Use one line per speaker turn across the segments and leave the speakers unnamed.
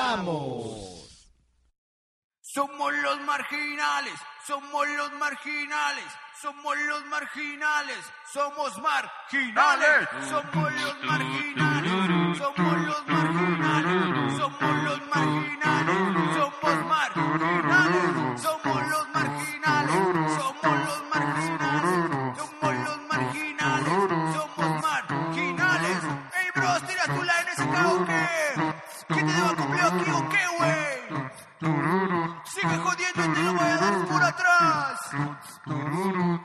¡Comenzamos! Somos los marginales, somos los marginales, somos los marginales, somos marginales, somos los marginales, somos los marginales, somos los marginales, somos marginales, somos los marginales, somos los marginales, somos los marginales, somos marginales. ¡Ey, bros, tira tu la en ese karaoke! ¿Qué te debo cumplir aquí o qué, güey? Sigue jodiendo y te lo voy a dar por atrás.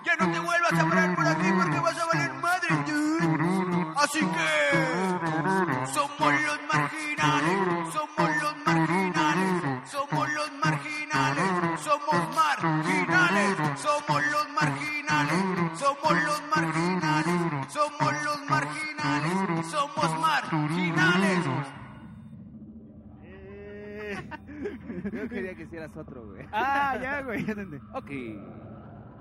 Ya no te vuelvas a parar por aquí porque vas a valer madre, dude. Así que somos los marginales, somos los marginales, somos los marginales, somos marginales, somos los marginales, somos los marginales, somos los marginales, somos marginales.
Yo quería que hicieras otro, güey.
Ah, ya, güey, ya entendí.
Ok.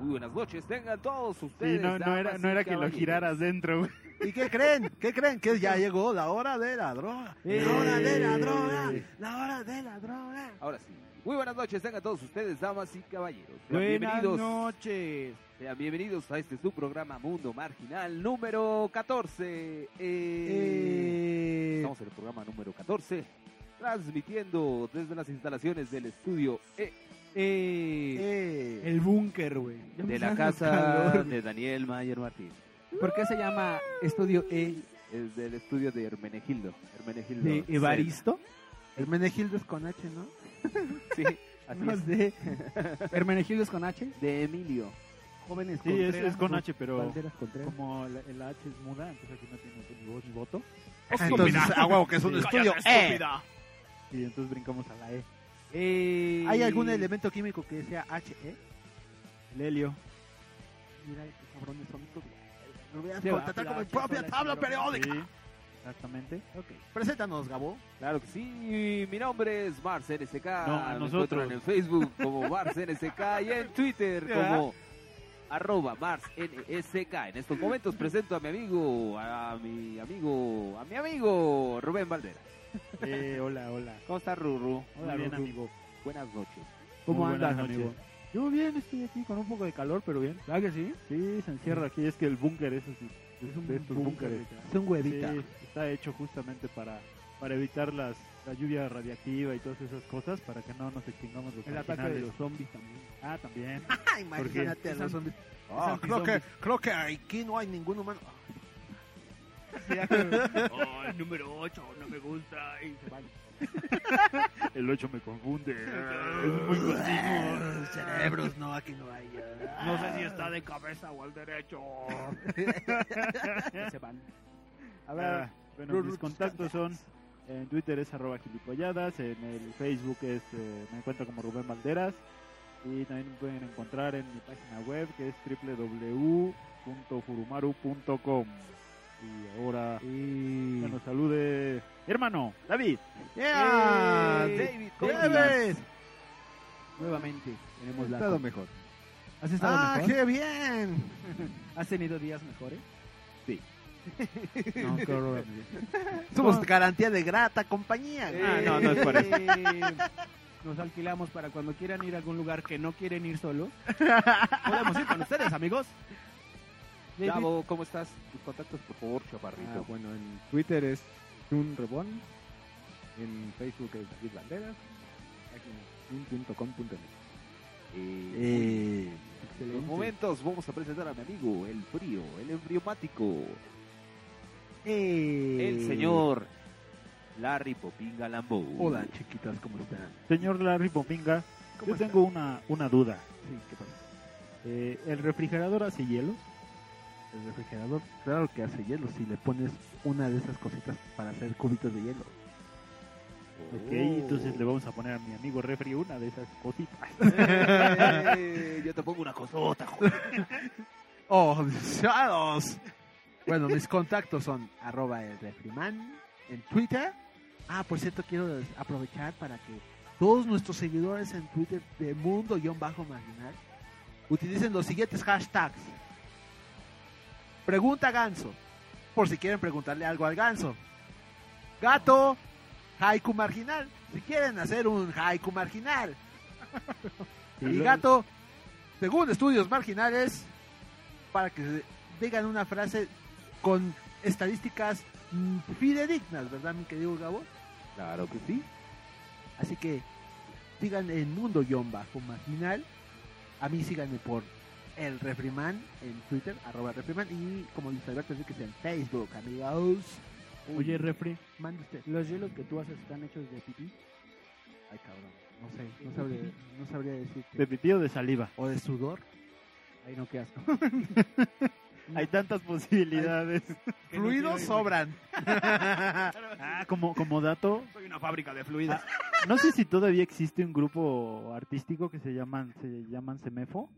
Muy buenas noches, tengan todos
Sí,
ustedes.
no, no
damas
era,
y
no era que lo
caballeros.
giraras dentro, güey.
¿Y qué creen? ¿Qué creen? Que ya llegó la hora de la droga. La hora de la droga. La hora de la droga.
Ahora sí. Muy buenas noches, tengan todos ustedes, damas y caballeros. Sean
Buenas
bienvenidos,
noches.
sean bienvenidos a este su programa Mundo Marginal número 14. Eh,
Eh,
Estamos en el programa número 14, transmitiendo desde las instalaciones del estudio E. eh,
Eh,
el búnker, güey. Ya me
de la
está dando
casa
calor.
de Daniel Mayer Martín.
¿Por qué se llama Estudio E
Es del estudio de Hermenegildo. Hermenegildo.
de
Zeta.
Evaristo?
Hermenegildo es con H, ¿no?
Sí, así
No
es.
sé. Hermenegildos con H.
De Emilio.
Jóvenes
Sí, es,
Contreras,
es con
¿no?
H, pero
Valderas Contreras.
como la- el H es muda, entonces aquí no tiene ni voz ni voto.
Ah, Entonces, a huevo que es un estudio. Eh.
Y entonces brincamos a la Eh, E.
¿Hay algún elemento químico que sea HE?
El helio.
Mira, este estos cabrones son estos. Lo voy a
Sí,
contratar
va,
como mi
sí,
propia
sí,
tabla
sí,
periódica.
Sí, exactamente.
Ok. Preséntanos, Gabo.
Claro que sí, mi nombre es Mars NSK.
No,
Ah,
a
Me encuentran
nosotros.
en Facebook como Mars NSK y en Twitter
Ya.
como arroba Mars NSK. En estos momentos presento a mi amigo, a mi amigo, a mi amigo Rubén Valdera.
Eh, hola, hola.
¿Cómo está Ruru?
Hola, bien,
Ruru.
amigo.
Buenas noches.
¿Cómo
Muy buenas
andas,
noches.
amigo? Yo bien, estoy aquí con un poco de calor, pero bien.
¿Verdad que sí?
Sí, se encierra aquí. Es que el búnker es así.
Es un
de estos
búnker.
búnkeres.
Es un huevita.
Sí, está hecho justamente para, para evitar las, la lluvia radiactiva y todas esas cosas, para que no nos extingamos los
El ataque de
marginales.
los zombies también.
Ah, también.
Ah, imagínate a los zombies.
Ah,
creo, que,
zombies.
creo que aquí no hay ningún humano. Oh,
El 8 me confunde.
Ah, Cerebros, no, aquí no hay.
No sé si está de cabeza o al derecho. se van.
A ver, Ah, bueno,
Rurus
mis contactos son en Twitter es arroba gilipolladas, en el Facebook es, eh, me encuentro como Rubén Valderas y también me pueden encontrar en mi página web que es www.furumaru.com. Y ahora que nos salude hermano David.
Yeah,
Eh,
David,
David,
¿cómo
David.
ves?
Nuevamente tenemos la.
mejor.
¿Has estado
Ah,
mejor?
qué bien.
¿Has tenido días mejores?
No, qué horror, amigo.
Somos garantía de grata compañía.
Eh,
Ah, no, no es por eso.
Nos alquilamos para cuando quieran ir a algún lugar que no quieren ir solos. Podemos ir con ustedes, amigos. David,
Gabo, ¿cómo estás? Tus contactos, por favor, chaparrito.
Ah, bueno, en Twitter es un Rebón, en Facebook es David Banderas, página un.com.mx.
Eh,
Eh,
en los momentos vamos a presentar a mi amigo, el frío, el embriomático,
eh.
el señor Larry Popinga Lambo.
Hola, chiquitas, ¿cómo están?
Señor Larry Pominga, yo
¿Cómo
tengo una, una duda.
Sí, ¿qué pasa?
Eh, el refrigerador hace hielos.
El refrigerador, claro que hace hielo si le pones una de esas cositas para hacer cubitos de hielo.
Ok, entonces le vamos a poner a mi amigo refri una de esas cositas.
Eh, yo te pongo una cosota, joder.
¡Oh, deseados! Bueno, mis contactos son arroba el refriman en Twitter. Ah, por cierto, quiero des- aprovechar para que todos nuestros seguidores en Twitter de mundo-marginal utilicen los siguientes hashtags. Pregunta Ganso, por si quieren preguntarle algo al Ganso. Gato, haiku marginal, si quieren hacer un haiku marginal. Y gato, según estudios marginales, para que digan una frase con estadísticas mm, fidedignas, ¿verdad, mi querido Gabo?
Claro que sí.
Así que sigan en Mundo Guión Bajo Marginal. A mí síganme por el Refriman en Twitter, arroba Refriman. Y como dice Alberto Enríquez en Facebook, amigos.
Oye, refri,
Mande usted.
¿los hielos que tú haces están hechos de pipí?
Ay, cabrón. No sé, no sabría, no sabría decirte.
¿De pipí o de saliva?
O de sudor.
Ay, no, qué asco.
Hay tantas posibilidades.
Fluidos sobran. Pues
Ah, como, como dato,
Soy una fábrica de fluidos.
no sé si todavía existe un grupo artístico que se llaman, se llaman Semefo.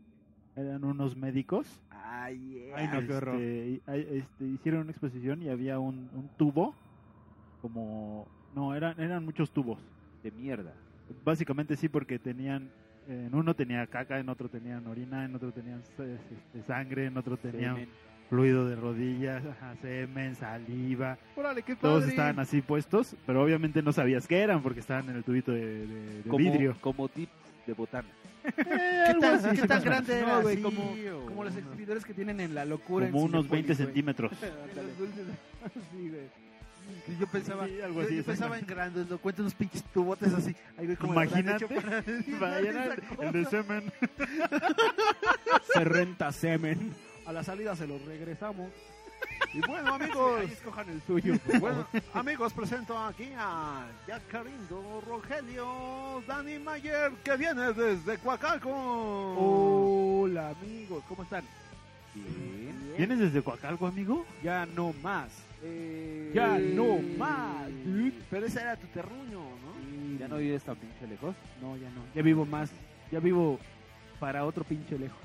Eran unos médicos.
Ay, yeah.
Ay, no, qué horror.
Este, y- ay, este, hicieron una exposición y había un, un tubo, como... No, eran, eran muchos tubos.
De mierda.
Básicamente sí, porque tenían... En uno tenía caca, en otro tenían orina, en otro tenían eh, este, sangre, en otro tenían fluido de rodillas, ajá, semen, saliva,
Órale, qué
Todos estaban así puestos, pero obviamente no sabías qué eran porque estaban en el tubito de, de- de
Como,
vidrio.
como tips de botana.
¿Qué tan, qué tan grande
No,
era?
güey,
Sí,
como,
o-
como los exhibidores que tienen en la locura. en
Como unos 20
Cinépolis, güey.
centímetros.
Ándale. Sí, güey.
Que Yo pensaba,
Sí, algo
yo-
así,
yo, pensaba en grandes, lo cuento unos pinches tubotes así. Ay, güey, ¿cómo lo habrán
Imagínate,
hecho para
Para
llenar
llenar
esa
el de semen.
Se renta semen. A la salida se los regresamos.
Y bueno, amigos,
Ahí escojan el suyo. pues,
bueno, amigos, presento aquí a Yacarindo Rogelio Dani Mayer, que viene desde Coacalco.
Hola, amigos, ¿cómo están?
¿Vienes desde Coacalco, amigo?
Ya no más. Eh, Ya no más, dude.
Pero ese era tu terruño, ¿no?
¿Ya no vives tan pinche lejos?
No, ya no. Ya vivo más. Ya vivo para otro pinche lejos.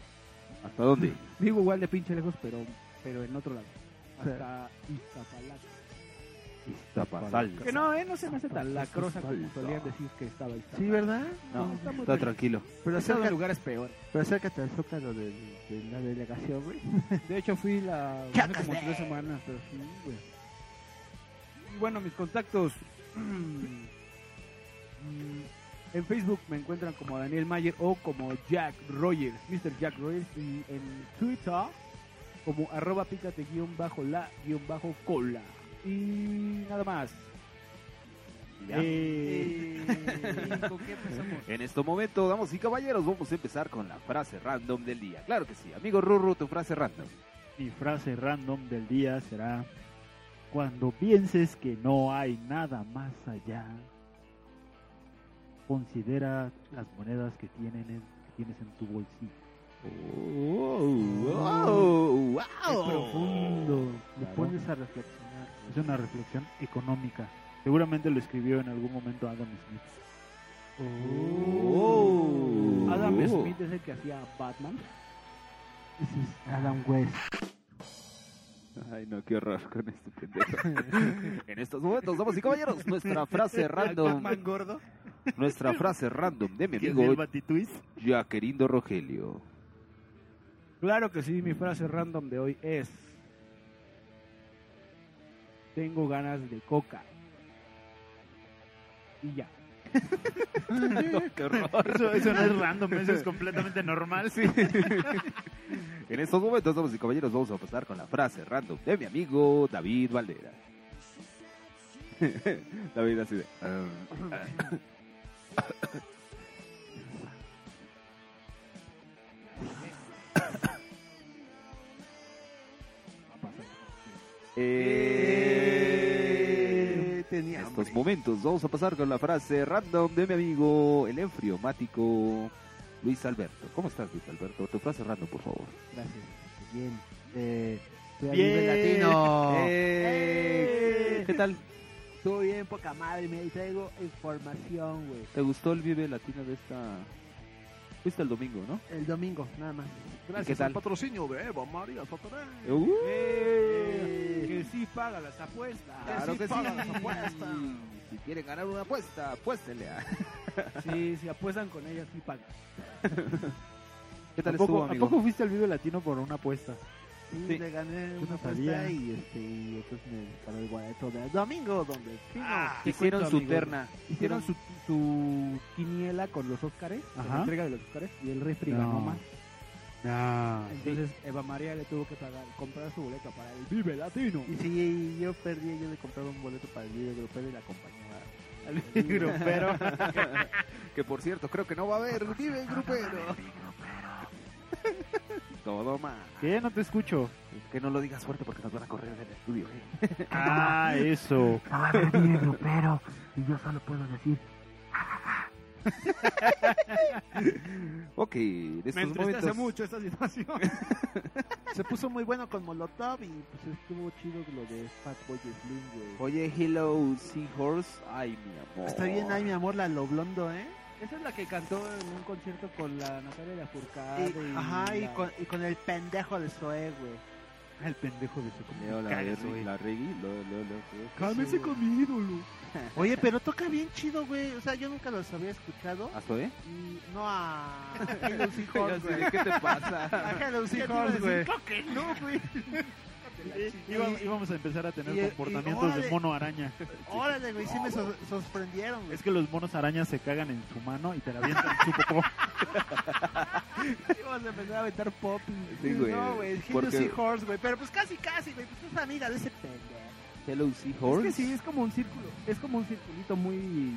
¿Hasta dónde?
Vivo igual de pinche lejos, pero, pero en otro lado. Hasta Iztapalacra.
Iztapasal.
Que no, eh, no se me hace tan lacrosa como solían decir que estaba Iztapalacra.
Sí, ¿verdad?
No,
está muy
está tranquilo.
Pero
Ha estado en
acércate,
lugares peores.
pero acércate al zócalo de, de la delegación, güey.
De hecho, fui la hace como tres semanas, pero sí, güey. Y bueno, mis contactos. Mm, en Facebook me encuentran como Daniel Mayer o como Jack Rogers, Mr. Jack Rogers. Y en Twitter como arroba pícate guión bajo la guión bajo cola. Y nada más. Eh,
En este momento, damas y caballeros, vamos a empezar con la frase random del día. Claro que sí. Amigo Rurru, tu frase random.
Mi frase random del día será: Cuando pienses que no hay nada más allá, considera las monedas que, tienen en- que tienes en tu bolsillo.
Oh, wow, wow.
Lo pones a reflexionar. Es una reflexión económica. Seguramente lo escribió en algún momento Adam Smith.
Oh.
Adam Smith es el que hacía Batman.
Adam West.
Ay, no, qué horror con este pendejo. en estos momentos, damas y caballeros, nuestra frase random.
gordo?
Nuestra frase random de mi
¿Quién es el
amigo
Batitwist?
Jaquerindo Rogelio.
Claro que sí, mi frase random de hoy es Tengo ganas de coca. Y ya.
qué horror.
Eso, eso no es random, eso es completamente normal.
En estos momentos, damas y caballeros, vamos a pasar con la frase random de mi amigo David Valdera. David así de... um, ah. Eh, en
Tenía
estos momentos vamos a pasar con la frase random de mi amigo el enfriomático Luis Alberto. ¿Cómo estás, Luis Alberto? Te vas cerrando, por favor.
Gracias. Bien. Eh, soy
Bien.
Aníbal Latino.
Eh,
¡Eh!
¿Qué tal?
Estuvo bien, poca madre. Me traigo información, güey.
¿Te gustó el Vive Latino de esta...? Fuiste el domingo, ¿no?
El domingo, nada más.
¿Y ¿Qué tal?
patrocinio
eh,
de Eva María Satanás.
Uh,
Eh, Que sí paga las apuestas.
claro que sí.
paga las apuestas.
Si quieren ganar una apuesta, apuéstenle. a-
Sí, si apuestan con ellas, sí paga.
¿Qué
¿A
tal estuvo,
poco, ¿A
amigo?
poco fuiste al video latino por una apuesta?
Sí,
Sí.
le gané
Yo no
una
sabía.
apuesta y, este, y entonces me disparó el guareto del domingo, donde Pino
Ah, Te Hicieron su terna.
hicieron su, su quiniela con los Óscares, con
Ajá.
la entrega de los Óscares, y el refri
No.
ganó más.
Ah,
No.
Entonces, Eva María le tuvo que pagar, comprar su boleto para el Vive Latino.
Y sí, yo perdí, yo le compraba un boleto para el video pero y la acompañaba.
Grupero.
Que por cierto, creo que no va a haber Vive Grupero. Todo más.
¿Qué? No te escucho.
Que no lo digas fuerte porque nos van a correr del estudio. ¿eh?
Ah, eso.
Ok, en estos
Me entristece
momentos...
mucho esta situación.
Se puso muy bueno con Molotov y pues estuvo chido lo de Fatboy Slim, güey.
Oye, hello, Seahorse. Ay, mi amor.
Está bien ahí, mi amor, la Loblondo, ¿eh?
Esa es la que cantó en un concierto con la Natalia Lafourcade.
Y- ajá, y
la-
con, y con el pendejo de Zoe, güey.
El pendejo de su
Leo la
Cagas,
reggae,
güey.
la reggae, lo, lo, lo, lo.
Cálmese
con mi ídolo.
Oye, pero toca bien chido, güey. O sea, yo nunca los había escuchado.
¿Hasta eh?
Y no a Hello Seahorse, güey.
¿Qué te pasa?
A Hello
te iba a
Seahorse,
decir,
güey.
Íbamos a empezar a tener
Y- y-
comportamientos de
órale.
mono araña.
Órale, güey, sí me so- sorprendieron, güey.
Es que los monos arañas se cagan en su mano y te la avientan en su popó.
Ibas a empezar a aventar pop.
Sí, güey.
No, güey, Hello
Porque-
Seahorse, güey. Pero pues casi, casi, güey. Pues es amiga de ese pendejo.
Hello, Seahorse.
Es que sí, es como un círculo. Es como un circulito muy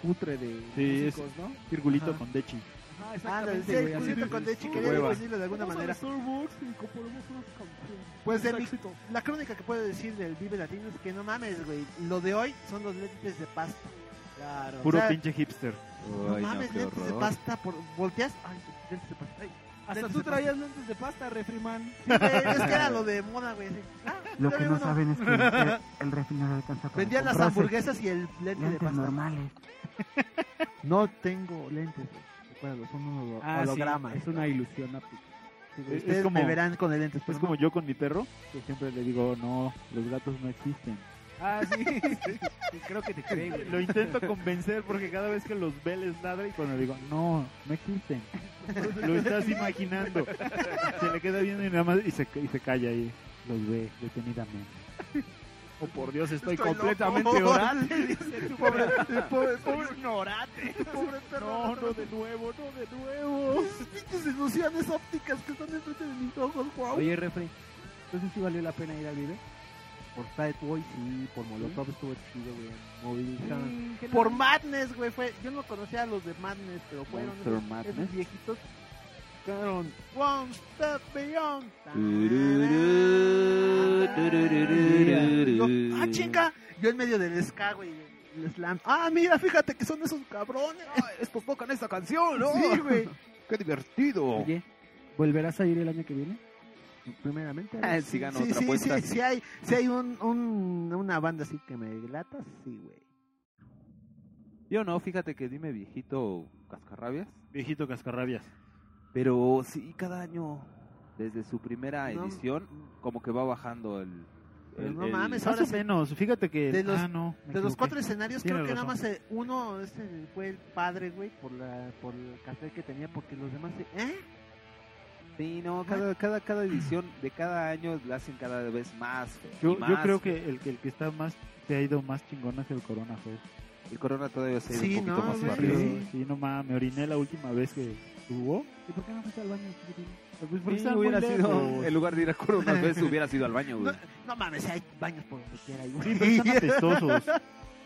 cutre de
Sí, es-
músicos, ¿no?
Circulito
Ajá.
con dechi.
Ajá,
Ándale,
güey,
sí,
así
justo
de-
con Dechi,
"Oh,
quería
hueva.
decirlo de alguna
Vamos a
manera.
Starbucks y compramos unos campeones.
Pues de
Es
mi-
éxito.
La crónica que puedo decir del Vive Latino es que no mames, güey. Lo de hoy son los lentes de pasta. Claro.
Puro pinche hipster.
No
Ay,
mames,
qué
lentes de
horror.
pasta. Por, volteas. Ay, lentes de pasta. Ay,
Hasta
lentes
tú
de
traías lentes de pasta, refriman.
pasta. Sí, güey, es que era lo de moda, güey. así. Ah,
Lo
ya
que
vi
no
uno.
saben es que el, el, refri no le alcanza para
Vendían las
comprarse
hamburguesas y el lente de
lentes
pasta.
normales.
No tengo lentes, Ah, güey. Recuerdo, son unos
Ah,
hologramas.
es una ilusión óptica.
Sí, güey,
es
ustedes
como-
me verán con el lentes.
Es
pero
como
no.
yo con mi perro, que siempre le digo, no, los gatos no existen.
Ah, sí. Sí, Creo que te creen, güey.
Lo intento convencer porque cada vez que los ve les ladra y cuando le digo, no, no existen. Lo estás imaginando. Se le queda viendo y nada más y se, y se calla ahí. Los ve detenidamente. Oh, por Dios, estoy,
Estoy
completamente
loco.
oral.
Pobre, pobre, pobre ignorante. Pobre
No,
perro.
no, de nuevo, no, de nuevo.
Esas pinches ilusiones ópticas que están enfrente de mis ojos, wow.
Oye, refri. Entonces sí valió la pena ir al vive.
Por Fatboy, sí, por Molotov estuvo chido, güey. Movilizaron.
ah.
Sí,
Por
generalmente-
Madness, güey, fue. Yo no conocía a los de Madness, pero fueron
Monster
esos,
Madness.
esos viejitos. Quedaron One Step Beyond.
Tururú, tururú.
Digo, ah, chinga. Yo en medio del ska, güey. El slam. Ah, mira, fíjate que son esos cabrones.
pues
Estos tocan esta canción, ¿no?
Sí, güey.
¡Qué divertido!
Oye, ¿volverás a ir el año que viene?
Primeramente.
Ah, sí ganó
sí,
otra
sí,
apuesta.
sí, sí hay, sí hay un, un- una banda así que me lata, sí, güey.
Yo no, fíjate que dime viejito cascarrabias.
Viejito cascarrabias.
Pero sí, cada año, desde su primera
No.
edición, como que va bajando el...
Pero
el-
no
el-
mames,
Más
ahora
o
sí.
menos, fíjate que...
De los-
ah, no, me
De los
equivoqué.
cuatro escenarios,
Tienes
creo que nada
razón.
más eh, uno es el- fue el padre, güey, por, la, por el café que tenía, porque los demás. eh, ¿Eh?
Sí, no, cada, cada, cada edición de cada año la hacen cada vez más. fea, y
Yo, yo
más.
creo que eh, el, que el que está más, se ha ido más chingón es el Corona Fest.
El corona todavía se ha ido
Sí,
un poquito
no,
más
güey.
para
Pero
arriba.
Sí.
sí, no mames, me oriné la última vez que estuvo.
¿Y por qué no fuiste al baño, chiquitín?
Pues
Sí, hubiera sido, en lugar de ir a corona una vez, hubiera sido al baño,
No,
güey.
no mames, hay baños por donde quiera, güey.
Sí, pero están apestosos.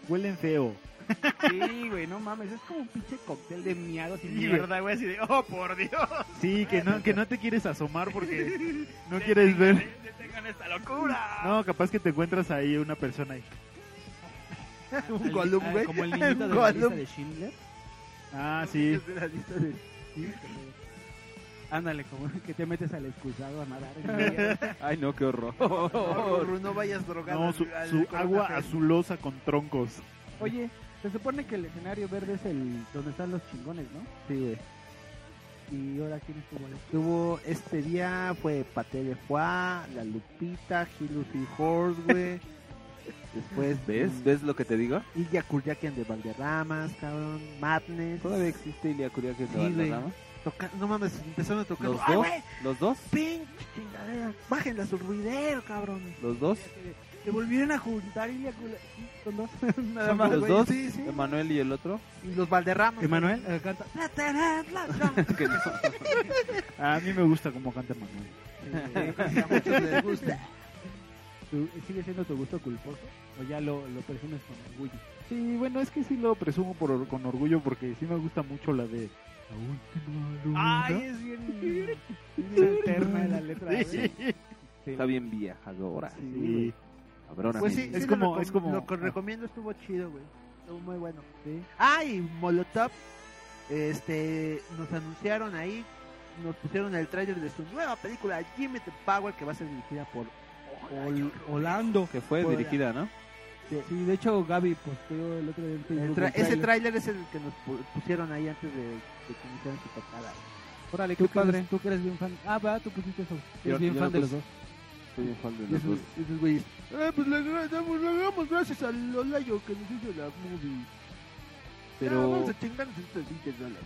Huelen feo.
Sí, güey, no mames, es como un pinche cóctel de miados y
Sí,
mierda.
güey, así de, oh, por Dios. Sí, que no, que no te quieres asomar porque no quieres ver.
¡Detengan esta locura!
No, capaz que te encuentras ahí una persona ahí.
un Gollum, güey.
Como el
Un
niñito de la lista
Gollum.
de Schindler.
Ah, sí.
De la lista de-
Sí, que- Ándale, como que te metes al excusado a nadar.
Ay, no, qué horror.
No, no vayas drogado.
No, su,
al-
su
con
agua
café.
azulosa con troncos.
Oye, se supone que el escenario verde es el donde están los chingones, ¿no?
Sí, güey.
Y ahora quién estuvo ahí?
Tuvo este día, fue Pate de Juá, La Lupita, Gil y Horse, güey. Después,
¿Ves?
Mm.
¿Ves lo que te digo?
Y Yakuryakian de Valderramas, cabrón. Madness.
Todavía existe Ilia Curia que
Sí,
se va a
güey.
la rama.
Toca- No mames, empezaron a tocar.
¿Los
¡Ay,
dos?
güey!
¿Los dos?
¡Pin! Chingadera. Bájenle a su ruidero, cabrón.
¿Los dos?
Se volvieron a juntar y le acula- sí, son dos.
Nada
¿Los
güey,
dos?
Sí, sí.
¿Emanuel y el otro?
Y los Valderramas.
Emanuel eh, canta.
La, ta, la, la, la.
Que no.
A mí me gusta como canta Manuel.
Sí, a muchos les gusta.
¿tú- ¿Sigue siendo tu gusto culposo? ¿O ya lo, lo presumes con orgullo?
Sí, bueno, es que sí lo presumo por, or- con orgullo porque sí me gusta mucho la de La última luna.
es bien. bien eterna la letra. güey.
Sí.
Está bien viajadora.
Sí.
Cabrona.
Pues sí,
Es
sí
como-
lo, recom-
es como-
lo que recomiendo estuvo chido, güey. Estuvo muy bueno.
ah. Sí.
Ah, y Molotov, este, nos anunciaron ahí, nos pusieron el tráiler de su nueva película, Jimmy the Power, que va a ser dirigida por Ol-
Holando.
Que fue
Fuera.
dirigida, ¿no?
Sí, de hecho Gaby posteó el otro día en
el
Facebook.
tra-
el
ese
tráiler.
tráiler es el que nos pu- pusieron ahí antes de, de que iniciaran su tocada.
Órale,
Tú
qué
que eres-
padre. Tú que eres bien fan. Ah, va, tú pusiste eso.
Yo-
Eres bien
yo
fan
no
de los
puse-
dos.
Soy un fan de
Y
los
esos,
dos.
esos güeyes, "Ah, pues le agradamos, le agradamos gracias a Lolayo que nos hizo la movie. Ah,
Pero,
vamos a chingarnos estos 20 dólares.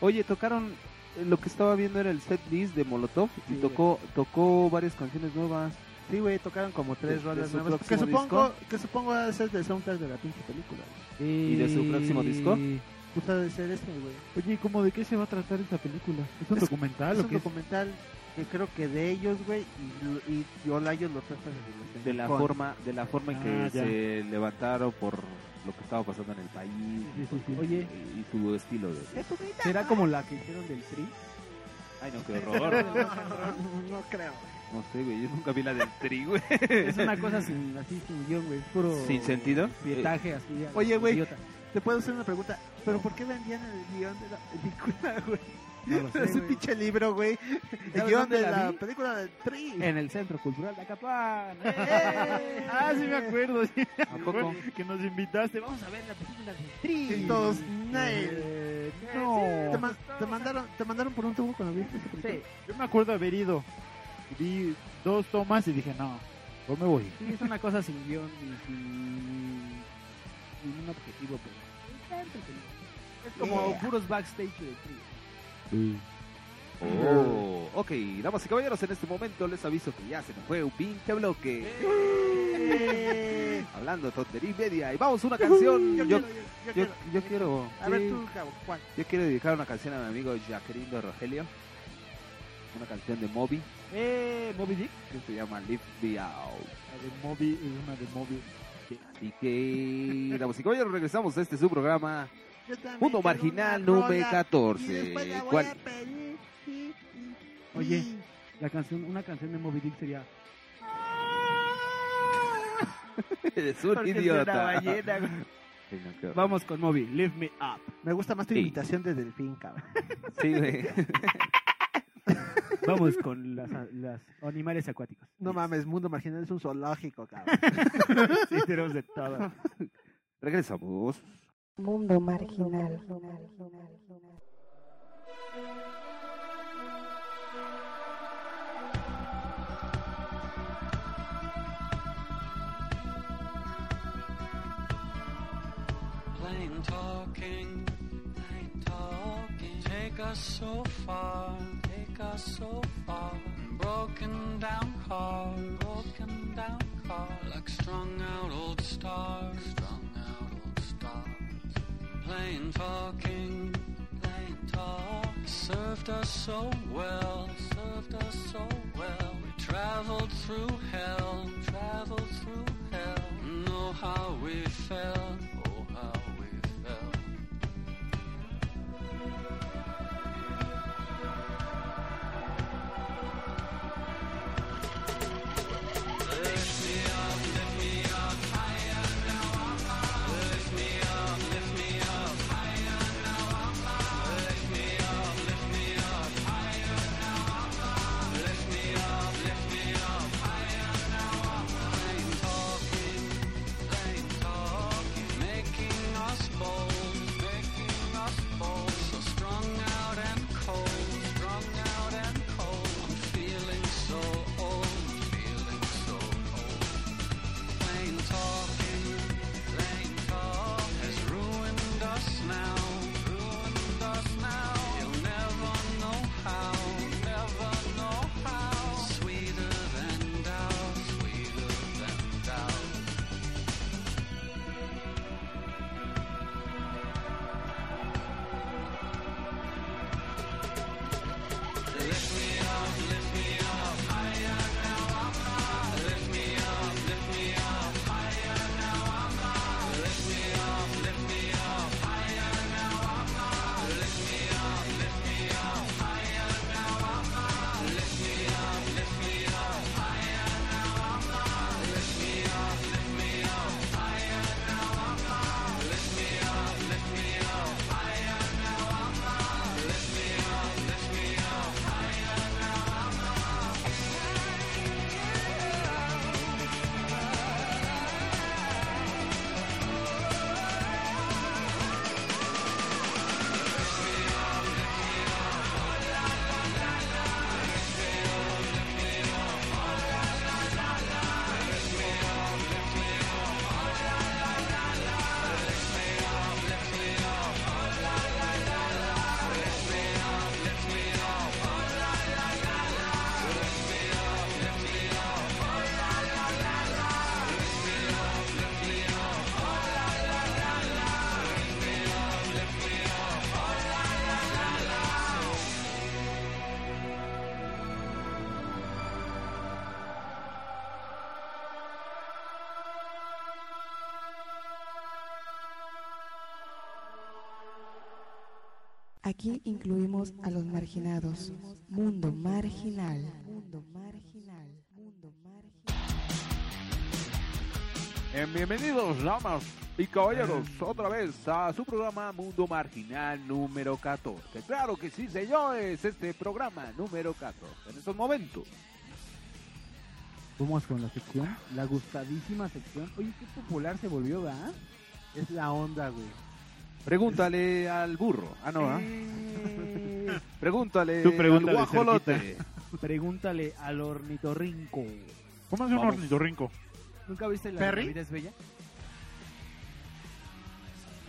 oye, tocaron... eh, Lo que estaba viendo era el set list de Molotov y
Sí,
tocó tocó varias canciones nuevas.
Sí, güey, tocaron como
De-
tres
de
rolas
su
nuevas. Que
próximo
supongo, que supongo ha de ser del soundtrack de la pinche película, güey.
¿Y
de su próximo disco?
Pues ha de ser ese, güey.
Oye, ¿y cómo de qué se va a tratar esta película? ¿Es un
Es-
documental
es
o
un
qué? es?
documental que creo que de ellos, güey, y, lo- y, y Olayo lo trata de
de la
con-
forma de la forma en que
Ah, ya.
se levantaron por lo que estaba pasando en el país
Sí, sí, sí.
y,
Oye,
y su estilo de
¿será como la que hicieron del tri?
ay no qué horror
No creo.
no sé güey yo nunca vi la del tri güey
Es una cosa sin, así sin guión, güey. Es puro...
sin sentido
Pietaje así. a-
Oye, güey.
idiota.
Te puedo hacer una pregunta, ¿pero por qué vendían el guión de la película, güey?
No lo sé,
Ese
güey.
pinche libro, güey. El
¿Sabes
guión
dónde
de
la
la,
vi?
película de Tri.
En el Centro Cultural de Acapán.
¡Eh!
Ah, sí me acuerdo. sí.
a poco
Que nos invitaste. Vamos a
Y todos, "Nail". ¿Te,
No.
ma- te mandaron, ¿Te mandaron por un tubo cuando viste esa película?
Yo me acuerdo haber ido. Vi dos tomas y dije, no, yo me voy.
Sí, es una cosa sin guión y sin ningún objetivo, pues. pero está entretenido. Es como
Yeah.
puros backstage de tri.
oh ok damas y caballeros en este momento les aviso que ya se nos fue un pinche bloque
¡Eh!
hablando tontería y media y vamos a una canción yo, yo, yo, quiero
A ver
sí,
tú, Gabo, ¿cuál?
yo quiero dedicar una canción a mi amigo Jaquerindo Rogelio una canción de Moby
Eh, Moby Dick.
que se llama Live Me Out
La de Moby es una de Moby.
Así que, damas y caballeros, regresamos a este su programa,
Yo también
Mundo
quiero
Marginal
una
número
rola, este y
14.
después la voy
¿Cuál?
a pedir, sí, sí,
Oye,
sí.
La canción, una canción de Moby Dick sería
Eres un
Porque es una
idiota.
ballena, güey.
Sí, no, qué horror.
Vamos con Moby, Lift Me Up.
Me gusta más tu
Sí.
invitación de Delfín, cabrón.
Sí, güey.
Vamos con las, las animales acuáticos.
No mames, Mundo Marginal es un zoológico, cabrón.
Sí, tenemos de todo.
Regresamos.
Mundo marginal.
Plain talking, plain talking. Take us so far, take us so far. Broken down car, broken down car. Like strung out old stars, strung out old stars. Plain talking, plain talk. Served us so well, served us so well. We traveled through hell, traveled through hell. Know how we felt, oh how we felt. Lift me up, lift me up higher now I'm high. Lift me
Aquí incluimos a los marginados. Mundo marginal. Mundo marginal. Mundo
Eh, bienvenidos, damas y caballeros, otra vez a su programa Mundo Marginal número 14. Claro que sí, señores, este programa número 14. En estos momentos.
Vamos con la sección, la gustadísima sección. Oye, qué popular se volvió, ¿verdad? Es la onda, güey.
Pregúntale al burro. Ah, no, ¿ah? Pregúntale
Tú pregúntale
al guajolote.
cerquita.
Pregúntale al ornitorrinco.
¿Cómo hace un
Vamos.
ornitorrinco?
¿Nunca viste la de
¿Perry?
La vida es bella?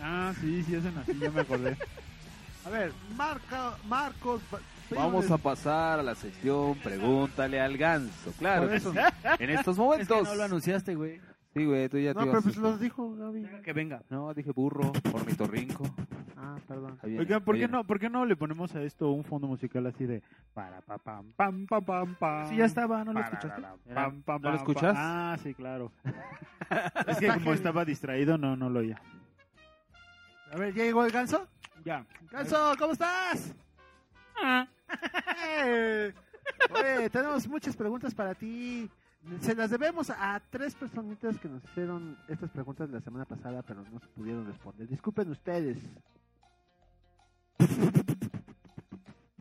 Ah, sí, sí, hacen así, ya me acordé.
A ver, Marca, Marcos.
Vamos a pasar a la sección Pregúntale al ganso. Claro,
Por
que
eso.
sí. en estos
Es
momentos.
que no lo anunciaste, güey.
Sí, güey, tú ya
No,
te
pero
ibas
pues
a-
los dijo Gaby.
Que venga.
No, dije burro, ornitorrinco.
Ah, perdón.
Ahí viene,
Oigan, ¿por
ahí
qué,
viene.
no, ¿por qué no le ponemos a esto un fondo musical así de para pa pam pam pam pam pam?
Sí, ya estaba, ¿no lo
Para,
escuchaste?
ra, ra, pam, pam,
¿No lo
pam,
escuchas?
pam. Ah, sí, claro. es que como estaba distraído, no, no lo oía.
A ver, ¿ya llegó el ganso?
Ya.
Ganso, ¿cómo estás?
Ah.
Oye, tenemos muchas preguntas para ti. Se las debemos a tres personitas que nos hicieron estas preguntas la semana pasada, pero no se pudieron responder. Disculpen ustedes.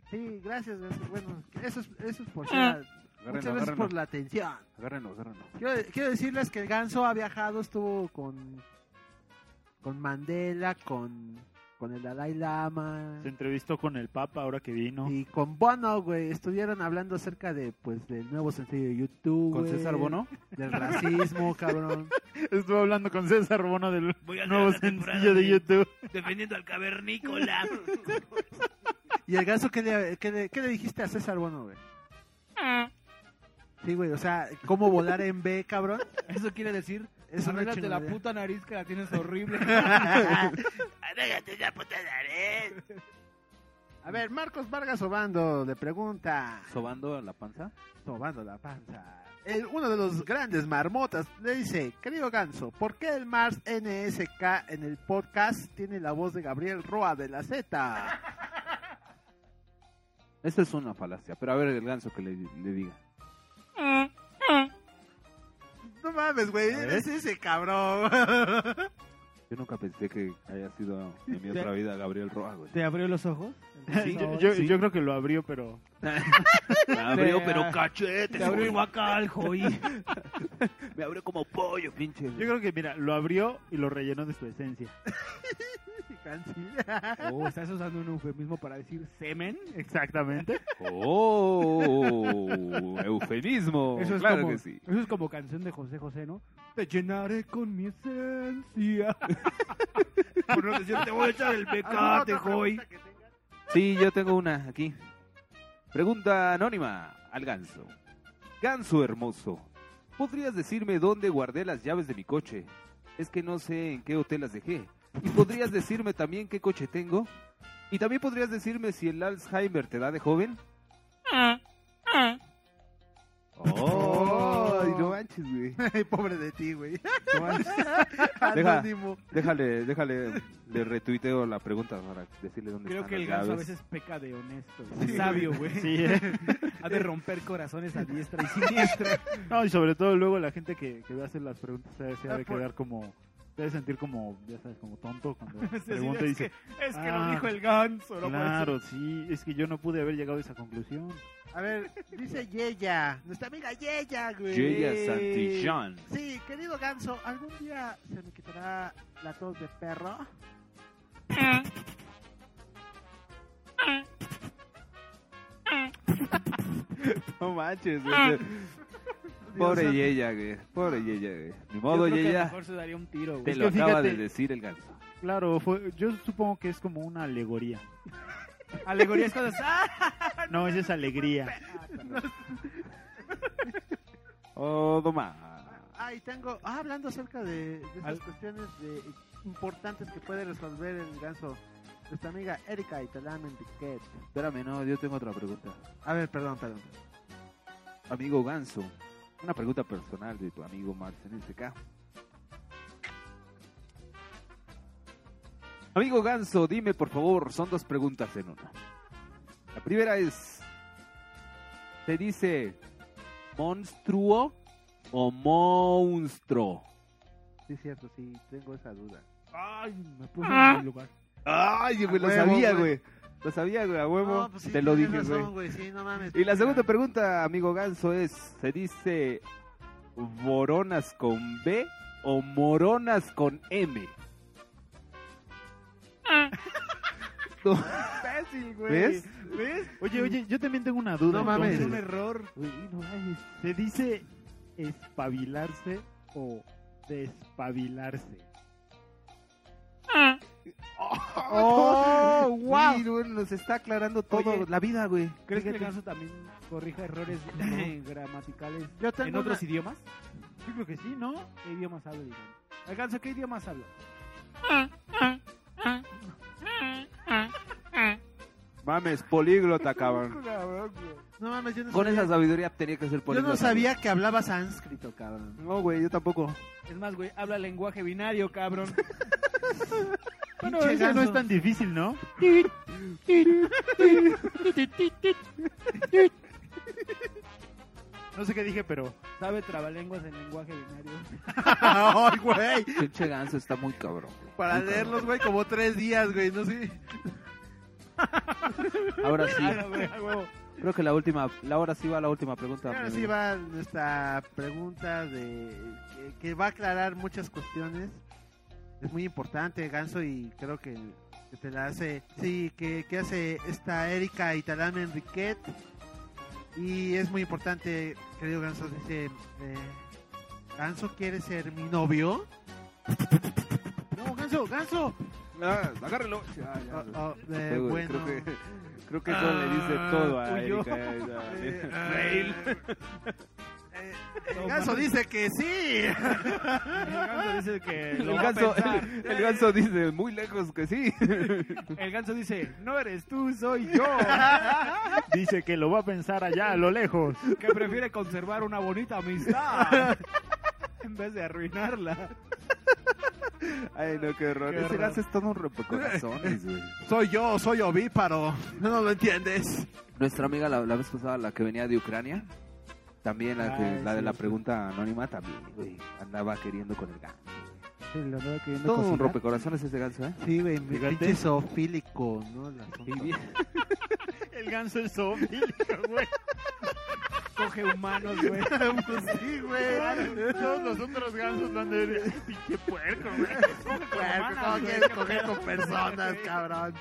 Sí, gracias, gracias. Bueno, eso es, eso es por
Ah,
ser- Muchas
Ah. Agárrenlo,
gracias
agárrenlo.
por la atención.
Agárrenlo, agárrenlo.
Quiero, quiero decirles que el ganso ha viajado, estuvo con, con Mandela, con, con el Dalai Lama
Se entrevistó con el Papa ahora que vino.
y con Bono, güey. Estuvieron hablando acerca de, pues, del nuevo sencillo de YouTube.
¿Con
güey,
César Bono?
Del racismo, cabrón.
Estuvo hablando con César Bono del
Voy a
nuevo
hacer la temporada
sencillo de
de-
YouTube.
Defendiendo al cavernícola.
¿Y el ganso qué le, qué le- qué le dijiste a César Bono, güey?
Ah.
Sí, güey, o sea, ¿cómo volar en B, cabrón?
Eso quiere decir,
Es una
arréglate la
chingonería.
puta nariz que la tienes horrible.
Ah, Déjate esa puta nariz.
A ver, Marcos Vargas Obando le pregunta.
¿Sobando la panza?
Sobando la panza. El- uno de los grandes marmotas le dice, querido Ganso, ¿por qué el Mars NSK en el podcast tiene la voz de Gabriel Roa de la Z?
Esa es una falacia, pero a ver el ganso que le, le diga.
No mames, güey,
A ver.
eres ese cabrón.
Yo nunca pensé que haya sido en mi
Te-
otra vida Gabriel Roa, güey.
¿Te abrió los ojos?
Sí, yo, yo- yo creo que lo abrió, pero
Me abrió,
Te-
pero cachete.
Te abrió el guacal, joy.
Me abrió como pollo.
Pinche.
yo creo que, mira, lo abrió y lo rellenó de su esencia.
Oh, ¿Estás usando un eufemismo para decir semen?
Exactamente.
¡Oh! ¡Eufemismo!
Eso es
claro
como,
que sí.
Eso es como canción de José José, ¿no? Te llenaré con mi esencia.
Por no decir, te voy a echar el pecate, joy.
Sí, yo tengo una aquí. Pregunta anónima al ganso. Ganso hermoso, ¿podrías decirme dónde guardé las llaves de mi coche? Es que no sé en qué hotel las dejé. ¿Y podrías decirme también qué coche tengo? ¿Y también podrías decirme si el Alzheimer te da de joven?
Ah,
¡Oh! ay, no manches, güey.
Pobre de ti, güey.
No manches. Deja.
Anónimo.
Déjale, déjale, le retuiteo la pregunta para decirle dónde
Creo que
están
el
las
ganso a
llaves.
veces peca de honesto, güey. sabio, güey.
Sí, ¿eh?
Ha de romper corazones a diestra y siniestra.
No, y sobre todo luego la gente que, que va a hacer las preguntas se, se ha de
Ah, por-
quedar como... Se ha de sentir como, ya sabes, como tonto cuando
Es decir,
pregunta y
es
dice...
que, es que
"Ah,
lo dijo el ganso, no puede
Claro, sí, es que yo no pude haber llegado a esa conclusión.
A ver, dice Yeya, nuestra amiga Yeya, güey.
Yeya Santillán.
Sí, querido Ganso, ¿algún día se me quitará la tos de perro?
No manches,
Ah.
güey. Pobre Yeya, güey. Pobre Yeya, güey. Ni modo,
Yo creo que a lo
Yeya.
mejor se daría un tiro, güey.
Te
Es
lo
que
acaba
fíjate-
de decir el ganso.
Claro, fue, yo supongo que es como una alegoría.
Alegoría es cuando- ¡Ah!
No, esa es alegría.
Oh, toma.
Ahí tengo, ah, hablando acerca de, de estas
Al-
cuestiones de, importantes que puede resolver el ganso. Nuestra amiga Erika Italán Enriquet.
Espérame, no, yo tengo otra pregunta.
A ver, perdón, perdón.
Amigo ganso, una pregunta personal de tu este amigo Marx en SK. Amigo Ganso, dime por favor, son dos preguntas en una. La primera es, ¿te dice monstruo o monstruo?
Sí, es cierto, sí, tengo esa duda.
Ay, me
Pues
puse
Ah.
en mi lugar.
Ay, güey,
A
lo
huevo,
sabía,
güey.
güey. Lo sabía, güey, a huevo.
No, pues sí,
Te lo
tienes
dije, güey.
razón, güey, sí, no mames.
Y la segunda pregunta, amigo Ganso, es, ¿se dice boronas con B o moronas con M? Ah, No.
Imbécil, güey.
¿Ves?
¿Ves?
Oye, oye, yo también tengo una duda.
No mames.
entonces.
Es un error.
Güey, no mames. ¿Se dice espabilarse o despabilarse?
ah, ¡Oh, wow!
Sí,
nos está aclarando todo,
Oye,
la vida, güey.
¿Crees que el
Fíjate.
ganso también corrija errores gramaticales
Yo tengo
en otros
una-
idiomas? Yo creo que sí, ¿no? ¿Qué idiomas habla el ganso? El ganso, ¿qué idiomas habla?
Mames, políglota, cabrón.
No mames, yo no
Con
sabía.
esa sabiduría tenía que ser
Yo
políglota.
no sabía que hablaba sánscrito, cabrón.
No, güey, yo tampoco.
Es más, güey, habla lenguaje binario, cabrón.
Bueno,
Pinche
eso no
ganso.
es tan difícil, ¿no? No sé qué dije, pero.
Sabe trabalenguas en lenguaje binario.
¡Ay, güey!
Pinche ganso está muy cabrón.
Para
Muy cabrón.
leerlos, güey, como tres días, güey, no sé.
Ahora sí.
Ah, güey, a huevo.
Creo que la última, la ahora sí va la última pregunta.
Ahora
amigo.
sí va nuestra pregunta de que, que va a aclarar muchas cuestiones. Es muy importante, Ganso, y creo que que te la hace. Sí, que, que hace esta Erika Italán Enriquet. Y es muy importante, querido Ganso, dice, eh, Ganso quiere ser mi novio. No, Ganso, Ganso.
Ah, agárrelo. Ah, ya.
Oh, oh, eh,
Creo-
bueno. Ah,
creo, que, creo que eso le dice
Ah,
todo a Erika. eh, a- Fail.
Eh,
El Ganso Eh, dice que sí.
dice que
El ganso, el, el ganso dice muy lejos que sí.
El ganso dice, no eres tú, soy yo.
Dice que lo va a pensar allá a lo lejos.
Que prefiere conservar una bonita amistad en vez de arruinarla.
Ay, no, qué horror.
Qué
Ese
horror.
ganso es todo un rompecorazones, güey.
Soy yo, soy ovíparo. No, no lo entiendes.
Nuestra amiga la, la vez pasada, la que venía de Ucrania, también la, que,
Ah,
Ay,
la de
sí,
la
sí.
pregunta anónima, también, güey, andaba queriendo con el ganso. Todo
Todo
un rompecorazones ese ganso, ¿eh?
Sí, güey,
Fíjate.
pinche zoofílico, ¿no? El asunto.
Y bien-
El ganso es zombie, güey.
Coge humanos, güey.
Pues sí, güey.
Todos los otros gansos van de ver, "Ay, pinche puerco, güey.
Puerco, ¿Cómo quieres coger con personas, cabrón?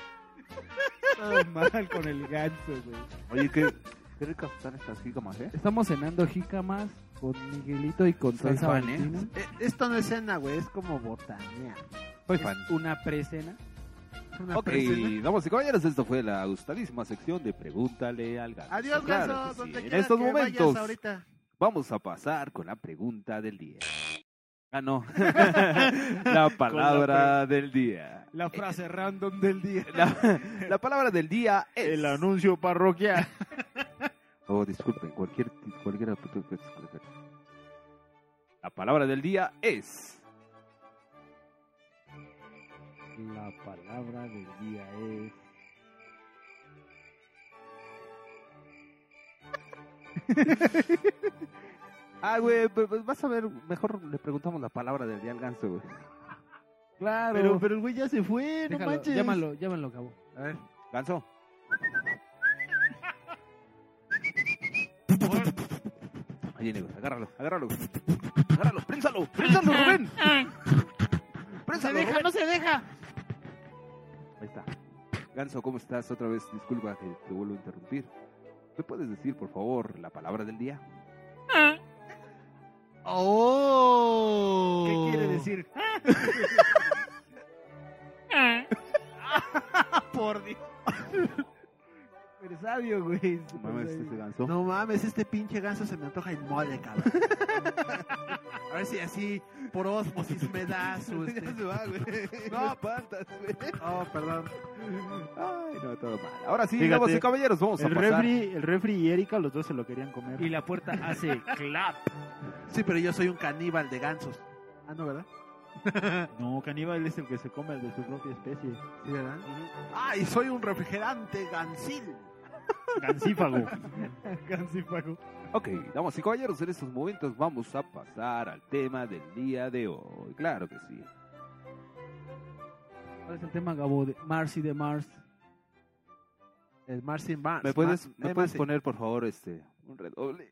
Todo mal con el ganso, güey.
Oye, qué, qué ricas están estas jícamas, ¿eh?
Estamos cenando jícamas con Miguelito y con
Soy
salsa
fan,
valentina.
Eh, esto no es cena, güey, es como botanear.
Soy
Es
fan.
una presena.
Es una
Ok,
presena.
vamos y caballeros, esto fue la gustadísima sección de Pregúntale al Ganso.
Adiós,
Claro
Ganso,
que sí.
donde
En
quiera
estos
que
momentos
vayas ahorita.
vamos a pasar con la pregunta del día. Ah, no. la palabra del día.
La frase random del día.
La, la palabra del día es...
El anuncio parroquial.
Oh, disculpen, cualquier... cualquier... pues, La palabra del día es...
La palabra del día es.
Ah, güey, pues pues vas a ver, mejor le preguntamos la palabra del día al ganso, güey.
Claro.
Pero, pero el güey ya se fue, no
Déjalo,
manches.
Llámalo, llámalo, cabo.
A ver, ganso. Ahí viene, güey, agárralo, agárralo. güey. Agárralo, prénsalo, prénsalo, Rubén.
Ah,
Prénsalo, Rubén.
no se deja.
Ahí está. Ganso, ¿cómo estás? Otra vez, disculpa que te vuelvo a interrumpir. ¿Me puedes decir, por favor, la palabra del día?
ah. Oh.
¿Qué quiere decir?
Ah,
Por Dios. Eres sabio, güey.
No mames, este ganso.
No mames, este pinche ganso se me antoja el mole, cabrón. A ver si así por osmosis me da su. este-
No, pantas, güey.
Oh, perdón.
Ay, no, todo mal. Ah, Ahora sí,
Fíjate,
damas y caballeros, vamos a
El
pasar.
refri, el refri y Erika, los dos se lo querían comer.
Y la puerta hace clap.
Sí, pero yo soy un caníbal de gansos. Ah, no, ¿verdad?
No, caníbal es el que se come al de su propia especie.
¿Sí, verdad? ¡Ay, soy un refrigerante gansil!
Gansífago.
Gansífago.
Ok, damas y caballeros, en estos momentos vamos a pasar al tema del día de hoy. Claro que sí.
¿Cuál es el tema, Gabo? De Marcy de Mars.
El Marcy Mars.
¿Me puedes,
Ma-
me
eh,
puedes
Marcy.
poner, por favor, este, un redoble?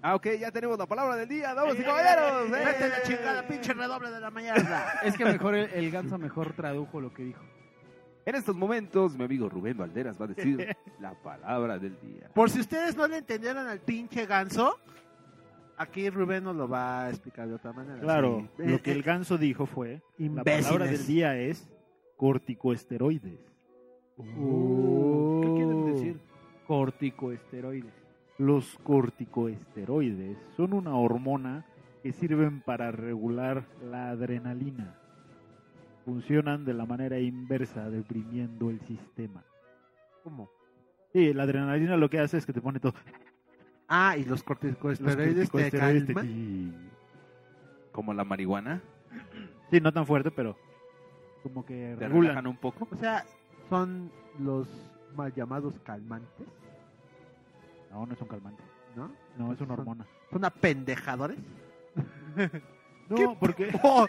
Ah, ok, ya tenemos la palabra del día, damas y caballeros. ¡Eh!
¡Vete la chingada, pinche redoble de la mañana!
Es que mejor el, el ganso mejor tradujo lo que dijo.
En estos momentos, mi amigo Rubén Valderas va a decir la palabra del día.
Por si ustedes no le entendieron al pinche ganso, aquí Rubén nos lo va a explicar de otra manera.
Claro,
Sí.
lo que el ganso dijo fue, la palabra
Imbéciles.
del día es corticoesteroides.
Uh.
¿Qué quieren decir? Oh, Corticoesteroides.
Los corticoesteroides son una hormona que sirven para regular la adrenalina. Funcionan de la manera inversa, deprimiendo el sistema.
¿Cómo?
Sí, la adrenalina lo que hace es que te pone todo.
Ah, y los corticosteroides te
corticosteroides te-
calman.
Como la marihuana,
Sí, no tan fuerte, pero como que
te
regulan.
relajan un poco.
O sea, son los mal llamados calmantes,
No, no es un calmante.
¿no?
No, es una
Son-
hormona.
Son apendejadores.
No, porque...
¡Oh!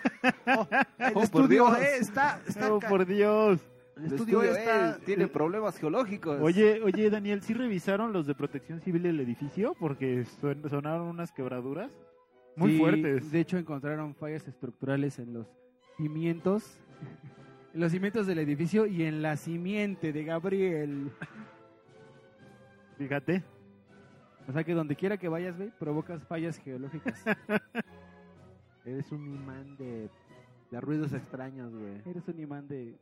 oh, el
por
estudio
Dios.
E está... está
No,
ca-
Oh, por Dios.
el estudio, E está...
eh, tiene problemas
Pues.
geológicos.
Oye, oye, Daniel, ¿sí revisaron los de protección civil del edificio? Porque suen- sonaron unas quebraduras muy
Sí,
fuertes.
De hecho, encontraron fallas estructurales en los cimientos. En los cimientos del edificio y en la simiente de Gabriel.
Fíjate.
O sea que donde quiera que vayas, güey, provocas fallas geológicas.
Eres un imán de, de ruidos extraños, güey.
Eres un imán de,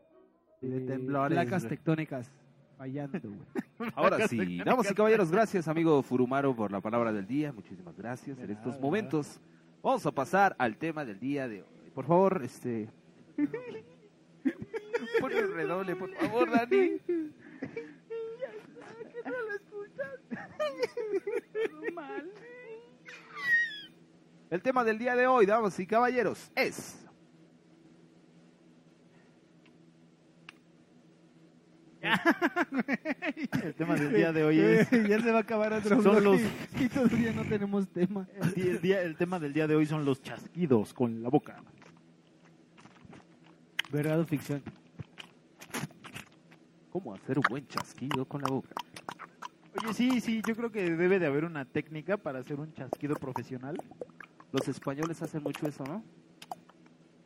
De temblores,
placas
güey.
tectónicas fallando, güey.
Ahora sí, damas y caballeros, gracias amigo Furumaro por la palabra del día. Muchísimas gracias. En
De
estos
nada.
momentos vamos a pasar al tema del día de hoy. Por favor, este... Ponle un redoble, por favor, Dani. El tema del día de hoy, damas y caballeros, es...
El tema del día de hoy es...
ya se va a acabar otro
Son
bloque
los-
y todavía no tenemos tema.
El, día- el día- el tema del día de hoy son los chasquidos con la boca.
¿Verdad o ficción?
¿Cómo hacer un buen chasquido con la boca?
Oye, sí, sí, yo creo que debe de haber una técnica para hacer un chasquido profesional.
Los españoles hacen mucho eso, ¿no?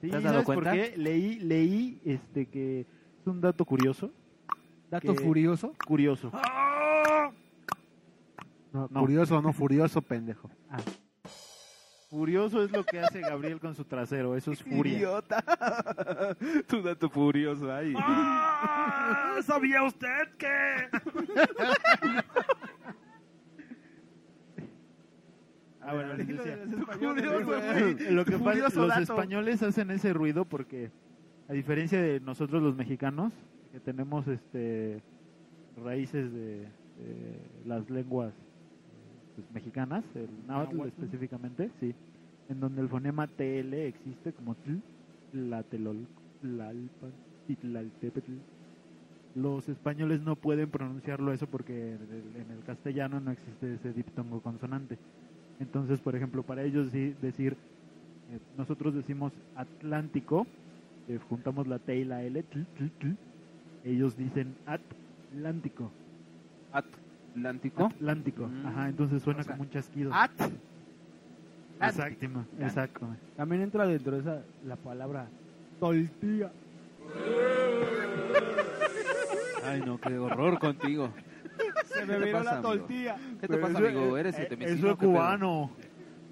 Sí,
¿Te has dado
¿sabes por
cuenta?
qué? Leí, leí este, que es un dato curioso.
¿Dato
Que-
furioso?
Curioso.
No,
No.
Curioso, no furioso, pendejo.
Curioso es lo que hace Gabriel con su trasero, eso es furia.
Idiota. tu dato furioso ahí.
Ah,
¿Sabía usted que?
Ah, bueno, les decía. Lo
Lo
que pasa los españoles hacen ese ruido porque, a diferencia de nosotros los mexicanos, que tenemos este raíces de, de las lenguas eh, pues, mexicanas, el náhuatl
Náhuatl.
específicamente, sí, en donde el fonema TL existe como tl, tlatelol, tlalpan, titlaltepetl. Los españoles no pueden pronunciarlo eso porque en el- en el castellano no existe ese diptongo consonante. Entonces, por ejemplo, para ellos sí decir, eh, nosotros decimos Atlántico, eh, juntamos la T y la L, tl, tl, tl, ellos dicen Atlántico.
Atlántico.
Atlántico,
Mm.
ajá, entonces suena
O sea,
como un chasquido.
At.
Exacto, exacto.
También entra dentro de esa la palabra toltía.
Ay, no, qué horror contigo.
Se
me viró la toltía. ¿Qué te pasa, amigo? ¿Eres siete
Eso es cubano.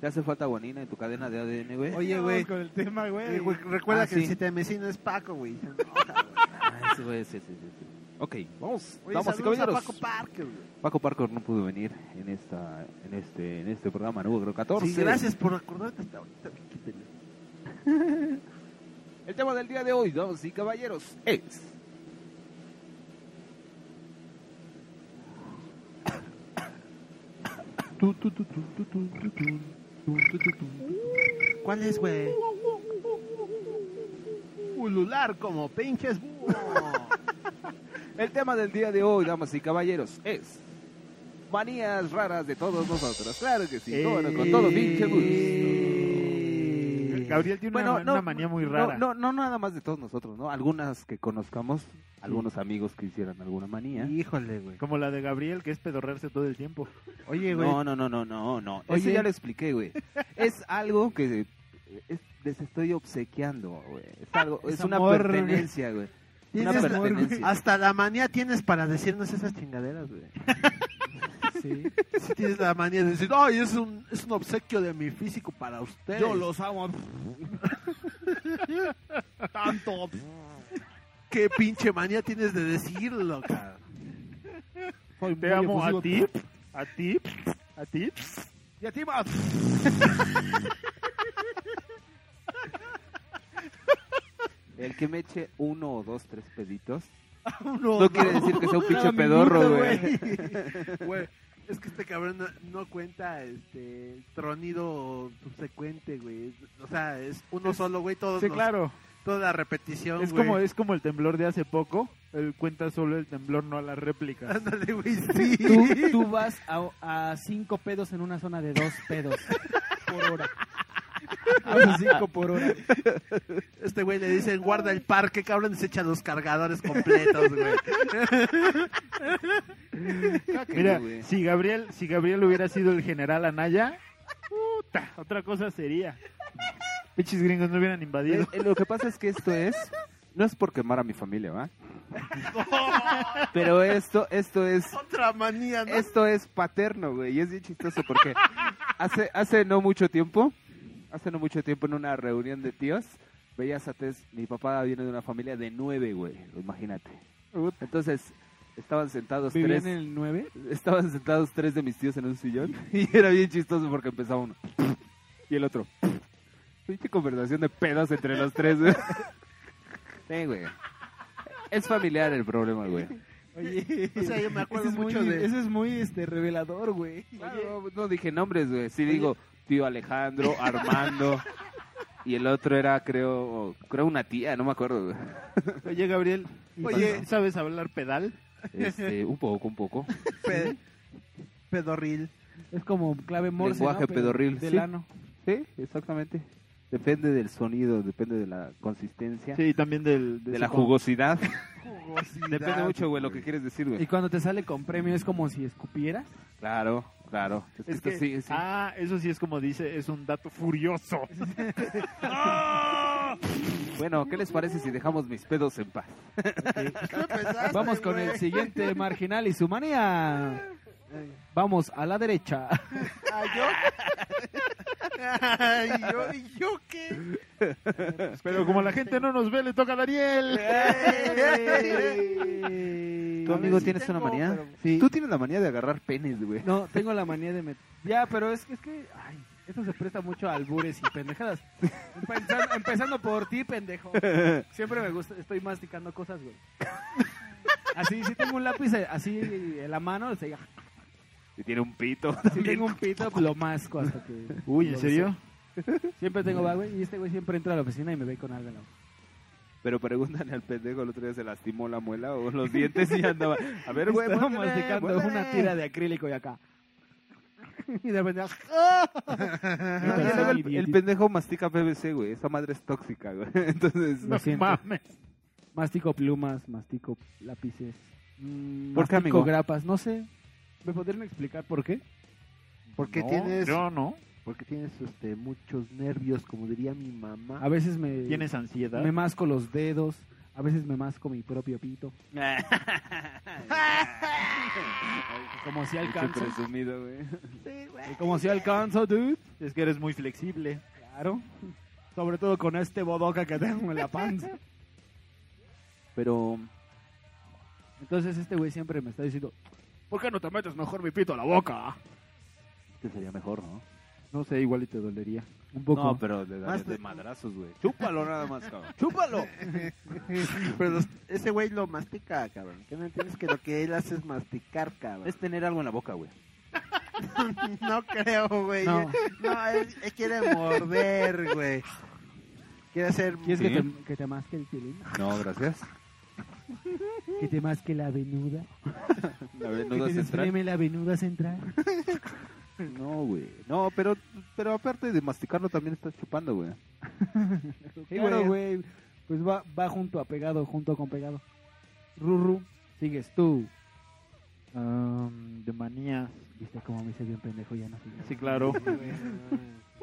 ¿Te hace falta guanina en tu cadena de ADN, güey?
Oye, güey.
Con el tema,
eh,
güey.
güey, Recuerda
Ah,
que
sí.
el sitemecino es Paco, güey. Se enoja, güey.
Ah, sí, güey, sí, sí, sí, sí. Ok, vamos,
Oye,
vamos,
saludos
caballeros.
a Paco Parker, güey.
Paco Parker no pudo venir en esta, en este, en este programa número 14.
Sí, gracias por acordarte hasta ahorita. güey. Quítale.
El tema del día de hoy, damas y caballeros, es.
¿Cuál es, güey? Ulular como pinches búhos.
El tema del día de hoy, damas y caballeros, es manías raras de todos nosotros. Claro que
Eh,
sí, cómo no, con todo pinche gusto.
Eh. Gabriel tiene una- una manía muy rara.
No, no, no nada más de todos nosotros, ¿no? Algunas que conozcamos, algunos amigos que hicieran alguna manía.
Híjole, güey.
Como la de Gabriel, que es pedorrarse todo el tiempo.
Oye,
güey.
No, no, no, no, no, no. Eso
Oye.
ya lo expliqué, güey. Es algo que eh, es- les estoy obsequiando, güey. Es, algo, es,
Es
una
amor,
pertenencia, güey. Una
Tienes Ah. la-
pertenencia.
hasta la manía tienes para decirnos esas chingaderas, güey. Sí. Tienes la manía de decir, ay, es un, es un obsequio de mi físico para ustedes.
Yo los amo.
Tanto. Qué pinche manía tienes de decirlo, cabrón.
Te amo a ti, a ti, a ti.
Y a ti más.
El que me eche uno o dos, tres peditos.
Uno,
no quiere decir que sea un pinche
Nada,
pedorro,
minuto,
güey.
Güey, Es que este cabrón no, no cuenta este el tronido subsecuente, güey. O sea, es uno solo, güey, todos
Sí,
los-
claro.
Toda la repetición,
Es
güey.
como, es como el temblor de hace poco. Él cuenta solo el temblor, no las réplicas.
Ándale, güey, sí.
Tú, tú vas a, a cinco pedos en una zona de dos pedos por hora. A cinco por hora.
Este güey le dicen, guarda el parque, cabrón, y se echa los cargadores completos, güey.
Mira, si Gabriel, si Gabriel hubiera sido el general Anaya, puta, otra cosa sería. Pinches gringos no hubieran invadido.
Eh, eh, lo que pasa es que esto es. No es por quemar a mi familia, ¿va? Pero esto, esto es.
Otra manía, ¿no?
Esto es paterno, güey. Y es bien chistoso porque hace, hace no mucho tiempo, hace no mucho tiempo en una reunión de tíos, veías a Tess, mi papá viene de una familia de nueve, güey. Imagínate. Entonces, estaban sentados
¿Vivían
tres.
en el 9?
Estaban sentados tres de mis tíos en un sillón y era bien chistoso porque empezaba uno y el otro. Pinche conversación de pedos entre los tres, güey. Sí, güey. Es familiar el problema, güey.
Oye,
O sea, yo me acuerdo
ese es
mucho
muy,
de-
Ese es muy este, revelador, güey.
Claro, no dije nombres, güey. Sí digo tío Alejandro, Armando. Y el otro era, creo, creo una tía, no me acuerdo, güey.
Oye, Gabriel,
Oye.
¿sabes hablar pedal?
Este, un poco, un poco.
Pe- pedorril.
Es como clave morse,
Lenguaje
¿no? Pero
pedorril.
Del
sí.
ano.
Sí, exactamente. Depende del sonido, depende de la consistencia.
Sí, y también del...
de
su
la
con-
jugosidad. Depende mucho, güey, lo que quieres decir,
Y
güey.
cuando te sale con premio es como si escupieras.
Claro, claro. Es que
Es que-
esto sí, sí.
Ah, eso sí es como dice, es un dato furioso.
Bueno, ¿qué les parece si dejamos mis pedos en paz?
Vamos con el siguiente marginal y su manía. Vamos a la derecha.
¿Ah,
Ay, yo, ¿y yo qué?
Pero como la gente no nos ve, le toca a Ariel.
¿Tu amigo tienes una manía? Tú tienes la manía de agarrar penes, güey.
No, tengo la manía de meter. Ya, pero es que, es que ay, esto se presta mucho a albures y pendejadas. Empezando, empezando por ti, pendejo. Siempre me gusta, estoy masticando cosas, güey. Así, si tengo un lápiz eh, así en la mano, o sea,
Y tiene un pito.
si tengo un pito, pues lo masco hasta que.
Uy, ¿en
lo
serio?
desee. Siempre tengo, va, güey, y este güey siempre entra a la oficina y me ve con algo en la mano.
Pero pregúntale al pendejo, el otro día se lastimó la muela o los dientes y andaba. A ver, güey,
Estaba
muévele,
masticando
muévele.
una tira de acrílico y acá. Y de repente. ¡ah!
Y luego el, el pendejo mastica PVC, güey. Esa madre es tóxica, güey. Entonces,
Lo siento. Mastico plumas, mastico lápices. mm,
¿Por qué,
mastico
amigo?
grapas, no sé. ¿Me podrían explicar por qué?
Porque
No,
tienes.
yo no.
Porque tienes este, muchos nervios, como diría mi mamá.
A veces me.
¿Tienes ansiedad?
Me masco los dedos. A veces me masco mi propio pito. Como si
Pinche
alcanzo.
presumido, güey.
Y Como si alcanzo, dude.
Es que eres muy flexible.
Claro. Sobre todo con este bodoca que tengo en la panza.
Pero
Entonces este güey siempre me está diciendo, ¿por qué no te metes mejor mi pito a la boca?
que sería mejor, ¿no?
No sé, igual y te dolería.
Un poco.
No, pero de,
Más
de,
de-
de
pues,
madrazos, güey. Chúpalo nada más, cabrón.
¡Chúpalo! Pero los- ese güey lo mastica, cabrón. ¿Qué no entiendes que lo que él hace es masticar, cabrón?
Es tener algo en la boca, güey.
No creo, güey. No,
No.
él, él quiere morder, güey. Quiere hacer.
¿Quieres que,
Sí.
te, que te masque el pilín?
No, gracias.
¿Que te masque la venuda?
La venuda
¿Que te
central.
desfreme la venuda central?
No, güey. No, pero, pero aparte de masticarlo también estás chupando, güey.
Claro, güey. Pues va, va junto a pegado, junto con pegado. Ruru, sigues tú. de manías. ¿Viste cómo me hice bien pendejo ya no sé.
Sí, claro.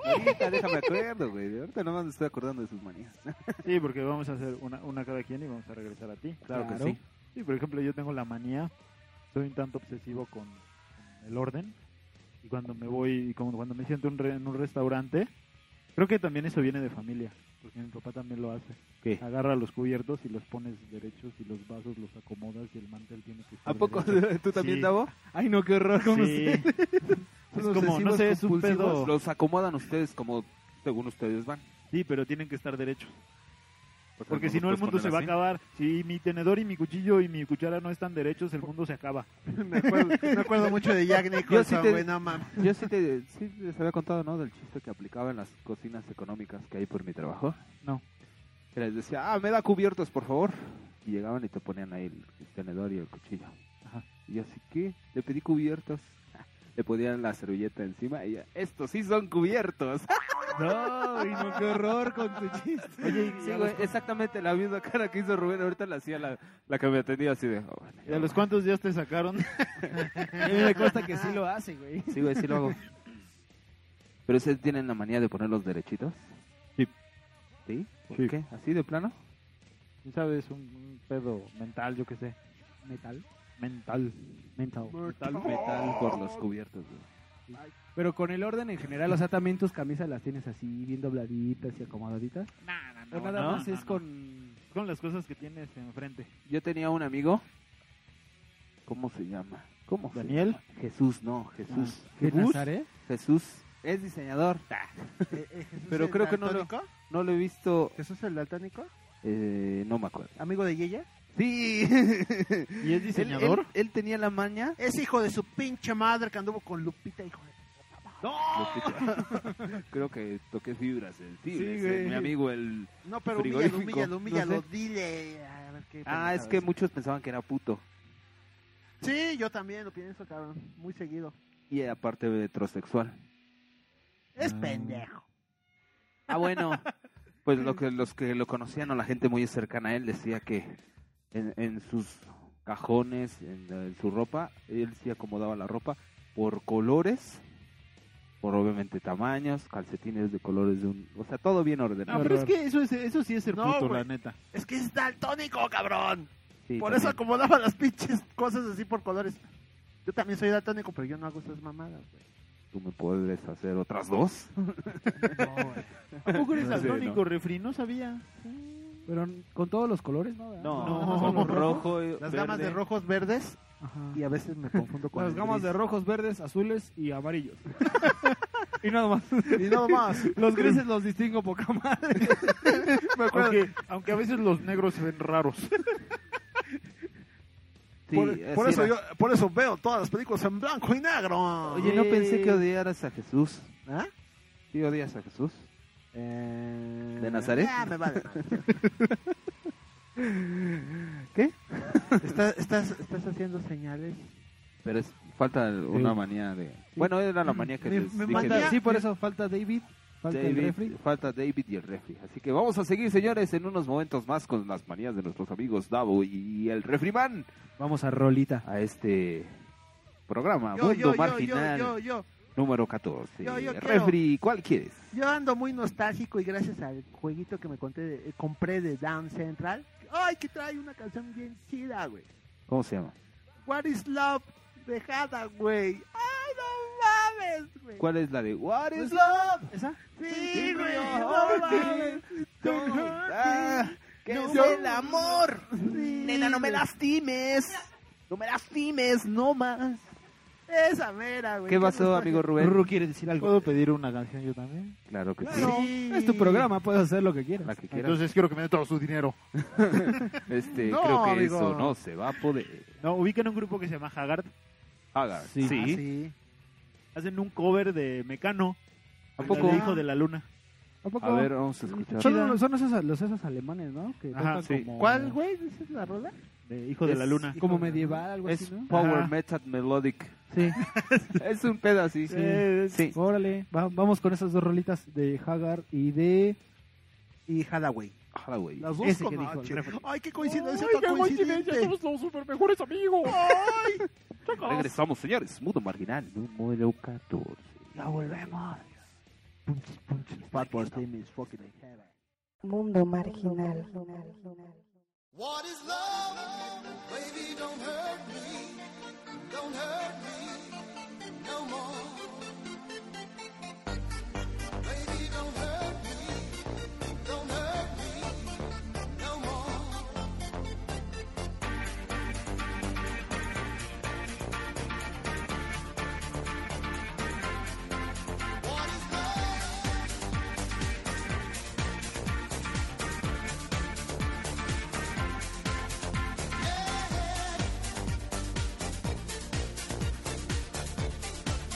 Ahorita déjame acuerdo, güey. Ahorita nomás me estoy acordando de sus manías.
Sí, porque vamos a hacer una, una cada quien y vamos a regresar a ti.
Claro que sí.
Sí, por ejemplo, yo tengo la manía, soy un tanto obsesivo con, con el orden. Y cuando me voy, y como cuando me siento un re- en un restaurante, creo que también eso viene de familia, porque mi papá también lo hace.
¿Qué?
Agarra los cubiertos y los pones derechos y los vasos los acomodas y el mantel tiene que estar
¿A poco
derecho.
tú también,
Sí.
Davo?
Ay, no, qué horror con
Sí.
ustedes.
Es como, no sé, es un pedo.
Los acomodan ustedes como según ustedes van.
Sí, pero tienen que estar derechos. Porque si no
pues,
el mundo se va a acabar. Si mi tenedor y mi cuchillo y mi cuchara no están derechos, el mundo se acaba.
Me acuerdo, me acuerdo mucho de Jack Nicholson, güey, no mames.
Yo sí te, sí les había contado, ¿no? Del chiste que aplicaba en las cocinas económicas que hay por mi trabajo.
No.
Que les decía, ah, me da cubiertos, por favor. Y llegaban y te ponían ahí el, el tenedor y el cuchillo. Y así que le pedí cubiertos. Le ponían la servilleta encima y ya, estos sí son cubiertos.
No, y no, qué horror con tu chiste.
Oye, sí, güey, exactamente la misma cara que hizo Rubén ahorita la hacía la, la que me atendía así de... "Oh, vale".
¿Y a los cuantos días te sacaron?
A mí me consta que sí lo hace, güey.
Sí, güey, sí lo hago. ¿Pero ustedes tienen la manía de poner los derechitos? Sí. ¿Sí? ¿Por
Sí.
qué? ¿Así de plano?
¿Quién sabe? Es un, un pedo mental, yo qué sé.
¿Metal?
Mental.
Mental.
Mental.
Metal por los cubiertos, güey.
Pero con el orden en general, o sea, también tus camisas las tienes así, bien dobladitas y acomodaditas.
no,
O nada
no,
más
no,
es
no.
con...
Con las cosas que tienes enfrente.
Yo tenía un amigo. ¿Cómo se llama? ¿Cómo se
¿Daniel?
llama? Jesús, no, Jesús.
Ah, ¿de Nazaret?
Jesús. Es diseñador. Ah. Pero
el
creo que no lo,
daltónico?
no lo he visto.
¿Jesús el daltónico?
Eh, no me acuerdo.
¿Amigo de Yeya?
Sí.
¿Y es diseñador?
Él, él tenía la maña.
Es hijo de su pinche madre que anduvo con Lupita, hijo de...
Creo que toqué fibras sensibles.
Sí,
eh,
güey.
mi amigo el.
No, pero humíllalo,
frigorífico.
humíllalo, humíllalo,
No sé.
dile. A ver qué
Ah, es que muchos pensaban que era puto.
Sí, yo también lo pienso, cabrón. Muy seguido.
Y aparte de heterosexual.
Es pendejo.
Ah, bueno. Pues lo que, los que lo conocían o la gente muy cercana a él decía que en, en sus cajones, en, en su ropa, él sí acomodaba la ropa por colores, por obviamente tamaños, calcetines de colores de un... O sea, todo bien ordenado.
Ah,
No, pero es que eso, es, eso sí es ser
No,
puto,
güey.
la neta.
Es que es daltónico, cabrón.
Sí,
por eso
también.
acomodaba las pinches cosas así por colores. Yo también soy daltónico, pero yo no hago esas mamadas, güey.
¿Tú me puedes hacer otras dos?
¿A poco eres
No sé,
daltónico,
no.
refri? No sabía.
Pero con todos los colores, ¿no?
No,
Nada más
no,
con los rojos.
rojo,
Las gamas de rojos verdes
Ajá.
y a veces me confundo con
Las
el
gamas
gris.
de rojos, verdes, azules y amarillos. y nada más.
Y nada más.
Los grises los distingo poca madre.
Me acuerdo.
Aunque, aunque a veces los negros se ven raros.
Sí, así
por, eso
era.
yo, por eso veo todas las películas en blanco y negro.
Oye, no pensé que odiaras a Jesús.
¿Ah?
¿Sí odias a Jesús? Eh, ¿De Nazaret?
Ya, Ah, me vale. madre.
¿Qué?
¿Estás, estás, estás haciendo señales.
Pero es, falta una manía de... Bueno, era la manía que
Me-
les
me
dije
manda-
de-
Sí, por eso falta David, falta el refri.
David, falta David y el refri. Así que vamos a seguir, señores, en unos momentos más con las manías de nuestros amigos Davo y el refriman
Vamos a Rolita.
a este programa
Yo,
Mundo
yo, yo, yo,
Marginal
yo, yo.
número 14.
Yo, yo quiero-
refri, ¿cuál quieres?
Yo ando muy nostálgico y gracias al jueguito que me conté de- eh, compré de Down Central. ¡Ay, que trae una canción bien chida, güey!
¿Cómo se llama?
What is Love de güey. ¡Ay, no mames, güey!
¿Cuál es la de What
Pues
is
love?
¿Esa?
Sí, güey, no
Don't
mames.
Don't hurt me.
¿Qué
No
Ah, es
me-
el amor? Nena, no me
lastimes. No me lastimes, no más.
Esa mera, güey.
¿Qué pasó, amigo Rubén?
Ruru quiere decir algo.
¿Puedo pedir una canción yo también?
Claro que sí.
Claro, Es tu programa, puedes hacer lo que quieras.
La que quieras.
Entonces quiero que me den todo su dinero.
Este,
No,
creo que
amigo.
eso no se va a poder.
No, ubican un grupo que se llama Haggard.
Hagar.
Sí.
Sí.
Sí.
Ah, hacen un cover de Mecano.
¿A
la
poco?
de Hijo de la Luna.
¿A poco?
A ver, vamos a escuchar.
Son, son esos, los esos alemanes, ¿no? Que
Ajá,
tocan
sí.
como-
¿Cuál, güey? ¿Esa es la rola?
De Hijo de
Es
la Luna.
Como medieval, algo
Es
así, ¿no?
Power
Ajá.
Metal Melodic.
Sí.
es un pedo así. Sí.
Eh, Órale, va- vamos con esas dos rolitas de Hagar y de...
Y Hathaway.
Hathaway.
Las dos
Ese
con
que dijo,
H.
el refri.
Ay, qué coincidencia
Ay,
tan
qué coincidencia,
coincidente.
somos
los super mejores amigos.
Regresamos, señores. Mundo marginal. Número 14.
La volvemos.
Mundo marginal.
What is love? Baby, don't hurt me. Don't hurt me no more. Baby, don't hurt me. Don't hurt me no more. What is love? Baby, don't hurt me.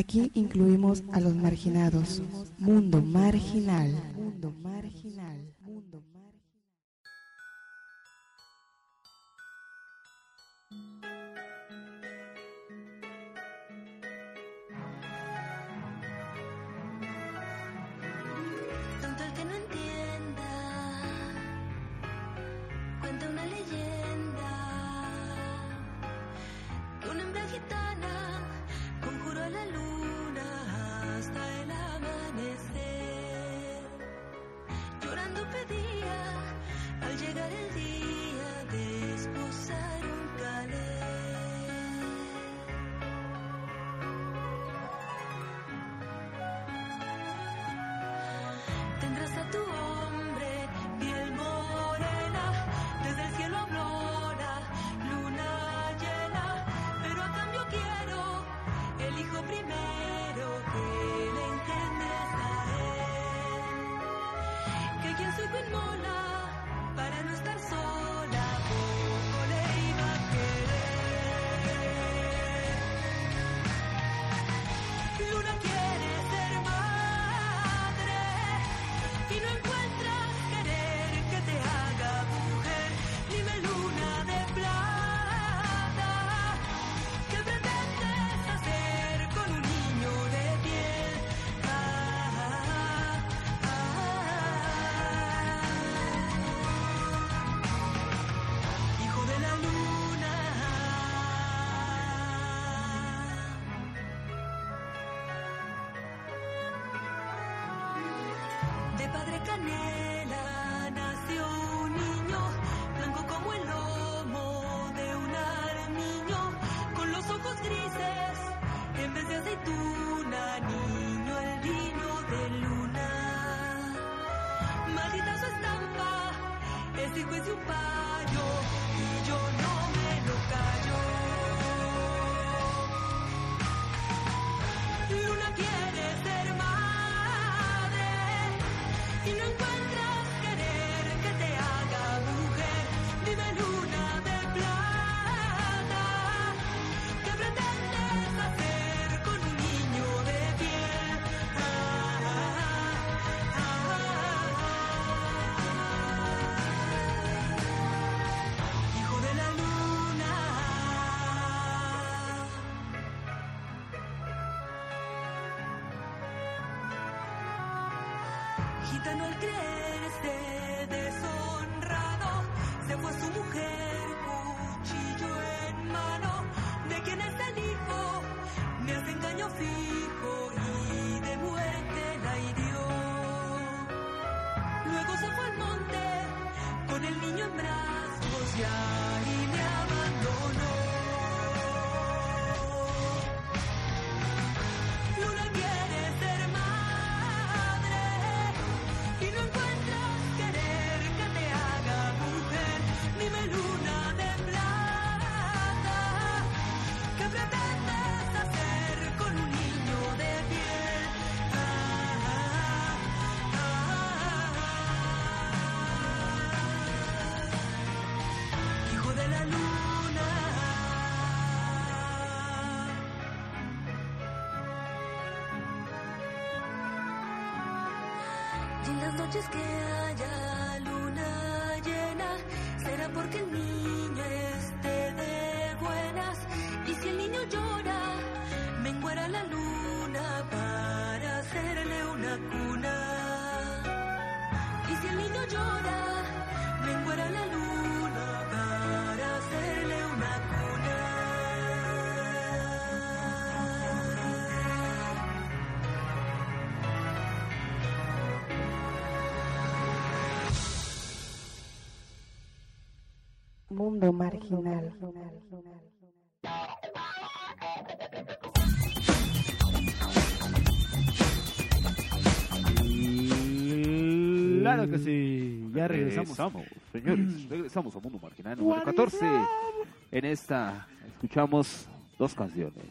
Aquí incluimos a los marginados. Mundo marginal. Mundo marginal. Mundo marginal.
Tonto el que no entienda. Cuenta una leyenda. Que una hembra gitana conjuró a la luna hasta el amanecer. Llorando pedía al llegar el día de esposar un calé. Tendrás a tu hombre, piel morena, desde el cielo aurora, luna llena, pero a cambio quiero el hijo primero que le engendres a él. Que quien se inmola para no estar sola, poco le iba a querer. Luna quiere ser madre. Y no encuentras querer que te haga mujer, dime luna de plata. ¿Qué pretendes hacer con un niño de piel? Ah, ah, ah, ah. Hijo de la luna. De padre canela nació un niño, blanco como el lomo de un armiño, con los ojos grises, en vez de aceituna, niño el vino de luna. Maldita su estampa, es hijo es de un payo, y yo no me lo callo. Luna quiere ser madre y no encuentras querer que te haga mujer. Vive luna de plata. ¿Qué pretendes hacer con un niño de piel? Ah, ah, ah, ah. Hijo de la luna. Gitano al creerse deshonrado, se fue su mujer, cuchillo en mano. ¿De quién es el hijo? Me hace engaño fijo y de muerte la hirió. Luego se fue al monte con el niño en brazos y ahí me abandonó. Luna quiere ser madre. Y no encuentras querer que te haga mujer, dime luna de plata. ¿Qué pretendes hacer con un niño de piel? Ah, ah, ah, ah, ah. Hijo de la luna. Y en las noches que haya luna llena, será porque el niño esté de buenas. Y si el niño llora, menguará la luna para hacerle una cuna. Y si el niño llora, menguará la luna para hacerle una cuna.
Mundo marginal.
Claro
que sí. Ya regresamos.
Regresamos, señores. regresamos a Mundo Marginal número 14. En esta escuchamos dos canciones.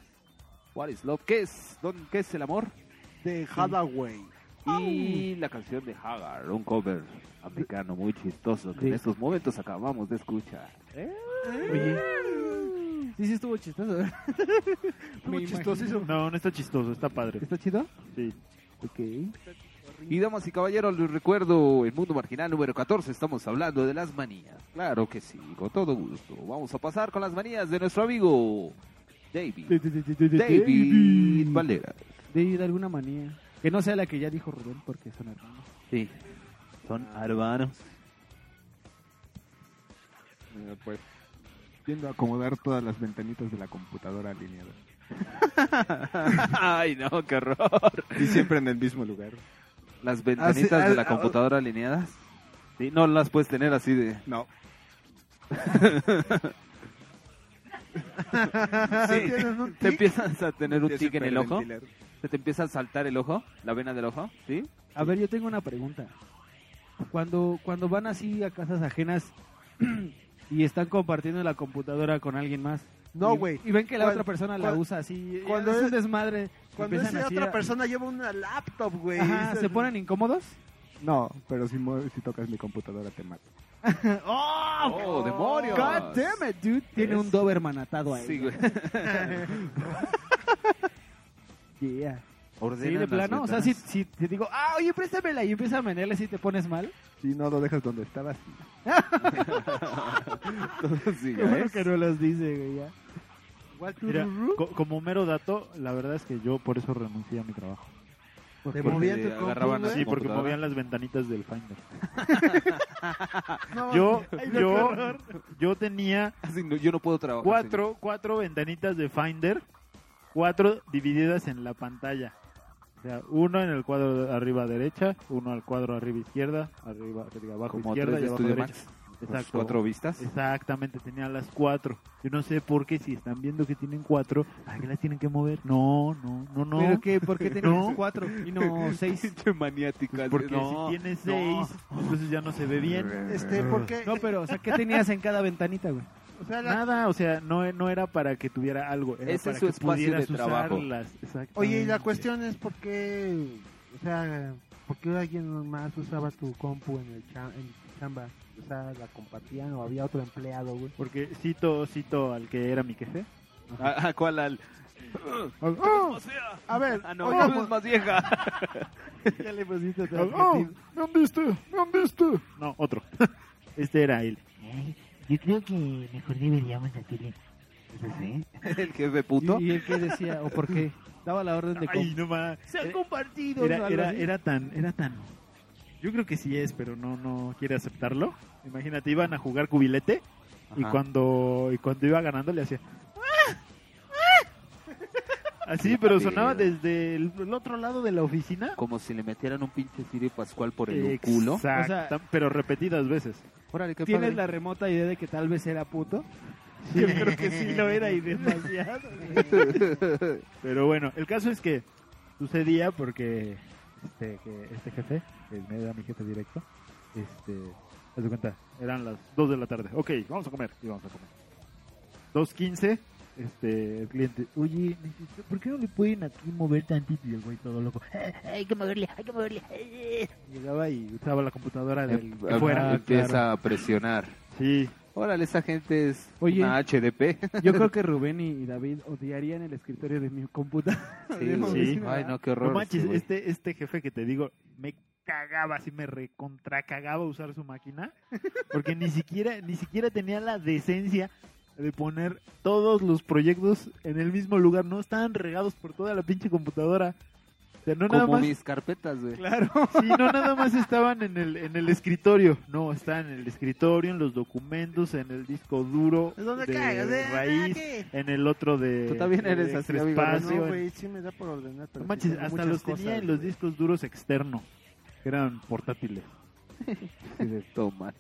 What is Love? ¿Qué es, don, ¿qué es el amor?
De Hathaway.
Y la canción de Hagar, un cover americano Eh. muy chistoso que en estos momentos acabamos de escuchar.
Oye, Sí, sí, estuvo chistoso.
Estuvo chistosísimo. No, no está chistoso, está padre.
¿Está chido?
Sí.
Ok.
Y damas y caballeros, les recuerdo el mundo marginal número 14. Estamos hablando de las manías. Claro que sí, con todo gusto. Vamos a pasar con las manías de nuestro amigo David. David Valera.
David, alguna manía. Que no sea la que ya dijo Rubén, porque son hermanos.
Sí, son hermanos.
Eh, pues, yendo a acomodar todas las ventanitas de la computadora alineada.
Ay, no, qué horror.
Y siempre en el mismo lugar.
Las ventanitas
Ah, sí,
de
ah,
la
ah,
oh.
computadora alineadas. Sí, no las puedes tener así de.
No.
ah,
Sí,
Tienes un
te
tic.
empiezas a tener un
Te
tic en el ojo.
superventilar.
Se te empieza a saltar el ojo, la vena del ojo, ¿sí?
A ver, yo tengo una pregunta. Cuando, cuando van así a casas ajenas y están compartiendo la computadora con alguien más.
No,
y-
güey.
Y ven que la
Cuan-
otra persona la
cuan-
usa así. Cuando
cuando
es un
es-
desmadre.
Cuando
empiezan
esa
así
otra
a-
persona lleva una laptop, güey.
Ajá,
Esa-
¿Se ponen incómodos?
No, pero si, mue- si tocas mi computadora te mato.
¡Oh, demonios!
God damn it, dude. Tiene un Doberman atado ahí.
Sí, güey.
Yeah.
Ordenan
Sí, de
las
plano. O sea, si,
ventanas.
si te digo, ah, oye, préstamela y empieza a menearle si te pones mal.
Si no lo dejas donde estabas.
Todo sí,
Qué
¿ya
bueno
ves?
que no las dice, güey. ya.
Mira, co- como mero dato, la verdad es que yo por eso renuncié a mi trabajo.
Pues
¿Te movían tu compu,
agarraban
güey?
Sí, porque
computadora?
movían las ventanitas del Finder.
No,
yo,
ay, Ah, no,
yo,
qué horror.
yo tenía
Así no- yo no puedo trabajar.
cuatro, cuatro ventanitas de Finder, cuatro divididas en la pantalla. O sea, uno en el cuadro de arriba derecha, uno al cuadro arriba izquierda, arriba, arriba abajo
Como
izquierda y
tres de
abajo
Estudio
derecha.
Max. Las cuatro vistas.
Exactamente, tenía las cuatro. Yo no sé por qué si están viendo que tienen cuatro, ¿a qué las tienen que mover? No, no, no, no.
¿Pero qué? ¿Por qué tenías
No.
cuatro y no seis?
Pinche maniático.
Porque
No,
si tiene
no.
seis, entonces ya no se ve bien. Ah.
Este, ¿por qué?
No, pero, o sea, ¿qué tenías en cada ventanita, güey?
O sea, la-
Nada, o sea, no, no era para que tuviera algo, era
Ese
para
es su
que
espacio
pudieras
de trabajo.
usarlas. Exactamente.
Oye, y la cuestión es por qué, o sea, por qué alguien más usaba tu compu en el cha- en tu chamba, o sea, la compartían o había otro empleado, güey.
Porque cito, cito al que era mi jefe. Ah,
¿A, a cuál Ah, al?
Oh, a ver,
Ah, no,
oigan,
tú eres más vieja.
Ya le pusiste
Ah, oh, ¿Me han visto? ¿Me han visto? No, otro. Este era él.
Yo creo que mejor deberíamos hacerle. ¿eh?
El jefe puto.
¿Y, y el qué decía? ¿O por qué? Daba la orden de...
Ay,
com-
no más. Eh,
Se han compartido. ¿no?
Era,
Algo
era,
así.
era tan, era tan. Yo creo que sí es, pero no, no quiere aceptarlo. Imagínate, iban a jugar cubilete y
Ajá.
cuando, y cuando iba ganando le hacía. "Ah, ah". Así, pero sonaba desde el, el otro lado de la oficina.
Como si le metieran un pinche Siri Pascual por el
Exacto,
culo.
pero repetidas veces.
Órale, qué
¿Tienes
padre.
la remota idea de que tal vez era puto?
Sí.
Yo creo que sí lo era y demasiado.
Pero bueno, el caso es que sucedía porque este, que este jefe, que me era mi jefe directo, este, haz de cuenta, eran las 2 de la tarde. Ok, vamos a comer. Y vamos a comer. 2.15, este, el cliente, oye, necesito- Este, ¿por qué no le pueden aquí mover tantito? Y el güey todo loco.
Hay que moverle, hay que moverle. eh.
Llegaba y usaba la computadora
Eh,
del
ah,
que fuera.
Empieza a presionar.
Sí.
Órale, esa gente es
Oye.
una HDP.
Yo creo que Rubén y y David odiarían el escritorio de mi computadora.
Sí,
De mi
sí.
oficina,
Ay,
¿verdad?
no, qué horror.
No manches,
este güey.
este, este jefe que te digo, me cagaba, así me recontracagaba usar su máquina, porque ni siquiera, ni siquiera tenía la decencia de poner todos los proyectos en el mismo lugar, no estaban regados por toda la pinche computadora. O sea, no nada
Como
más,
mis carpetas, güey.
Claro.
sí, no nada más estaban en el, en el escritorio, no, estaban en el escritorio, en los documentos, en el disco duro,
¿Es donde
de
cagas, eh?
raíz,
¿Qué?
en el otro de,
Tú también
de
eres así, amigo,
Ah,
extraespacio,
no,
en-
güey, sí me da por ordenar,
no
pero sí
manches,
tengo
hasta
muchas
los tenía
cosas,
en los
güey.
discos duros externos, que eran portátiles.
Todo mal.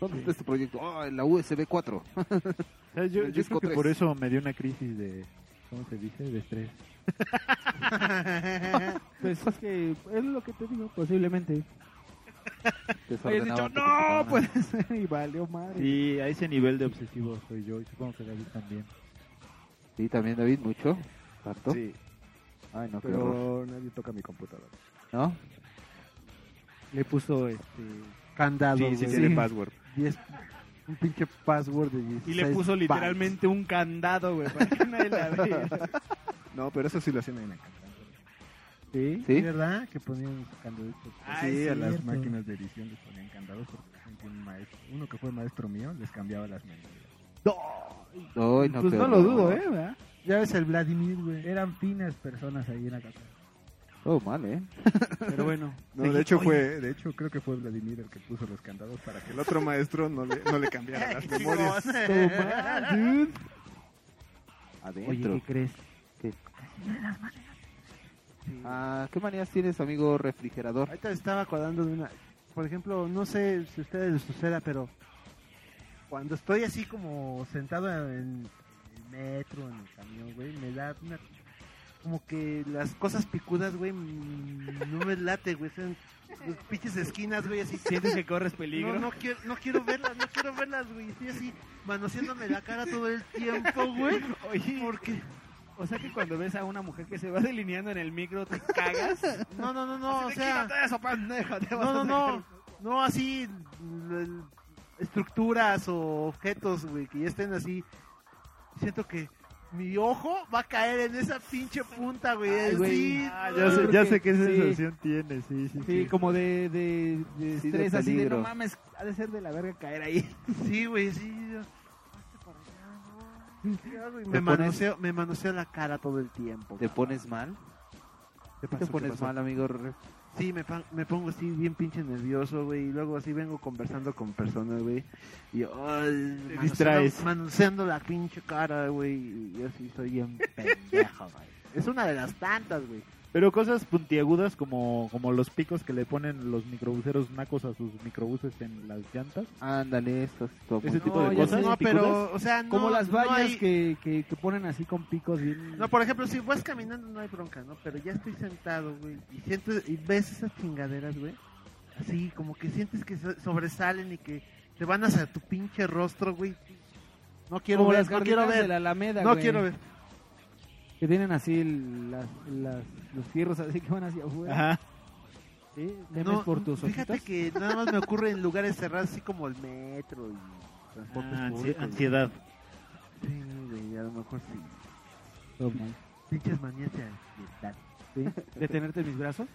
¿Dónde está este proyecto? Ah, en la USB 4.
O sea, yo
El
yo
disco
creo que
tres.
por eso me dio una crisis de, ¿cómo se dice? De estrés.
Pues es que es lo que te digo, posiblemente. Hayas
Desordenado
dicho,
tu computadora".
no, pues, y valió madre.
Sí, a ese nivel de obsesivo soy yo y supongo que David también.
Sí, también David, mucho. Tanto.
Sí,
Ay, no, qué horror.
pero nadie toca mi computadora.
¿No?
Le puso este
Candado,
Sí, sí
este, güey.
tiene password.
Diez-
un pinche password de 16
Y le puso
bytes.
literalmente un candado, güey, para que nadie la viera.
No, pero eso sí lo hacían en la ¿Sí?
¿Sí?
¿Verdad? Que ponían candados.
Ah,
sí,
es
a las
cierto.
máquinas de edición les ponían candados porque la gente, un maestro, uno que fue maestro mío les cambiaba las manualidades.
Ay,
Pues
qué
no lo
horror.
dudo, ¿eh?
¿verdad?
Ya ves el Vladimir, güey. Eran finas personas ahí en la casa.
Todo mal, ¿eh?
Pero bueno.
Oh, No, de hecho fue, de hecho creo que fue Vladimir el que puso los candados para que el otro maestro no le, no le cambiara las memorias. Oh,
Toma, dude.
Adentro.
Oye, ¿qué crees?
¿Qué? Ah, ¿Qué manías tienes, amigo refrigerador?
Ahorita estaba acordando de una. Por ejemplo, no sé si a ustedes les suceda, pero cuando estoy así como sentado en el metro, en el camión, güey, me da una. Como que las cosas picudas, güey, mm, no me late, güey. Son los pinches esquinas, güey, así.
Sientes que corres peligro.
No, no quiero, no quiero verlas, no quiero verlas, güey. Estoy así manoseándome la cara todo el tiempo, güey.
Oye, ¿por qué? O sea que cuando ves a una mujer que se va delineando en el micro, te cagas.
No, no, no, no, o
Así de,
sea.
"Quítate eso, pendejo, te vas
no,
a
no,
dejar".
no. No, así. l- l- Estructuras o objetos, güey, que ya estén así. Siento que mi ojo va a caer en esa pinche punta, güey.
Ay, güey.
sí.
Ah,
Ya sé, ya sé qué
Sí.
sensación tiene, sí, sí.
Sí, como de, de, de
Sí, de
estrés, así de
peligro.
no mames, ha de ser de la verga caer ahí.
Sí, güey, sí. yo- ¿Qué hago? Y
Te
Me
pones-
manoseo, me manoseo la cara todo el tiempo.
¿Te
güey.
pones mal?
¿Qué
¿Te
pasó? ¿Qué
pones
pasó?
mal, amigo? re-
Sí, me, pa- me pongo así bien pinche nervioso, güey. Y luego así vengo conversando con personas, güey. Y yo, ay, manoseando-
distraes.
Manoseando la pinche cara, güey. Y yo sí soy bien pendejo, güey. Es una de las tantas, güey.
Pero cosas puntiagudas como, como los picos que le ponen los microbuseros nacos a sus microbuses en las llantas.
Ándale, estos.
Ese tipo de
ya
cosas.
sé,
No,
picudas.
pero, o sea, no-
Como las
no
vallas
hay-
que, que, que ponen así con picos bien...
No, por ejemplo, si vas caminando no hay bronca, ¿no? Pero ya estoy sentado, güey. Y sientes, y ves esas chingaderas, güey. Así, como que sientes que so- sobresalen y que te van hacia tu pinche rostro, güey. No quiero
Como
ver,
las
no quiero
jardineras
ver.
de la Alameda,
no
güey.
quiero ver.
Que tienen así el- las, las, los fierros así que van hacia afuera.
Ajá.
Sí, temes por tus ojitos.
Fíjate que nada más me ocurre en lugares cerrados, así como el metro y transportes
Ah, ansi-
públicos.
ansiedad.
güey. Sí, güey, a lo mejor sí.
Todo mal.
Pinches manías de ansiedad.
¿Sí? ¿De tenerte en mis brazos?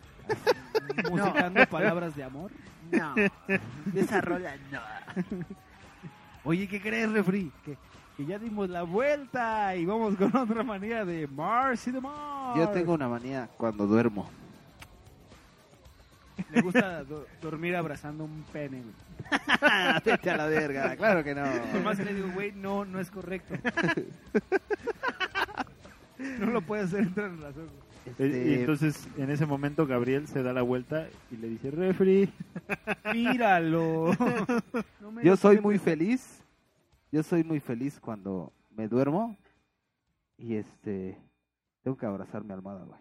¿Musicando palabras de amor?
No, de esa rola no.
Oye, ¿qué crees, refri? Que, que ya dimos la vuelta y vamos con otra manía de Mars y de Mars.
Yo tengo una manía cuando duermo.
Le gusta do- dormir abrazando un pene, güey.
Vete a la verga, claro que no.
Por más que le digo, güey, no, no es correcto. no lo puedes hacer entrar en razón.
Eh, Y-
Este,
Y entonces en ese momento Gabriel se da la vuelta y le dice, refri.
Míralo. No me
Yo
des-
soy muy feliz. Yo soy muy feliz cuando me duermo y este tengo que abrazar mi almohada, güey.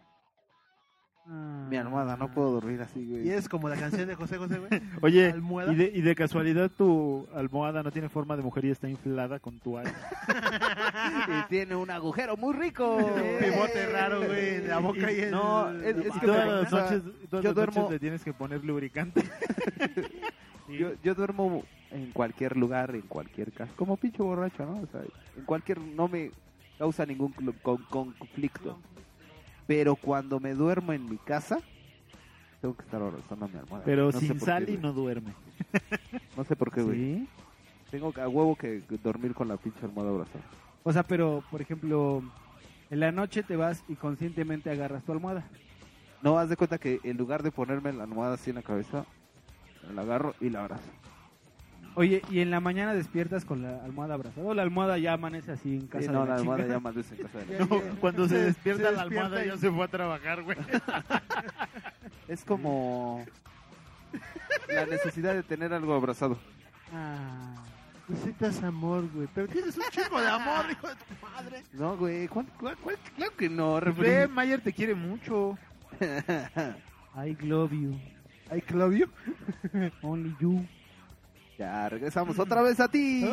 Ah.
Mi almohada, no puedo dormir así, güey.
Y es como la canción de José José, güey.
Oye,
Almohada.
y de, y de casualidad tu almohada no tiene forma de mujer y está inflada con tu ala.
Y tiene un agujero muy rico.
Un pivote raro, güey, en la boca y en
No, es,
Y
es que
todas
me
las
pasa-
noches, todas
yo
las noches
duermo,
le tienes que poner lubricante.
yo, yo duermo en cualquier lugar, en cualquier casa, como pinche borracho, ¿no? O sea, en cualquier no me causa ningún clu- con- con- conflicto. Pero cuando me duermo en mi casa, tengo que estar abrazando a mi almohada.
Pero
No sé
sin
por
sal
qué,
y
güey.
no duerme.
No sé por qué, güey. Tengo que- a huevo que dormir con la pinche almohada abrazada.
O sea, pero, por ejemplo, en la noche te vas y conscientemente agarras tu almohada.
No, haz de cuenta que en lugar de ponerme la almohada así en la cabeza, la agarro y la abrazo.
Oye, y en la mañana despiertas con la almohada abrazada. O la almohada ya amanece así en casa.
Sí,
de
no, la almohada
chingada?
ya más en casa de la
No,
chingada.
Cuando se despierta la
despierta
almohada
y-
ya se fue a trabajar, güey.
Es como la necesidad de tener algo abrazado.
Ah.
Necesitas amor, güey. Pero tienes un chingo de amor, hijo de tu madre.
No, güey, ¿cuál, cuál, cuál- claro que no, refri.
Ve, Mayer te quiere mucho.
I love you.
I love you.
Only you.
ya, regresamos otra vez a ti.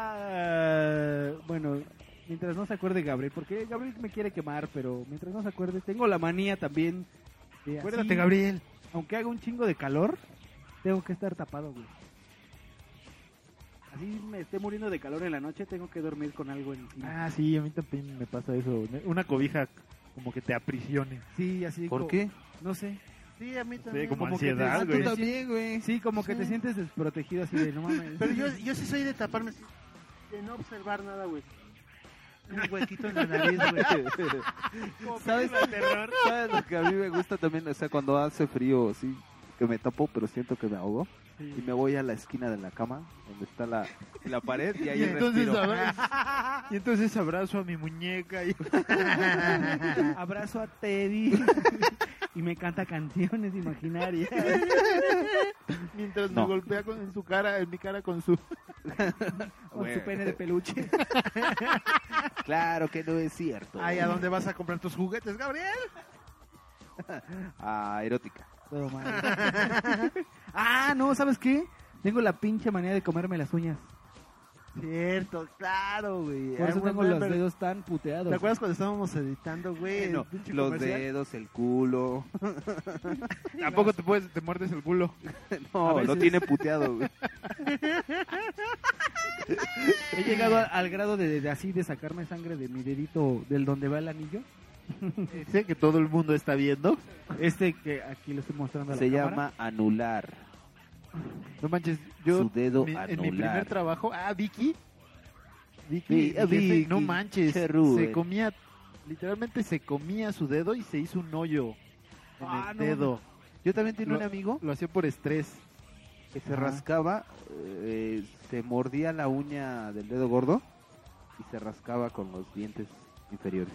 Ah, bueno, mientras no se acuerde Gabriel, porque Gabriel me quiere quemar, pero mientras no se acuerde, tengo la manía también. de
Acuérdate,
así,
Gabriel.
Aunque haga un chingo de calor, tengo que estar tapado, güey.
así me esté muriendo de calor en la noche, tengo que dormir con algo encima.
Ah, sí, a mí también me pasa eso. Una cobija como que te aprisione.
Sí, así.
¿Por
co-
qué?
No sé.
Sí, a mí
Sí,
también.
como
que te-
ansiedad,
ah, tú
güey.
también, güey. Sí, como que te sientes desprotegido así de no mames.
Pero yo, yo sí soy de taparme, así, de no observar nada, güey. Un huequito en la nariz, güey. Como
¿Sabes?
película de terror.
¿Sabes lo que a mí me gusta también? O sea, cuando hace frío, sí, que me tapo, pero siento que me ahogo.
Sí.
Y me voy a la esquina de la cama, donde está la, la pared, y ahí
Y entonces,
respiro.
abra- y entonces abrazo a mi muñeca y...
Abrazo a Teddy y me canta canciones imaginarias.
Mientras
No.
me golpea con, en su cara, en mi cara con su...
Con su pene de peluche.
Claro que no es cierto.
Ay, ¿a dónde vas a comprar tus juguetes, Gabriel?
Ah, erótica.
Todo mal. ah, no, ¿sabes qué? Tengo la pinche manía de comerme las uñas.
Cierto, claro, güey.
Por eso
I
tengo los
remember.
dedos tan puteados.
¿Te acuerdas cuando estábamos editando, güey? el
No,
pinche
los
comercial?
dedos, el culo.
Tampoco te puedes, te muerdes el culo.
No, lo tiene puteado, güey.
He llegado a- al grado de, de- de así de sacarme sangre de mi dedito del donde va el anillo.
Ese que todo el mundo está viendo.
Este que aquí lo estoy mostrando a la
Se
cámara.
llama anular.
No manches, yo
Su dedo
mi- en mi
anular.
primer trabajo, ah, Vicky.
Vi-
Vicky, mi jefe,
Vicky,
no manches,
Cherú,
se
eh.
comía, literalmente se comía su dedo y se hizo un hoyo en
Ah,
el
no.
dedo.
Yo también tenía un
amigo. Lo hacía por estrés.
que se rascaba, eh, se mordía la uña del dedo gordo y se rascaba con los dientes inferiores.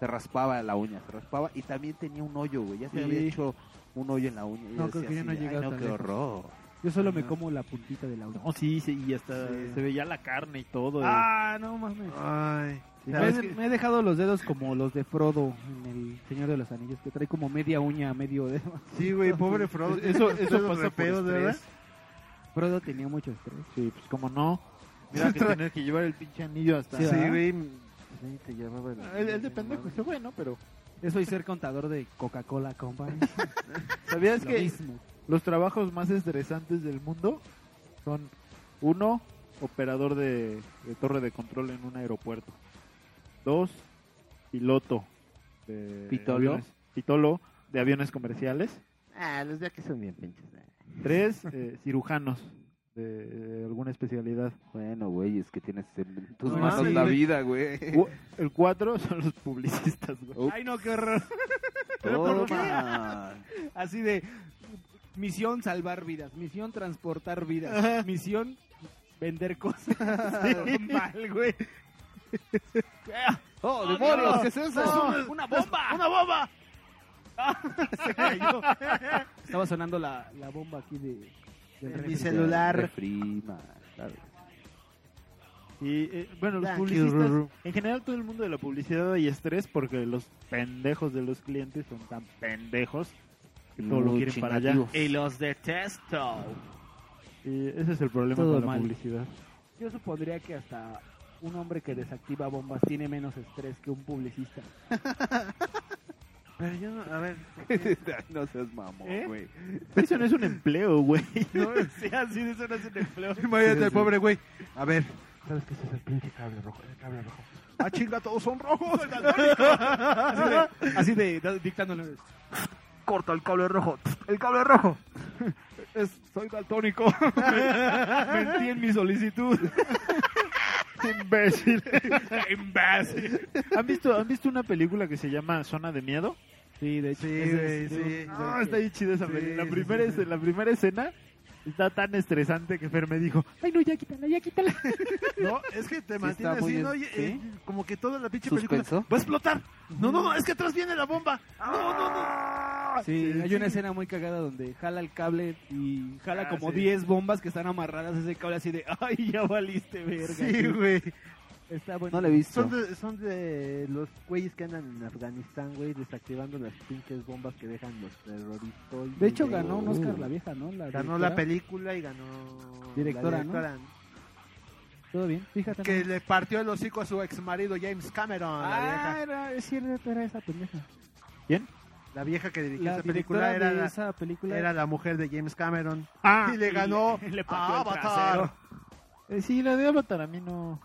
Se raspaba la uña, se raspaba y también tenía un hoyo, güey. Ya se
Sí.
había hecho un hoyo en la uña. Y
No,
yo
creo
decía
que yo
así
no he
de, "Ay,
llegado
no,
tan
qué
lejos".
horror.
Yo solo me como la puntita de la uña.
Ah. No, sí, se- y hasta
Sí.
se veía la carne y todo. eh.
Ah, no mames.
Ay.
Sí, me,
¿Sabes
he-
qué?
me he dejado los dedos como los de Frodo en el Señor de los Anillos, que trae como media uña, medio dedo.
Sí, güey, pobre Frodo.
Eso, eso
Dedos
pasa
re
por
feos,
estrés.
¿verdad?
Frodo tenía mucho estrés.
Sí, pues como no. Mira que tener que llevar el pinche anillo hasta...
Sí, ¿verdad?
Sí, te llevaba el... El, el de pendejo está bueno, pero...
Eso y ser contador de Coca-Cola Company.
¿Sabías
Lo
que
mismo.
los trabajos más estresantes del mundo son uno, operador de, de torre de control en un aeropuerto. Dos, piloto de
Pitolo.
aviones- pitolo de aviones comerciales.
Ah, los de aquí son bien pinches. eh.
Tres, eh, cirujanos de, de alguna especialidad.
Bueno, güey, es que tienes en tus
No
manos
mames,
la
güey.
vida, güey.
Cu- El cuatro son los publicistas, güey.
Oh,
Ay, no, qué horror.
toma.
Así de misión salvar vidas, misión transportar vidas, misión vender cosas. Mal, güey.
¡Oh,
¡Oh, Dios!
demonios! ¿Qué es eso?
¡Es ¡Una bomba! ¡Una bomba! Se cayó. Estaba sonando la, la bomba aquí de, del
mi
refri.
celular.
Refrima, Ah, claro.
Y eh, bueno, los
Thank you,
publicistas,
Ruru.
en general todo el mundo de la publicidad y estrés porque los pendejos de los clientes son tan pendejos que todo lo
Muy
quieren para allá.
chingativos.
Y los detesto.
Y ese es el problema
Todo
con la
mal.
publicidad.
Yo supondría que hasta un hombre que desactiva bombas tiene menos estrés que un publicista.
Pero yo no, a ver.
no seas mamón,
¿Eh?
güey.
Eso no es un empleo, güey.
No, sí, así de eso no es un empleo.
Imagínate al pobre güey. A ver.
¿Sabes qué es el pinche cable rojo? El cable rojo.
Ah, chinga, todos son rojos.
Así de, da- dictándole.
Corta el cable rojo. El cable rojo.
Es- soy daltónico. Mentí en mi solicitud.
Imbécil. Imbécil. ¿Han visto, ¿Han visto una película que se llama Zona de Miedo?
Sí, de hecho.
Sí,
ese
güey,
es-
sí.
No, está ahí chida esa
Sí,
película.
sí,
La primera,
sí, sí.
es- la primera escena está tan estresante que Fer me dijo, ay no, ya quítala, ya quítala.
No, es que te
Sí,
mantiene
está muy
así,
en-
¿no? Y-
¿sí?
eh, como que toda la pinche
¿Suspenso?
película va a explotar. No, no, no, es que atrás viene la bomba. No, no, no.
Ah, Sí, hay una escena muy cagada donde jala el cable y jala
Ah,
como
sí.
10 bombas que están amarradas a ese cable así de, ay, ya valiste, verga.
Sí, güey.
Está bueno.
No le he visto.
Son de, son de los güeyes que andan en Afganistán, güey, desactivando las pinches bombas que dejan los terroristas.
De hecho, ganó un Oscar la vieja, ¿no? La
Ganó
directora.
la película y ganó
Directora,
la
¿no? Todo bien, fíjate.
Que le partió el hocico a su ex marido James Cameron. la,
Ah,
vieja,
era, es cierto, era esa pendeja.
la vieja que dirigió
La
esa película
directora
era
de
la,
esa película
era la mujer de James Cameron.
Ah,
y le ganó
le
a
pateó el
Avatar.
Eh, sí, la de Avatar a mí no.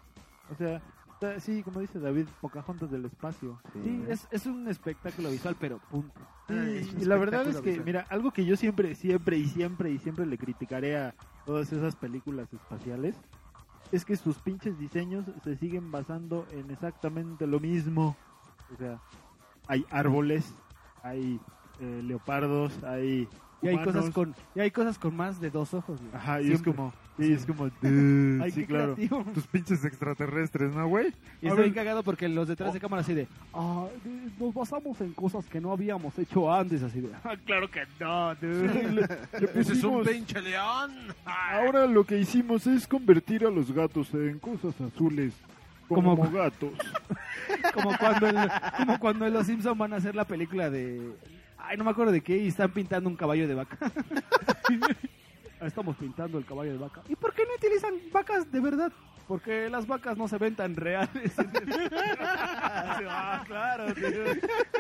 O sea, ta- sí, como dice David, Pocahontas del espacio.
Sí, es, es un espectáculo visual, pero punto.
Sí, y la verdad es que, mira, algo que yo siempre, siempre y siempre y siempre le criticaré a todas esas películas espaciales es que sus pinches diseños se siguen basando en exactamente lo mismo. O sea, hay árboles, hay eh, leopardos, hay.
Y hay,
humanos.
cosas con, y hay cosas con más de dos ojos. güey.
Ajá, y es
Siempre.
como. Sí, es como.
Ay,
sí,
qué
claro.
creativo.
Tus pinches extraterrestres, ¿no, güey?
Y
A
estoy
ver,
cagado porque los detrás de cámara así de, ah, de- nos basamos en cosas que no habíamos hecho antes, así de,
"Ah, claro que no, dude. Le
Ese es un
pusimos-
pinche león.
Ah.
Ahora lo que hicimos es convertir a los gatos en cosas azules. Como,
Como-
gatos.
como cuando, en- como cuando en Los Simpson van a hacer la película de, ay, no me acuerdo de qué, y están pintando un caballo de vaca. Ah, Estamos pintando el caballo de vaca. ¿Y por qué no utilizan vacas de verdad? Porque las vacas no se ven tan reales.
ah, claro,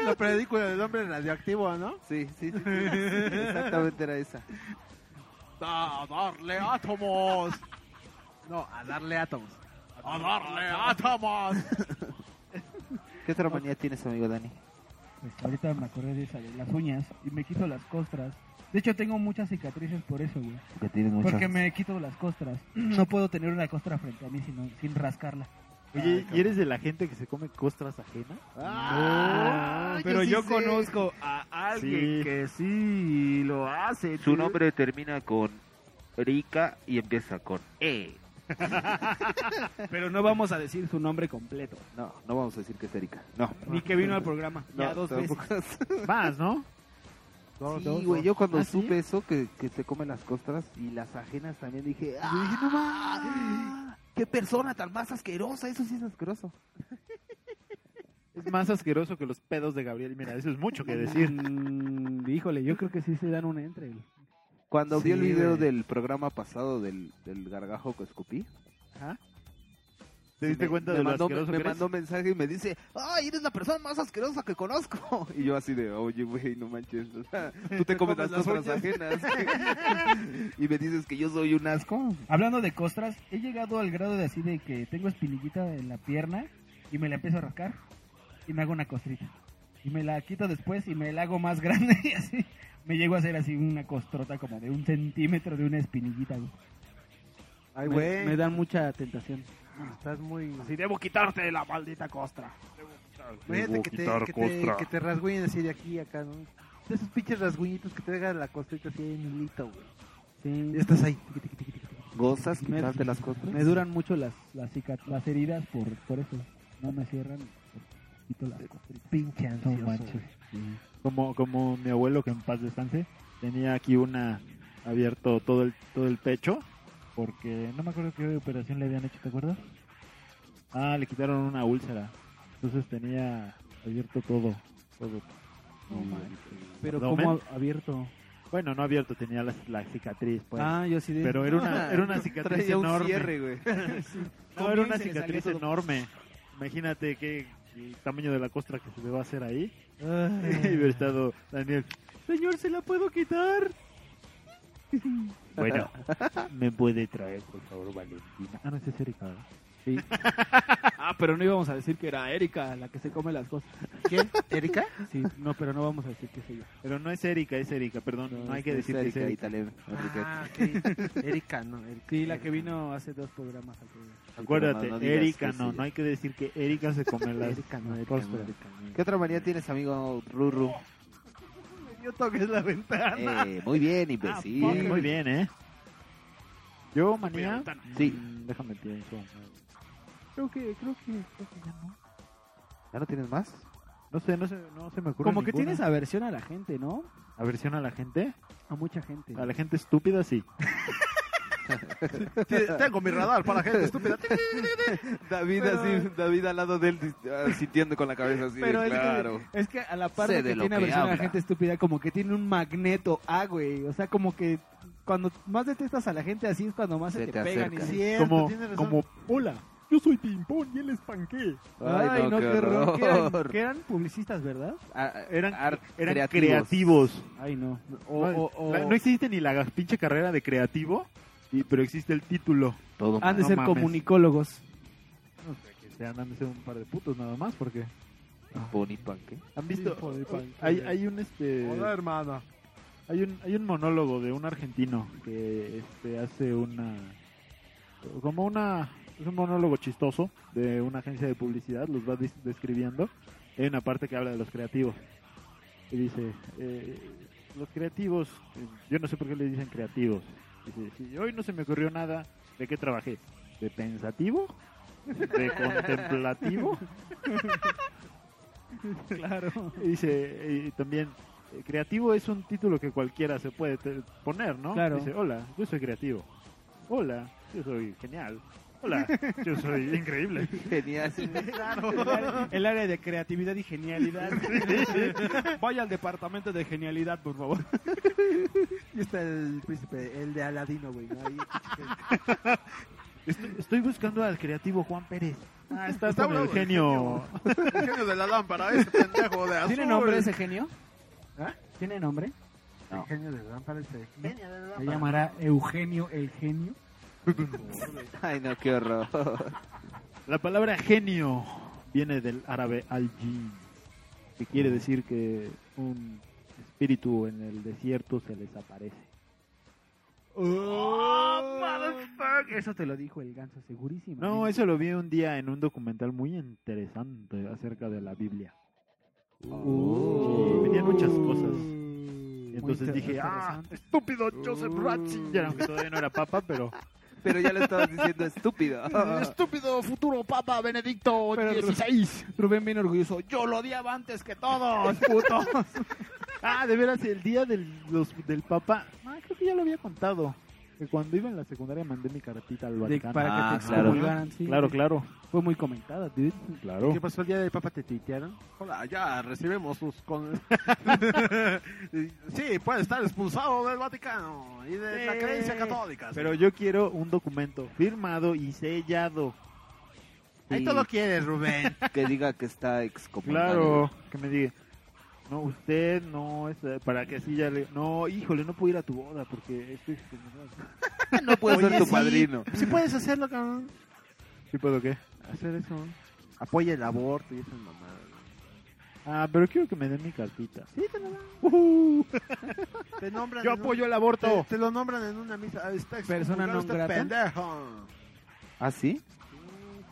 La película del hombre radioactivo, ¿no?
Sí, sí, sí, sí, exactamente era esa.
A darle átomos. No, a darle átomos. A darle átomos.
¿Qué otra manía tienes, amigo Dani?
Pues ahorita me acordé de esa, de las uñas, y me quito las costras. De hecho, tengo muchas cicatrices por eso, güey.
Que tienes
Porque me quito las costras. No puedo tener una costra frente a mí sino, sin rascarla.
Oye, ¿y eres de la gente que se come costras ajenas?
Ah,
No,
pero yo
conozco a
alguien
que sí lo hace.
Su nombre termina con Erika y empieza con E.
Pero no vamos a decir su nombre completo.
No, no vamos a decir que es Erika. No.
Ni que vino al programa.
No,
ya dos
tampoco.
veces.
Más, ¿no?
Sí, güey, yo
¿Ah,
cuando supe eso, que, que se comen las costras y las ajenas también dije, ¡ah! ¡Qué persona tan más asquerosa! Eso sí es asqueroso.
Es más asqueroso que los pedos de Gabriel. Mira, eso es mucho que decir.
Mm, híjole, yo creo que sí se dan un entre. güey.
Cuando vi
Sí,
el video
güey.
del programa pasado del, del gargajo que escupí,
¿Ah?
¿Te diste
me-
cuenta
me
de lo
mandó,
asqueroso
me
que eres?
mandó mensaje y me dice, ¡ay, eres la persona más asquerosa que conozco! Y yo así de, oye, güey, no manches, o sea, tú te comes las costras ajenas. y me dices que yo soy un asco.
Hablando de costras, he llegado al grado de así de que tengo espinillita en la pierna y me la empiezo a rascar y me hago una costrita. Y me la quito después y me la hago más grande y así. Me llego a hacer así una costrota como de un centímetro de una espinillita. güey.
Ay,
Me-
güey.
Me, dan mucha tentación.
Estás muy.
Sí, debo quitarte la maldita costra.
Imagínate
Debo
que te,
quitar
que, te,
costra.
que te rasguñen así de aquí a acá, ¿no? De esos pinches rasguñitos que te dejan la costrita así en hilito, güey.
Sí.
Y estás ahí.
¿Gozas
Me-
quitarte las costras?
Me duran mucho las las, cica- las heridas por, por eso. No me cierran. Quito las costritas. Pinche
ansioso, Como, como mi abuelo que en paz descanse, tenía aquí una abierto todo el, todo el pecho, porque no me acuerdo qué operación le habían hecho, ¿te acuerdas? Ah, le quitaron una úlcera. Entonces tenía abierto todo, todo. Y-
Pero
abdomen.
como abierto.
Bueno, no abierto, tenía la, la cicatriz, pues.
Ah, yo sí "Ah". de-
Pero era una, era una
Traía
cicatriz
un
enorme.
cierre, güey. Sí.
No, era
Comienza
una
y le
cicatriz
salió todo.
enorme. Imagínate qué el tamaño de la costra que se le va a hacer ahí. Y hubiera estado Daniel. Señor, ¿se la puedo quitar? Bueno, me puede traer, por favor, Valentina. Ah, no, ese es Erika. ¿verdad?
Sí. ah, pero no íbamos a decir que era Erika la que se come las cosas.
¿Quién? ¿Erika?
Sí, no, pero no vamos a decir que soy yo.
Pero no es Erika, es Erika, perdón. No, hay que
es
decir que es
Erika
Erika.
Italien,
Ah,
Enriqueta.
ok. Erika, no. Erika.
Sí, la que vino hace dos programas. al programa.
Acuérdate,
No, no digas
Erika
que
no,
sí.
no hay que decir que Erika se come las
Erika no, Erika
costras.
no, Erika
¿Qué otra manía tienes, amigo Ruru?
Yo toques la ventana.
Eh, muy bien, imbécil.
Sí, muy bien, ¿eh? Yo, manía.
Sí.
Mm, Déjame pienso.
Creo que, creo que, creo que ya no.
¿Ya no tienes más?
No sé, no se, no se me ocurre.
Como que
ninguna.
tienes aversión a la gente, ¿no?
aversión a la gente.
A mucha gente.
A la gente estúpida, sí.
Tengo mi radar para gente estúpida.
David, así, David al lado de él ah, sintiendo con la cabeza así. de,
Pero es,
claro.
que, es que a la par
Sé
de
de
que
lo
tiene
que
aversión a la
habla.
gente estúpida, como que tiene un magneto
ah,
A, güey. O sea, como que cuando más detestas a la gente así es cuando más se,
Se
te,
te
pegan.
acerca.
Y
Cierto,
como,
tienes razón.
como, hola, yo soy Pimpón y él es Panqué.
Ay, no, qué
horror. Que eran,
horror.
que eran publicistas, ¿verdad?
Ah,
Eran,
ar-
eran creativos.
Ay, no.
La- no existe ni la pinche carrera de creativo Y, pero existe el título.
Todo
Han de
No
ser
mames.
comunicólogos.
No sé, que sean, han de ser un par de putos nada más, porque...
Ponipanque.
¿Han visto?
Hijo de pan-
Hay, hay un este...
Hola,
hermana. Hay un, hay un monólogo de un argentino que este, hace una... Como una... Es un monólogo chistoso de una agencia de publicidad, los va des- describiendo. Hay una parte que habla de los creativos. Y dice, eh, los creativos, eh, yo no sé por qué le dicen creativos. Dice, "Sí, hoy no se me ocurrió nada, ¿de qué trabajé? ¿De pensativo? ¿De contemplativo?
Claro.
Y Dice, y también, eh, creativo es un título que cualquiera se puede te- poner, ¿no?
Claro.
Dice, hola, yo soy creativo. Hola, yo soy genial. Hola, yo soy increíble.
Genial.
El área- El área de creatividad y genialidad. Vaya al departamento de genialidad, por favor.
Y está el príncipe, el de Aladino, güey. ¿no? Ahí,
Estoy, estoy buscando al creativo Juan Pérez. Ah, está,
Está
con el
bravo el
genio.
El genio de la lámpara, ese pendejo de azul.
¿Tiene nombre ese genio?
¿Ah?
¿Tiene nombre?
El genio de la lámpara, ese genio de la
Se
lámpara.
llamará Eugenio el genio.
Ay, no, qué horror.
La palabra genio viene del árabe al-jin, que quiere decir que un espíritu en el desierto se les aparece. Oh,
Oh, Eso te lo dijo el ganso, segurísimo.
No, eso lo vi un día en un documental muy interesante acerca de la Biblia.
Oh.
Sí, venían muchas cosas. Y entonces
inter-
dije, ah,
interesante.
estúpido Joseph Ratzinger, aunque todavía no era papa, pero...
Pero ya lo estabas diciendo estúpido.
Estúpido futuro papa Benedicto
Rubén bien orgulloso. Yo lo odiaba antes que todos, putos.
Ah, de veras, el día del, los- del Papa. Ah, creo que ya lo había contado. Que cuando iba en la secundaria mandé mi cartita al
De-
Vaticano. Ah,
para que te excomulgaran, sí.
claro, claro.
Fue muy comentada, dude.
Claro.
¿Qué pasó el día del Papa? ¿Te tuitearon? Hola, ya recibimos sus... Con... sí, puede estar expulsado del Vaticano y de la creencia católica. sí.
Pero yo quiero un documento firmado y sellado.
Ahí todo lo quieres, Rubén.
Que diga que está excomulgado.
Claro, que me diga. No, usted no, es, eh, para que así ya le... No, híjole, no puedo ir a tu boda porque estoy... excomulgado".
No puedes ser
Oye,
tu
sí.
padrino.
Sí puedes hacerlo, cabrón.
¿Sí puedo qué?
Hacer eso. Apoya el aborto y esas mamadas.
Ah, pero quiero que me den mi cartita. Uh-huh.
Sí, te lo dan. Te nombran
Yo
en un-
apoyo el aborto.
Te, te lo nombran en una misa. Ah, Está
Persona
excomulgado
non
este
grata.
pendejo.
¿Ah, sí?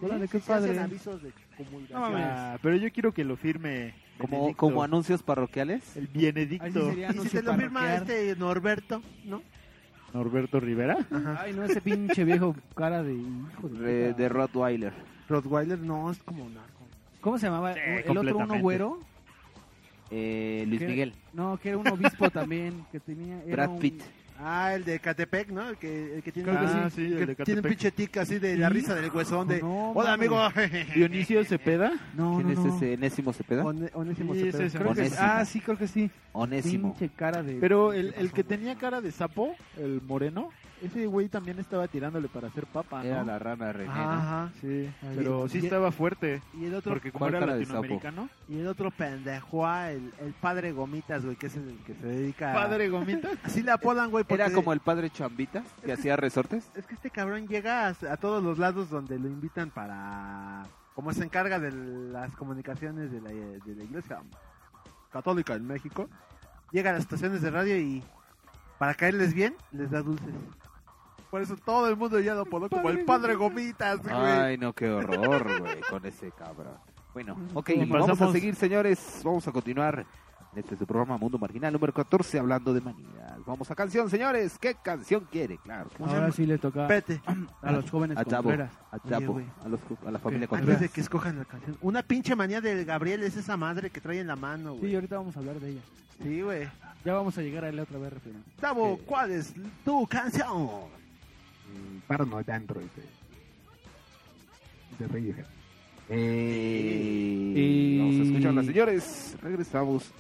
Órale,
Sí,
qué
sí hacen
padre.
avisos de excomulgación.
No mames.
Ah, pero yo quiero que lo firme.
Como,
Benedicto.
como anuncios parroquiales.
El Benedicto.
Ahí sí sería
y si
anuncio
te lo firma
parroquial.
este Norberto, ¿no?
Norberto Rivera.
Ay, no, ese pinche viejo cara de hijo de...
de, de Rottweiler.
Rottweiler no, es como narco.
¿Cómo se llamaba?
Sí,
el otro uno
completamente.
güero.
Eh, Luis
Que-
Miguel.
No, que era un obispo también, que tenía... era
Brad
un-
Pitt.
Ah, el de Catepec, ¿no? El que, el que tiene,
Creo que
ah,
sí.
Sí, el
que
de Catepec.
tiene un pinche tic así de la risa del huesón de...
No,
Hola,
mames.
amigo.
Dionisio Cepeda.
No,
¿Quién
no,
es
no.
ese Enésimo Cepeda?
On- Onésimo
Sí,
Cepeda.
ese es-
Creo que-
Onésimo.
ah, sí, creo que sí.
Onésimo.
Pinche cara de...
Pero el, el que tenía cara de sapo, el moreno, ese güey también estaba tirándole para ser papa, ¿no?
Era la rana René. ¿no?
Ajá.
Sí,
Ahí.
pero sí estaba fuerte.
Y el otro,
Porque como
¿Cuál
era
cara de sapo?
latinoamericano.
y el otro pendejo, ah, el, el padre Gomitas, güey, que es el que se dedica... a-
Padre Gomita.
Así le apodan, güey, porque...
Era como el padre Chambita que hacía resortes.
Es que este cabrón llega a, a todos los lados donde lo invitan para... Como se encarga de las comunicaciones de la, de la iglesia católica en México. Llega a las estaciones de radio y para caerles bien, les da dulces. Por eso todo el mundo ya lo apodó como el padre gomitas, güey.
Ay, no, qué horror, güey, con ese cabrón. Bueno,
Mm.
ok,
Nos
vamos a
pasamos.
seguir, señores. Vamos a continuar. Este es su programa Mundo Marginal número 14, hablando de manías. Vamos a canción, señores. ¿Qué canción quiere? Claro.
Ahora sí le toca
Vete.
a los jóvenes
Ah, A Tabo,
Contreras.
a Tabo,
Oye, güey.
a, los- a la familia
Antes
Contreras.
de que escojan la canción. Una pinche manía del Gabriel es esa madre que trae en la mano,
Sí,
güey.
ahorita vamos a hablar de ella.
Sí, güey.
Ya vamos a llegar a la otra vez, Refina.
Tavo, ¿cuál es tu canción?
Mm,
Paranoid Android. De, de Radiohead.
Eh,
Eh,
Vamos a escucharla, señores. Regresamos.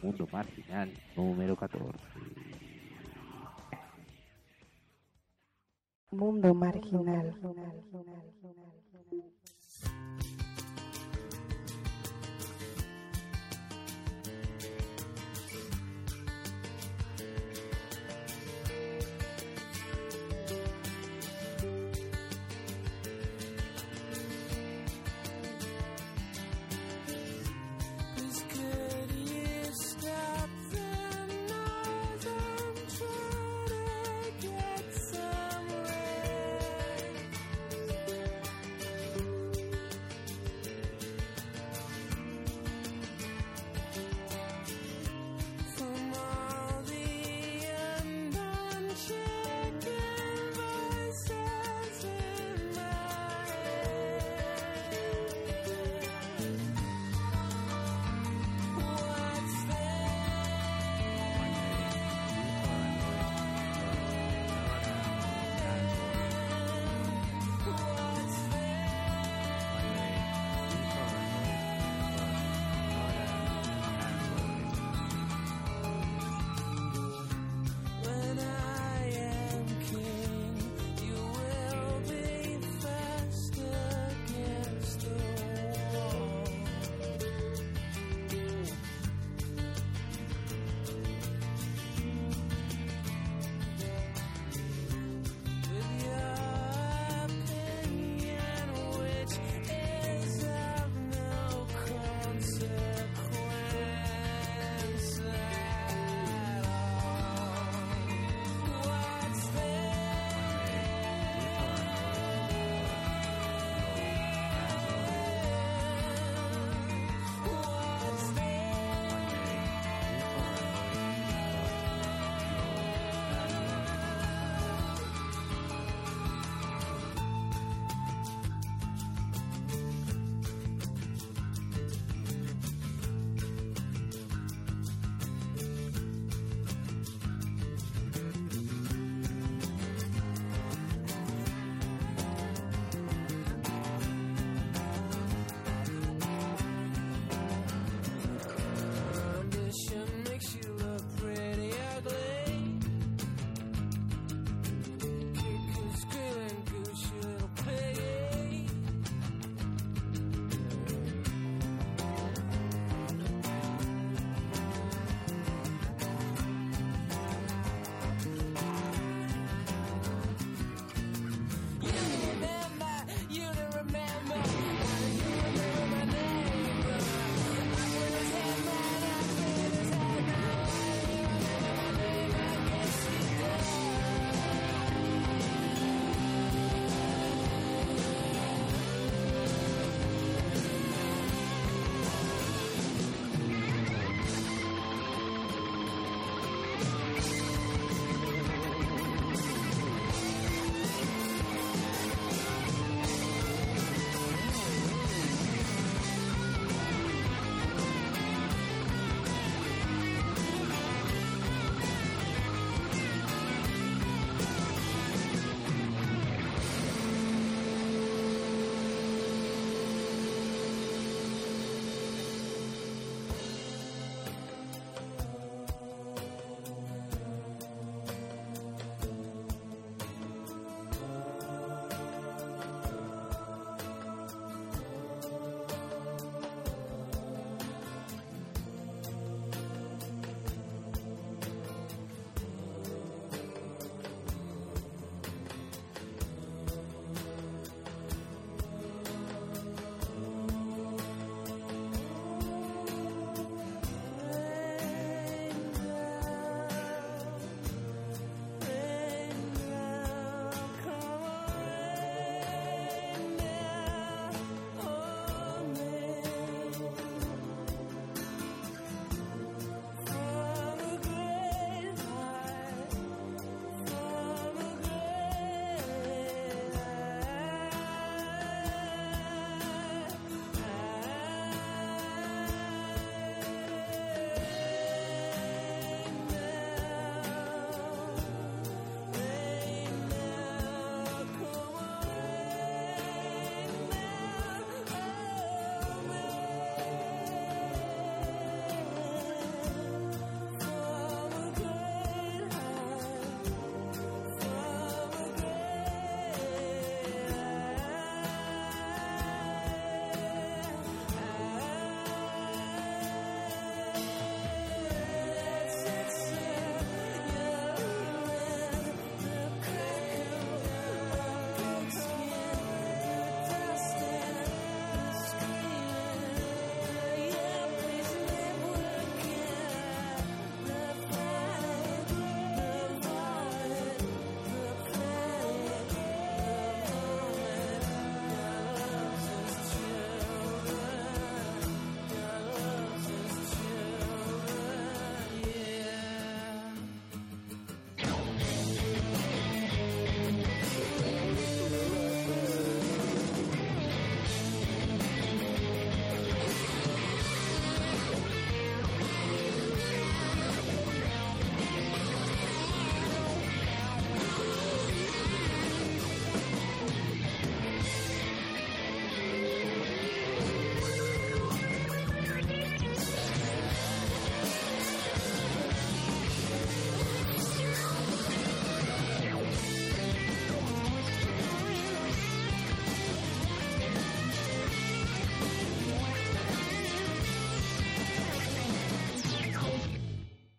Mundo Marginal número 14.
Mundo marginal.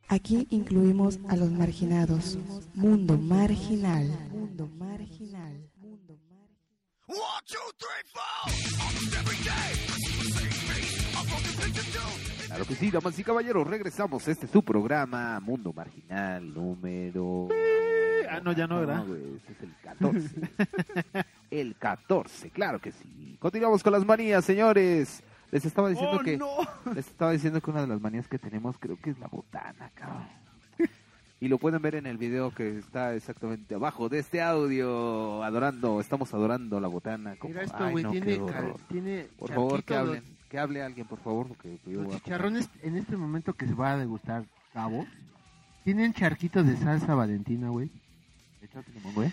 Aquí incluimos a los marginados. Mundo marginal. Mundo marginal.
One, two, three, four. Almost every day. it's the same face. A broken thing to do.
Claro que sí, damas y caballeros, regresamos. Este es su programa, Mundo Marginal, número...
Ah, no, ya no, ¿verdad?
güey, este es el 14. el 14, claro que sí. Continuamos con las manías, señores. Les estaba diciendo
¡Oh,
que...
no!
Les estaba diciendo que una de las manías que tenemos creo que es la botana, cabrón. Y lo pueden ver en el video que está exactamente abajo de este audio. Adorando, estamos adorando la botana. como-
Mira esto,
ay,
güey,
no, qué
tiene,
horror.
cal- tiene
Por favor, que
charquito
hablen. Que hable alguien, por favor, porque yo voy a
Los
comer.
chicharrones en este momento que se va a degustar, cabo, tienen charquitos de salsa valentina, güey. Echate limón, güey.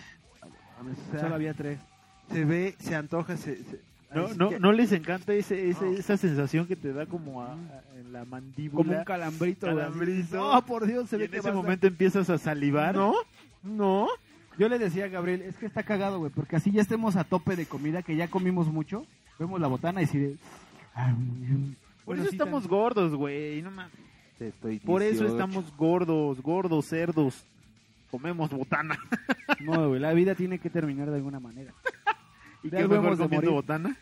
Solo había tres.
Se ve, se antoja, se... se-
No,
así
no,
que-
no les encanta ese, ese- esa sensación que te da como a, a- en la mandíbula.
Como un calambrito, güey.
Calambrito.
No, por Dios, se
Y
ve
en
que
ese
vas a-
momento empiezas a salivar.
¿No?
No.
Yo le decía a Gabriel, es que está cagado, güey, porque así ya estemos a tope de comida, que ya comimos mucho, vemos la botana y si de...
Por eso estamos gordos, güey. No mames.
Te estoy
Por eso
18.
estamos gordos, gordos, cerdos. Comemos botana.
No, güey, la vida tiene que terminar de alguna manera.
¿Y
De
qué
algo
mejor
hemos de
comiendo
morir.
botana?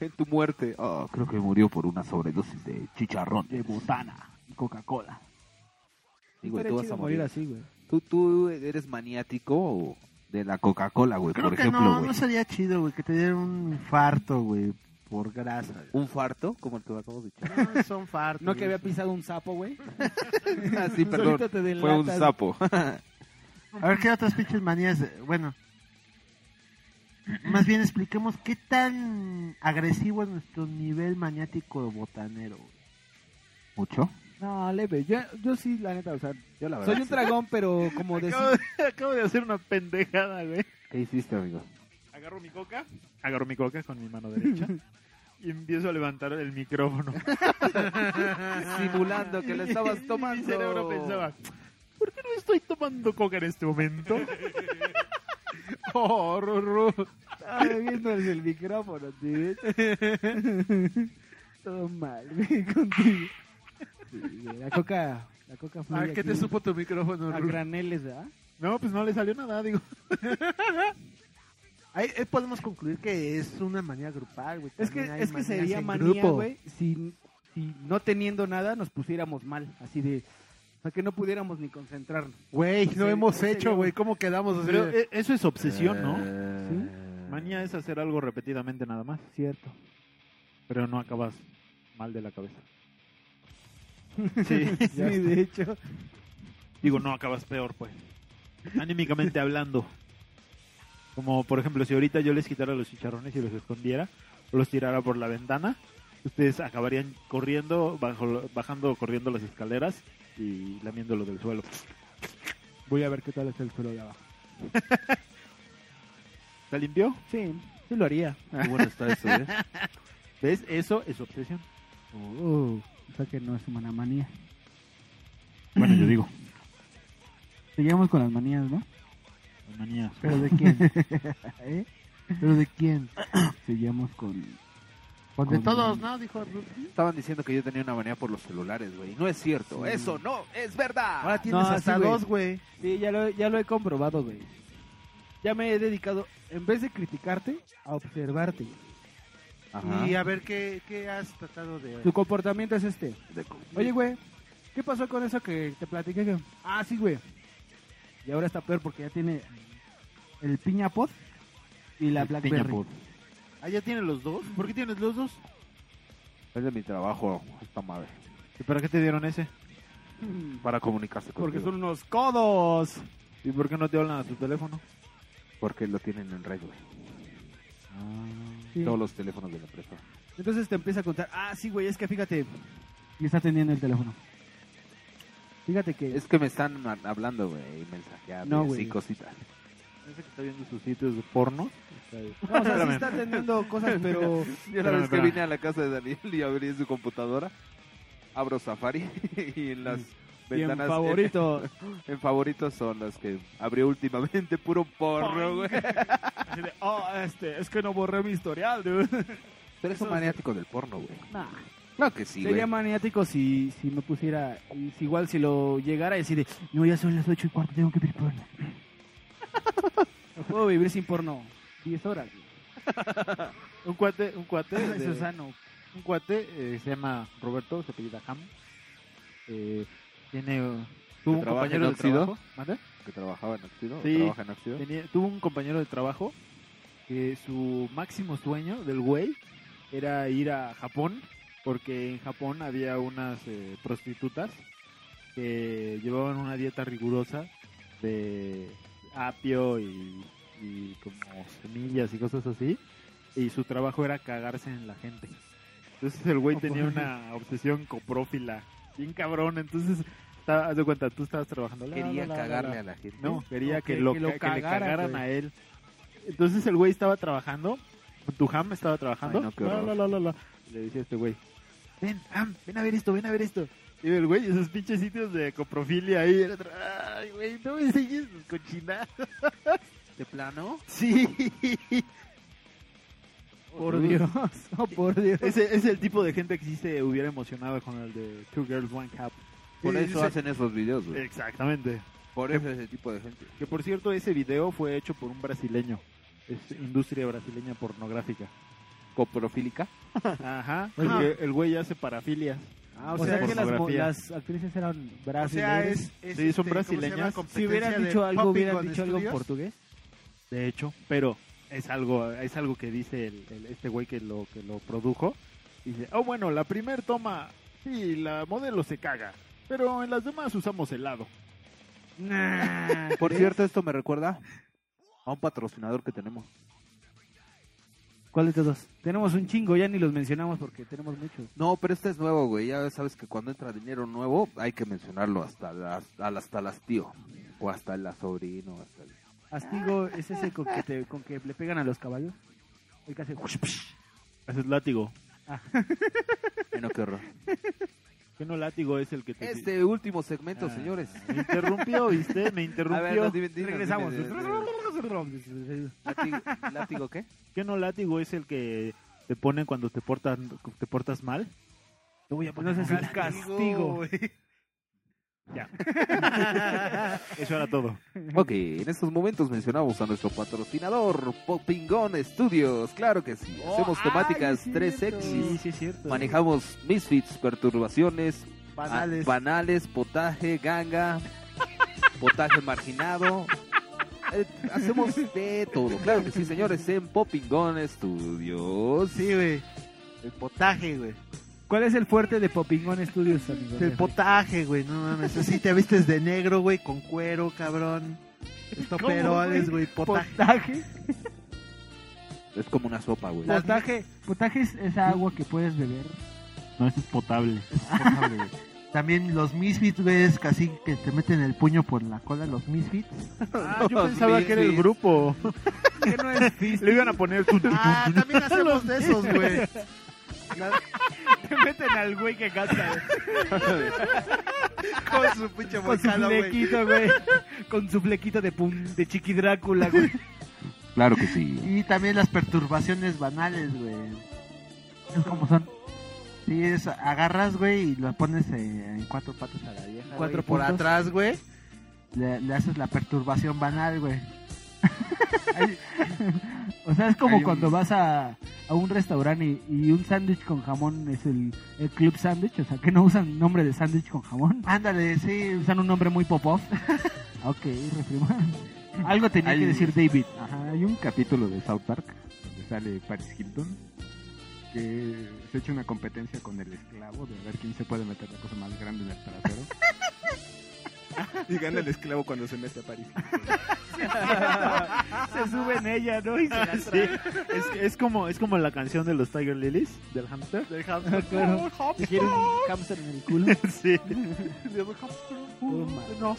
En tu muerte. Oh, creo que murió por una sobredosis de chicharrón.
De botana y Coca-Cola.
Sí,
Estaría
güey, tú vas
chido
a morir.
así, güey.
¿Tú, tú eres maniático o de la Coca-Cola, güey,
Creo
por
que
ejemplo,
no,
güey.
no sería chido, güey, que te dieran un infarto, güey, por grasa.
¿Un farto? Como el que acabamos de echar.
No, son fartos.
No que había pisado un sapo, güey.
Ah, sí, perdón.
Solito te
Fue un
delatas.
sapo.
A ver, ¿qué otras pinches manías? eh, Bueno, más bien expliquemos qué tan agresivo es nuestro nivel maniático botanero. güey.
¿Mucho?
No, leve. Yo, yo sí, la neta, o sea,
yo la
soy un dragón, pero como de...
Acabo de, acabo de hacer una pendejada, güey.
¿Qué hiciste, amigo?
Agarro mi coca. Agarro mi coca con mi mano derecha. y empiezo a levantar el micrófono.
Simulando que lo estabas
Mi
tomando.
cerebro pensaba, ¿por qué no estoy tomando coca en este momento? oh, Rorro.
Estaba bebiendo desde el micrófono, tío. Todo mal, güey, contigo. Sí, güey, La coca... La coca fluye
Ah, ¿qué te
aquí.
supo tu micrófono,
A
Ru?
graneles, ¿verdad?
No, pues no le salió nada, digo.
Ahí, ahí podemos concluir que es una manía grupal, güey.
Es que,
También hay
es que
manías
sería
en
manía,
grupo.
güey, si, si no teniendo nada nos pusiéramos mal, así de... O sea, que no pudiéramos ni concentrarnos.
Güey, no
Sí,
hemos
sería-
hecho, güey. ¿Cómo quedamos? Así
Pero
de-
eh, eso es obsesión, ¿no?
Sí.
Manía es hacer algo repetidamente nada más.
Cierto.
Pero no acabas mal de la cabeza. Sí,
Sí, de hecho.
Digo, no acabas peor, pues. Anímicamente hablando. Como por ejemplo, si ahorita yo les quitara los chicharrones y los escondiera, o los tirara por la ventana, ustedes acabarían corriendo, bajo, bajando, corriendo las escaleras y lamiéndolo del suelo.
Voy a ver qué tal es el suelo de abajo.
¿Está limpio?
Sí, sí lo haría.
Qué bueno está eso, ¿eh? ¿Ves? Eso es obsesión.
Oh, o sea que no es humana manía.
Bueno, yo digo.
Seguimos con las manías, ¿no?
Manías.
¿Pero de quién?
¿Eh? ¿Pero de quién?
Seguimos con...
Pues de
con-
todos, ¿no? Dijo Ruth.
Estaban diciendo que yo tenía una manía por los celulares, güey. No es cierto.
Sí.
Eso no es verdad.
Ahora tienes
No,
hasta
sí, güey.
dos, güey.
Sí, ya lo, ya lo he comprobado, güey. Ya me he dedicado, en vez de criticarte, a observarte.
Ajá.
Y a ver qué, qué has tratado de...
Tu comportamiento es este.
De-
Oye, güey, ¿qué pasó con eso que te platiqué? que- Ah, sí, güey. Y ahora está peor porque ya tiene el piña pod y la blackberry.
Ah, ¿ya tiene los dos? ¿Por qué tienes los dos?
Es de mi trabajo, esta madre.
¿Y para qué te dieron ese?
Mm,
Para comunicarse
Porque
contigo.
son unos codos.
¿Y por qué no te hablan a tu teléfono?
Porque lo tienen en red, güey.
Ah. Sí.
Todos los teléfonos de la empresa.
Entonces te empieza a contar, ah, sí, güey, es que fíjate. Y está atendiendo el teléfono. Fíjate que...
Es que me están a- hablando, güey, y mensajeando
No,
y así
güey.
cositas.
Parece que está viendo sus sitios de porno.
No, o sea, sí está atendiendo cosas, pero...
Yo la
Espérame,
vez que
espérame.
vine a la casa de Daniel y abrí su computadora, abro Safari y en las
Y en
ventanas...
favorito.
En favoritos son las que abrió últimamente puro porno, güey.
Así de, oh, este, es que no borré mi historial, dude.
Tú eres un maniático del porno, güey.
Nah, Claro que sí, güey.
Sería maniático si, si me pusiera. si Igual si lo llegara a decir, no, ya son las 8 y cuarto, tengo que ver porno. no puedo vivir sin porno. 10 horas.
Un cuate, un cuate.
Ay,
de-
Susano.
Un cuate eh, se llama Roberto, se apellida Ham. Eh, tiene. eh, Tuvo un
trabaja en
compañero de
óxido?
trabajo. ¿Mande?
¿Que trabajaba en óxido?
Sí,
¿Trabaja en óxido?
tenía- tuvo un compañero de trabajo que su máximo sueño del güey era ir a Japón, porque en Japón había unas eh, prostitutas que llevaban una dieta rigurosa de apio y, y como semillas y cosas así, y su trabajo era cagarse en la gente. Entonces el güey tenía una obsesión coprófila, bien cabrón, entonces... estaba- Haz de cuenta, tú estabas trabajando. la,
Quería
la, la, la,
cagarle
la.
a la gente.
No, quería
No,
que,
que-
lo,
que lo
ca- que le
cagara,
cagaran
güey.
a él. Entonces el güey estaba trabajando, tu ham estaba trabajando.
Ay, no, qué
La,
horror.
la, la, la, la. Le decía a este güey, ven, ham, ven a ver esto, ven a ver esto. Y el güey, esos pinches sitios de coprofilia ahí. el otro, Ay, güey, no me enseñes tus cochinadas.
¿De plano?
Sí.
Por Dios, oh, por Dios.
Ese es el tipo de gente que sí se hubiera emocionado con el de Two Girls, One Cup.
Por
Sí,
eso
sí.
hacen esos videos, güey.
Exactamente.
Por eso ese tipo de gente.
Que por cierto, ese video fue hecho por un brasileño. Es industria brasileña pornográfica.
¿Coprofílica?
Ajá. Porque el güey hace parafilias.
Ah, o, sea, que las, mo- las actrices eran brasileñas.
es- es, Sí, son este, ¿cómo se brasileñas. llama?
Si hubieran
Competencia
dicho
de
algo,
Popping
hubieran
con
dicho algo en
estudios.
portugués.
De hecho, pero es algo es algo que dice el- el- este güey que lo que lo produjo. Dice, oh bueno, la primer toma, sí, la modelo se caga, pero en las demás usamos helado.
Por cierto, esto me recuerda a un patrocinador que tenemos.
¿Cuál de todos? Tenemos un chingo, ya ni los mencionamos porque tenemos muchos.
No, pero este es nuevo, güey. Ya sabes que cuando entra dinero nuevo hay que mencionarlo hasta las, al- hasta las tío. O hasta la sobrino. Hasta el-
Astigo es ese con que, te- con que le pegan a los caballos. El que hace...
Ese es látigo.
Bueno, qué horror.
Que no látigo es el que te
Este último segmento,
Ah,
señores.
Me interrumpió, ¿viste? Me interrumpió.
A ver, no, dime- dinos,
Regresamos.
dime, dime, dime. ¿Látigo, látigo qué?
¿Qué no látigo es el que te ponen cuando te portas te portas mal? Te voy a
No sé si es castigo.
Ya. Eso era todo.
Ok, en estos momentos mencionamos a nuestro patrocinador, Popingón Studios. Claro que sí. Hacemos temáticas 3X.
es cierto.
Manejamos misfits, perturbaciones,
Banales.
a- banales, potaje, ganga, potaje marginado. Eh, hacemos de todo, claro que sí, señores, en Popingón Studios. Sí,
güey. El potaje, güey.
¿Cuál es el fuerte de Popingón Studios, amigos?
El potaje, güey, no mames. Así te vistes de negro, güey, con cuero, cabrón. Estoperoles, güey, potaje.
Es como una sopa, güey.
Potaje. Potaje es esa agua que puedes beber.
No, eso es potable.
potable, güey. También los Misfits, güey, es casi que te meten el puño por la cola los Misfits.
Ah, yo pensaba que era el grupo. Le iban a poner tu
Ah, también hacemos de esos, güey.
Te meten al güey que canta.
Con su pinche
Con su
bocado, güey.
flequito, güey. Con su flequito de, pum, de Chiqui Drácula, güey.
Claro que sí.
Y también las perturbaciones banales, güey. Es como son. Sí, es agarras, güey, y la pones eh, en cuatro patas a la vieja.
Cuatro
güey, y
por atrás, güey.
Le, le haces la perturbación banal, güey. o sea, es como
Hay un-
cuando vas a, a un restaurante y, y un sándwich con jamón es el, el club sándwich. O sea, que no usan nombre de sándwich con jamón. Ándale, sí. Usan un nombre muy pop-off. ok, refrimón. Algo tenía
Hay-
que decir David.
Ajá, hay un capítulo de South Park donde sale Paris Hilton que se echa una competencia con el esclavo de a ver quién se puede meter la cosa más grande en el trasero. y gana el esclavo cuando se mete a Paris Hilton.
se sube en ella, ¿no? Y se la
Sí,
trae.
es, es como es como la canción de los Tiger Lilies del hamster. Del
Ah,
hamster.
claro. ¿Te quiere un hamster en el culo?
sí.
Oh, madre.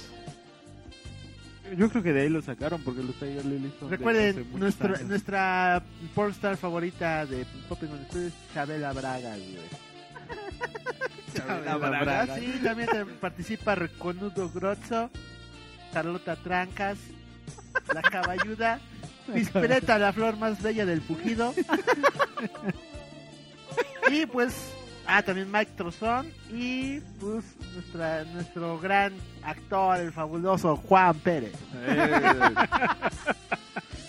Yo creo que de ahí lo sacaron porque los Tiger Lilies son de hace
Recuerden,
muchos
nuestra,
años.
nuestra pornstar favorita de Popping on Studios, Chabela Bragas, güey. Chabela
Bragas.
Bragas. Sí, también te- participa Reconudo Grozzo, Carlota Trancas, La Caballuda, Pispereta, la flor más bella del Pujido. Y pues, Ah, también Mike Trozón y pues nuestra, nuestro gran actor, el fabuloso Juan Pérez.
Eh,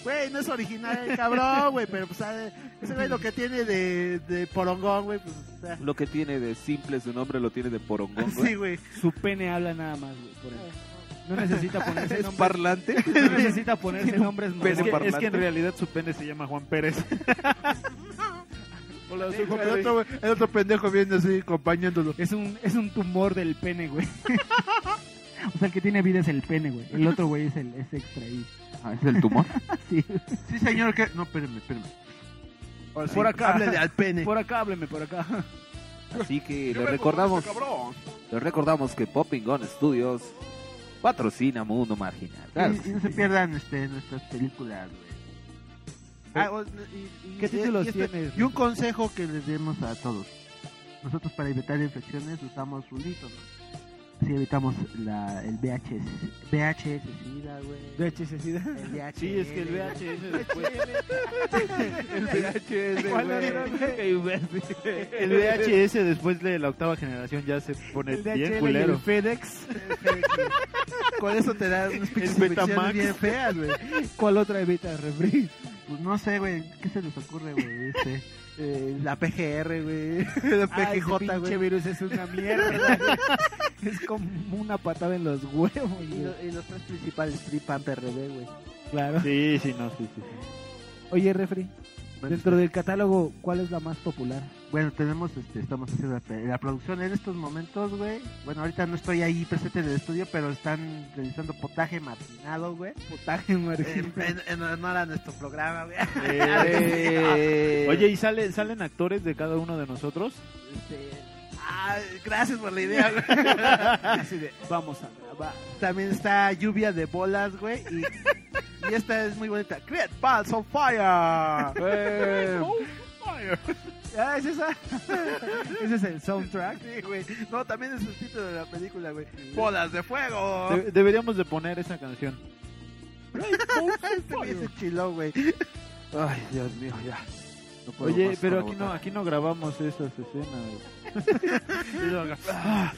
Güey, no es original el cabrón, güey, pero pues ah, ese güey lo que tiene de, de porongón, güey, pues... ah.
Lo que tiene de simple su nombre lo tiene de ¿eh? porongón, güey.
Sí, güey.
Su pene habla nada más, güey. por él. No necesita ponerse
¿Es
nombres.
parlante?
No necesita ponerse nombres
Pene
mamones.
parlante.
Es que en realidad su pene se llama Juan Pérez. Hola, soy Juan
El
Pérez.
otro, el otro pendejo viene así, acompañándolo.
Es un, es un tumor del pene, güey.
O sea, el que tiene vida es el pene, güey. El otro, güey, es el es extra ahí.
Ah, ¿es el tumor?
sí.
Sí, señor, que... No, espérame, espérame.
Ahora sí,
por acá.
háblele al pene.
Por acá, hábleme, por acá.
Así que
Yo me
les recordamos,
gusta, cabrón.
les recordamos que Popping Gun Studios patrocina Mundo Marginal. Claro.
Y, y no se pierdan este, nuestras películas,
Eh,
güey.
Ah, o- y- y-
¿Qué
y-
títulos
y este-
tienes?
Y un consejo que les
Les demos a todos. Nosotros para evitar infecciones usamos rulitos, ¿no? Así evitamos la, el VHS. VHS, SIDA, güey.
VHS, SIDA.
El VHS.
Sí, es que el VHS después.
El VHS,
¿Cuál
güey.
era, güey?
Qué imbécil.
El VHS después de la octava generación ya se pone
El
bien
DHL y el
culero.
FedEx.
Con eso te dan unas pinches
Betamax.
infecciones bien feas, güey.
¿Cuál otra evita refri?
Pues no sé, güey. ¿Qué se les ocurre, güey? Este,
Eh, la PGR, güey. La
Ay,
PGJ,
Ah, ese pinche
güey.
virus es una mierda. güey. es como una patada en los huevos.
Y,
güey.
lo- y los tres principales, PRI, PAN, PRD, güey.
Claro.
Sí, sí, no, sí, sí. sí.
Oye, refri, dentro del catálogo, ¿cuál es la más popular?
Bueno, tenemos, este, estamos haciendo la, pe- la producción en estos momentos, güey. Bueno, ahorita no estoy ahí presente en el estudio, pero están realizando potaje matinado, güey.
Potaje
En, en- en honor a nuestro programa, güey.
Eh, Oye, ¿y sale, salen actores de cada uno de nosotros?
Este, ah, gracias por la idea, güey. Así de,
Vamos a grabar.
También está Lluvia de Bolas, güey. Y, y esta es muy bonita. Create Balls on Fire.
Eh,
Ah, es esa. Ese es el soundtrack.
Sí, güey. No, también es el título de la película, güey. Bolas de fuego.
De- deberíamos de poner esa canción.
Este güey se chiló, güey.
Ay, Dios mío, ya.
puedo
Oye,
más
pero
con
aquí
la
no,
boca.
aquí no grabamos esas escenas. Y luego acá, ah,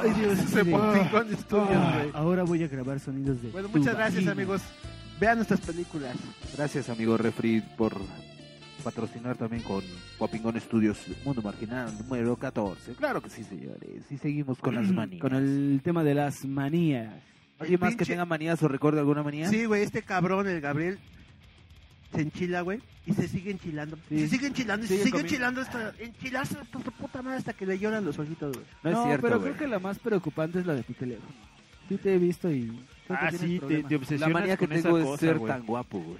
Ay, Dios, Ah, se Popcorn Studios, güey.
Ahora voy a grabar sonidos de.
Bueno, muchas
tu
gracias,
vagina.
amigos. Vean nuestras películas.
Gracias, amigo Refri, por patrocinar también con Popingón Studios Mundo Marginal número 14. Claro que sí, señores. Y seguimos con las manías.
Con el tema de las manías.
Oye, más que
Pinche-
tenga manías o recuerde alguna manía.
Sí, güey, este cabrón, el Gabriel, se enchila, güey, y se sigue enchilando.
Sí.
Se sigue enchilando, y se
Sigue
sigue
comiendo.
enchilando hasta enchilarse hasta su puta madre hasta que le lloran los ojitos, güey.
No es cierto,
pero
güey.
creo que la más preocupante es la de tu teléfono. Sí te he visto y... creo que
Ah,
tienes
sí, te,
problemas.
te
La
obsesionas
manía que
con esa
tengo es
cosa,
ser
güey.
tan guapo, güey.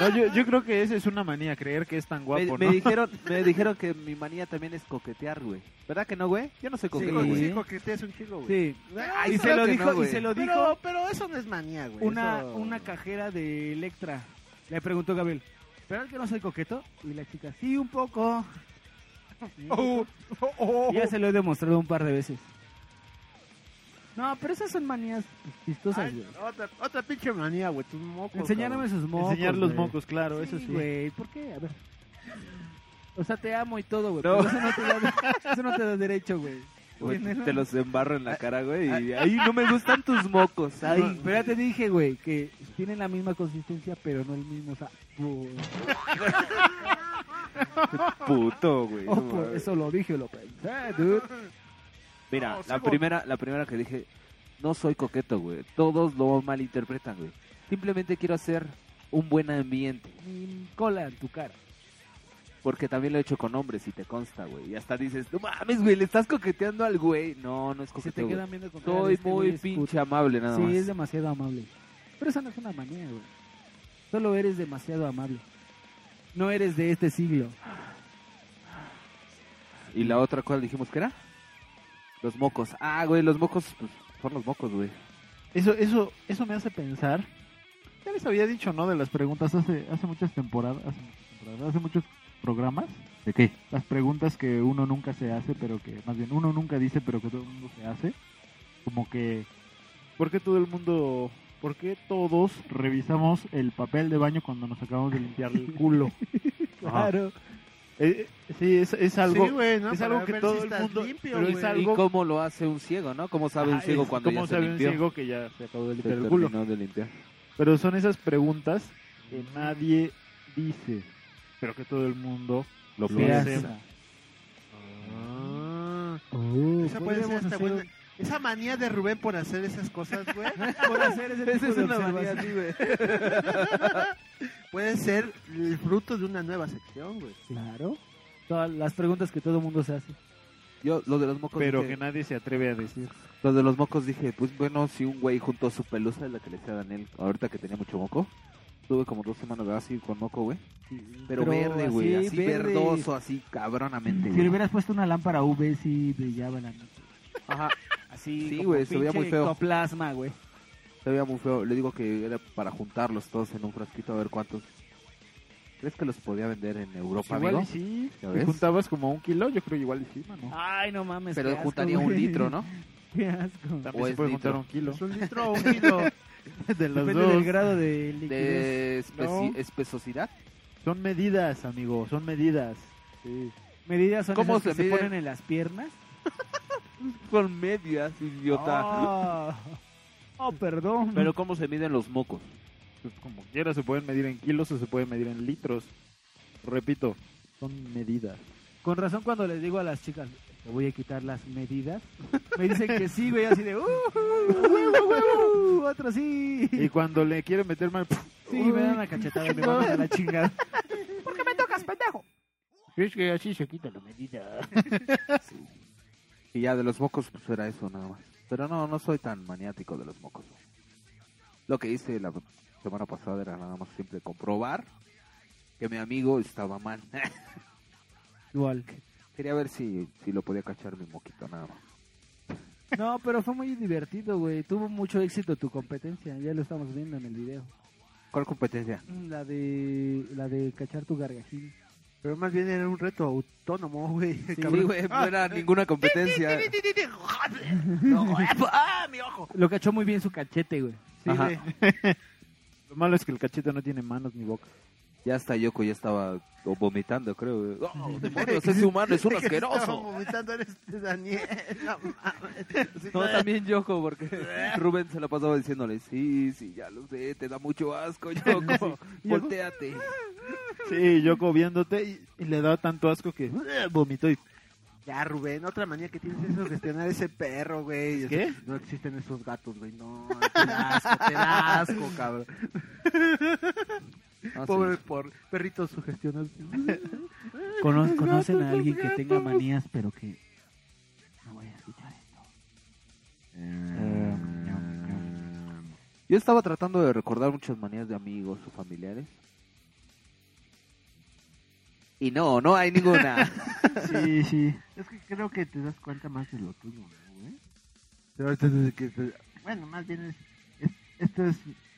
No, yo, yo creo que esa es una manía, creer que es tan
Me,
guapo,
me
¿no?
dijeron, me dijeron que mi manía también es coquetear, güey. ¿Verdad que no, güey? Yo no sé coquetear,
Sí,
güey.
güey.
que te es un chico, güey.
Sí.
Ay,
y se
claro
lo
que
dijo,
no,
y
güey.
se lo dijo
Pero, pero eso no es manía, güey.
una,
eso-
una cajera de Electra. Le preguntó Gabriel, ¿verdad que no soy coqueto? Y la chica, sí, un poco.
Oh,
Ya se lo he demostrado un par de veces. No, pero esas son manías chistosas,
Ay,
güey.
otra, otra pinche manía, güey, tus mocos.
Enseñarme sus mocos.
Enseñar los
güey.
mocos, claro, eso
Sí,
sí.
güey, ¿por qué? A ver. O sea, te amo y todo, güey.
No.
Pero eso no te da, eso no te da derecho, güey.
Güey,
¿Entiendes?
Te los embarro
Ah,
en la cara, güey. Y ahí no me gustan tus mocos.
Ay,
Ay,
pero ya te dije, güey, que tienen la misma consistencia, pero no el mismo sabor.
puto, güey.
Oh,
No
por
mames.
eso lo dije, lo pensé, dude.
Mira, la primera, la primera que dije, no soy coqueto, güey. Todos lo malinterpretan, güey. Simplemente quiero hacer un buen ambiente.
Mi cola en tu cara.
Porque también lo he hecho con hombres, y te consta, güey. Y hasta dices, no mames, güey, le estás coqueteando al güey. No, no es
Se te
coqueteo,
quedan
güey.
viendo con cara de
Soy
este güey
muy
es
pinche amable, nada
puto. Sí,
más.
es demasiado amable. Pero esa no es una manía, güey. Solo eres demasiado amable. No eres de este siglo.
Ah,
Y la otra, ¿cuál dijimos que era? Los mocos. Ah, güey, los mocos, pues, son los mocos, güey.
Eso, eso, eso me hace pensar. Ya les había dicho, ¿no? De las preguntas hace, hace muchas temporadas, hace muchas temporadas, hace muchos programas.
¿De qué?
Las preguntas que uno nunca se hace, pero que, más bien, uno nunca dice, pero que todo el mundo se hace. Como que, ¿por qué todo el mundo, por qué todos revisamos el papel de baño cuando nos acabamos de limpiar el culo? Ajá.
Claro.
Eh, sí, es, es algo,
Sí, güey, ¿no?
es
Para
algo que
ver
todo
si
el
estás
mundo...
limpio,
pero es
güey.
¿Y
algo...
cómo lo hace un ciego, no? ¿Cómo sabe un
Ajá,
ciego
es-
cuando
¿cómo
ya
sabe
se
un
limpió?
ciego que ya se acabó de limpiar
Se
el culo?
terminó de limpiar.
Pero son esas preguntas que nadie dice, pero que todo el mundo
Lo
se
piensa.
hace. Uh,
Esa puede ser hasta buena- Esa manía de Rubén por hacer esas cosas, güey. Por hacer ese
Esa
tipo
es
de
una manía,
observaciones.
sí,
Puede ser el fruto de una nueva sección, güey.
Claro. Todas las preguntas que todo mundo se hace.
Yo, lo de los mocos.
Pero
dije-
que nadie se atreve a decir.
Lo de los mocos dije, pues bueno, si un güey juntó su pelusa, la que le decía a Daniel, ahorita que tenía mucho moco. Tuve como dos semanas así con moco, güey. Pero,
Pero
verde, güey.
así,
Así,
verde.
verdoso, así cabronamente,
Si le
güey.
hubieras puesto una lámpara UV, sí brillaba la noche.
Ajá. Así, sí,
como
güey, se veía
pinche
muy feo.
Ectoplasma, güey.
Se veía muy feo. Le digo que era para juntarlos todos en un frasquito a ver cuántos. ¿Crees que los podía vender en Europa,
Pues Igual
amigo?
y sí.
¿Ya
Si
ves?
juntabas como un kilo, yo creo igual y sí, mano.
Ay, no mames.
Pero
qué asco,
juntaría un
güey.
litro, ¿no?
Qué asco.
También
¿O
se
es
puede
litro?
juntar un kilo.
un litro o un kilo.
De los
Depende
dos.
del grado de
De
liquidez.
especi-
No.
espesosidad.
Son medidas, amigo, son medidas. Sí.
Medidas son
¿Cómo
esas que
se
se
mide?
ponen en las piernas.
Con medias, idiota.
Oh, Oh, perdón.
Pero ¿cómo se miden los mocos?
Pues como quiera, se pueden medir en kilos o se pueden medir en litros. Repito, son medidas.
Con razón cuando les digo a las chicas, te voy a quitar las medidas, me dicen que sí, güey, así de, "Uh, huevo,
uh,
huevo, otro sí.
Y cuando le quieren meter mal,
Sí, me dan una cachetada y me mandan a la chingada.
¿Por qué me tocas, pendejo?
es que así se quita la medida.
Y ya de los mocos, pues era eso nada más. Pero no, no soy tan maniático de los mocos. güey. Lo que hice la semana pasada era nada más siempre comprobar que mi amigo estaba mal.
Igual.
Quería ver si, si lo podía cachar mi moquito nada más.
No, pero fue muy divertido, güey. Tuvo mucho éxito tu competencia, ya lo estamos viendo en el video.
¿Cuál competencia?
La de la de cachar tu gargajín.
Pero más bien era un reto autónomo, güey.
Sí, güey,
Ah.
no era ninguna competencia.
eh, pues,
¡Ah, mi ojo!
Lo cachó muy bien su cachete, güey.
Sí,
Ajá.
güey.
Lo malo es que el cachete no tiene manos ni boca.
Ya hasta Yoko ya estaba vomitando, creo. güey. ¡Oh, demonios! Ese humano es un
Que se estaba
asqueroso.
vomitando en este Daniel. No mames. Sí,
No,
güey.
también Yoko, porque Rubén se la pasaba diciéndole, sí, sí, ya lo sé, te da mucho asco, Yoko, volteate.
Sí, yo viéndote y, y le da tanto asco que eh, vomitó y
Ya, Rubén, otra manía que tienes es gestionar ese perro, güey.
¿Qué?
No existen esos gatos, güey. No, te da asco, te da asco, cabrón.
No, sí.
Pobre por perrito sugestionado.
Cono- ¿Conocen a alguien que tenga manías, pero que no vaya a escuchar esto?
Yo estaba tratando de recordar muchas manías de amigos o familiares. Y no, no hay ninguna.
Sí, sí. Es que creo que te das cuenta más de lo tuyo, ¿no, güey? Bueno, más bien es, es- esto es,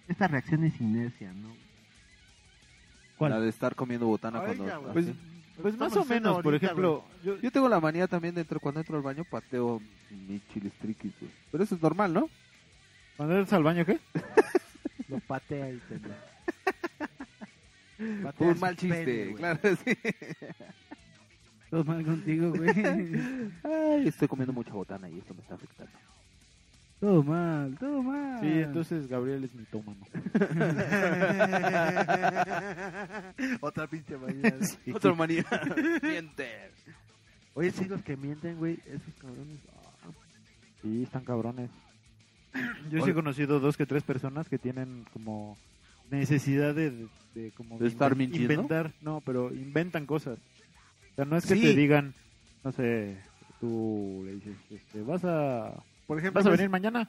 esta reacción es inercia, ¿no?
La de estar comiendo botana
Ahorita,
cuando...
güey.
así.
Pues- pues más o
Estamos haciendo
menos, por
ahorita,
ejemplo, yo,
Yo tengo la manía también de entro- cuando entro al baño pateo mi chiles triquis, güey. Pero eso es normal, ¿no?
cuando eres al baño, ¿qué?
Lo patea y te lo-
Fue
Pateas
un mal
un pene,
chiste,
güey.
claro, sí.
Todo mal contigo, güey.
Ay, estoy comiendo mucha botana y esto me está afectando.
Todo mal, todo mal.
Sí, entonces Gabriel es mitómano.
Otra pinche manía.
Sí. Otra manía. Mientes.
Oye, sí, los que mienten, güey, esos cabrones. ah,
Sí, están cabrones. Yo sí
Oye.
he conocido dos que tres personas que tienen como necesidad de, de- de como
¿De estar mintiendo?
inventar, no, pero inventan cosas. O sea, no es que
Sí.
te digan, no sé, tú le dices, este, vas a,
Por ejemplo,
vas a venir mañana.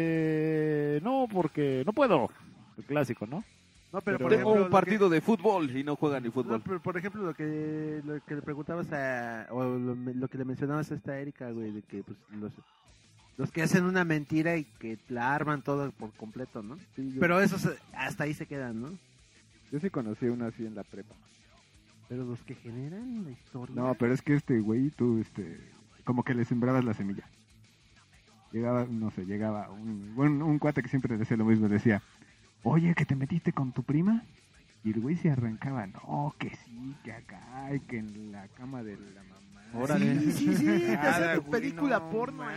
Eh, no, porque no puedo. El clásico, ¿no?
No, pero, por
Tengo
ejemplo,
un
lo
partido de fútbol y no juega ni
que- no,
fútbol.
pero por ejemplo, lo que, lo que le preguntabas a. O lo, lo que le mencionabas a esta Erika, güey, de que pues, los, los que hacen una mentira y que la arman toda por completo, ¿no?
Sí, yo,
Pero esos eh, hasta ahí se quedan, ¿no?
yo sí conocí una así en la prepa.
Pero los que generan la historia.
No, pero es que este güey, tú, este, como que le sembrabas la semilla. Llegaba, no sé, llegaba un, un, un cuate que siempre decía lo mismo, decía, oye, que te metiste con tu prima. Y el güey se arrancaba, no, que sí, que acá, y que en la cama de la mamá.
Órale.
Sí, sí, sí, te
Nada,
pues,
haces tu
güey,
película
no
porno. ¿eh?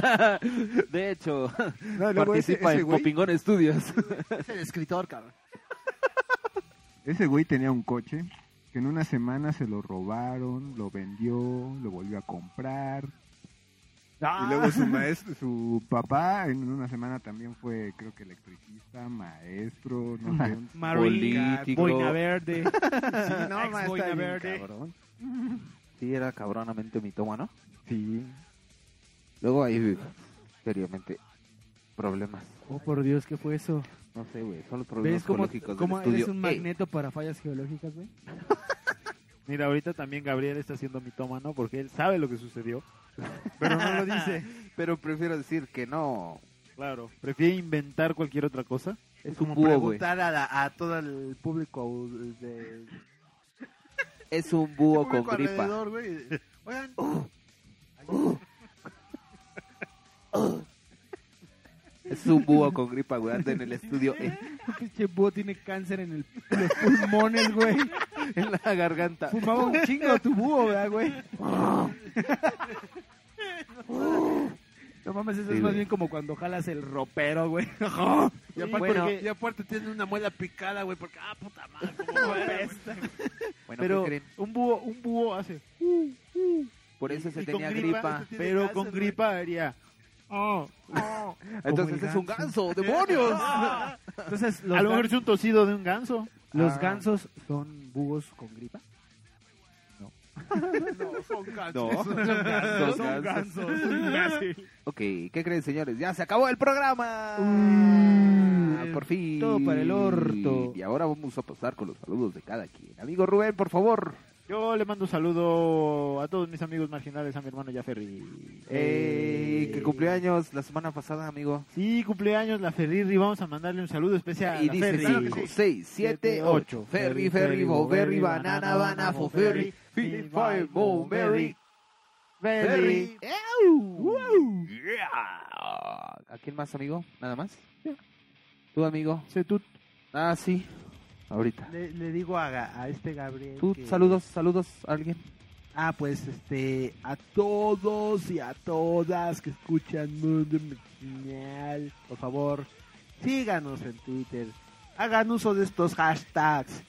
ahí.
De hecho,
No, luego ese-
participa
ese
en
güey-
Popingón Studios.
Es el escritor, cabrón.
Ese güey tenía un coche que en una semana se lo robaron, lo vendió, lo volvió a comprar. Y luego
Ah.
su maestro, su papá en una semana también fue, creo que electricista, maestro, no sé. un-
Marín, Político.
Boina Verde.
Sí, no,
Ex
ma, está
Boina
bien
Verde.
cabrón.
Sí, era cabronamente mitómano.
Sí.
Luego ahí, seriamente, problemas.
Oh, por Dios, ¿qué fue eso?
No sé, güey, solo problemas
¿Ves cómo,
geológicos del
cómo eres
estudio.
un
Ey,
magneto para fallas geológicas, güey?
Mira, ahorita también Gabriel está siendo mitómano porque él sabe lo que sucedió, pero no lo dice.
pero prefiero decir que no.
Claro, prefiere inventar cualquier otra cosa.
Es
Como
un búho, güey.
preguntar a, la- a todo el público de...
Es un búho con
público
gripa. Oh.
alrededor, güey. Oigan,
Es un búho con gripa, güey. Anda en el estudio. eh,
Pinche búho tiene cáncer en el, los pulmones, güey.
en la garganta.
Fumaba un chingo tu búho, ¿verdad, güey? No mames, eso
Sí,
es más
güey.
bien como cuando jalas el ropero, güey.
y aparte, porque- y aparte tiene una muela picada, güey, porque, ah, puta madre, cómo duele, güey.
Bueno,
Pero
¿qué creen?
un búho, un búho hace. "Uh, uh",
Por eso se
y
tenía
con
gripa.
este tiene Pero con
cáncer,
gripa haría. "Oh, oh", como
Entonces
el
es un ganso, demonios.
Ah.
Entonces, los
A lo mejor
gan-
es un tosido de un ganso.
¿Los
Ah.
gansos son búhos con gripa?
No, son gansos.
No.
Son gansos.
Son gansos.
gansos.
Ok, ¿qué creen, señores? Ya se acabó el programa. Ah, por fin.
todo para el orto.
Y ahora vamos a pasar con los saludos de cada quien. Amigo Rubén, por favor.
Yo le mando un saludo a todos mis amigos marginales, a mi hermano Jaferri.
Eh, que cumpleaños la semana pasada, amigo.
Sí, cumpleaños la Ferriri. Vamos a mandarle un saludo especial
Y
a la
dice
Ferri.
5, 6, 7, 8. Ferry, Ferry, Boberry, Banana, Banana, Foferry, Philip, Five, Bo, Mary,
Ferri.
Ferry. ¿A quién más, amigo? ¿Nada más? ¿Tú, amigo? Ah, sí. Ahorita.
Le, le digo a, Ga- a este Gabriel.
¿Tú,
que-
saludos, saludos a alguien?
Ah, pues este, a todos y a todas que escuchan Mundo Marginal, por favor, síganos en Twitter. Hagan uso de estos hashtags.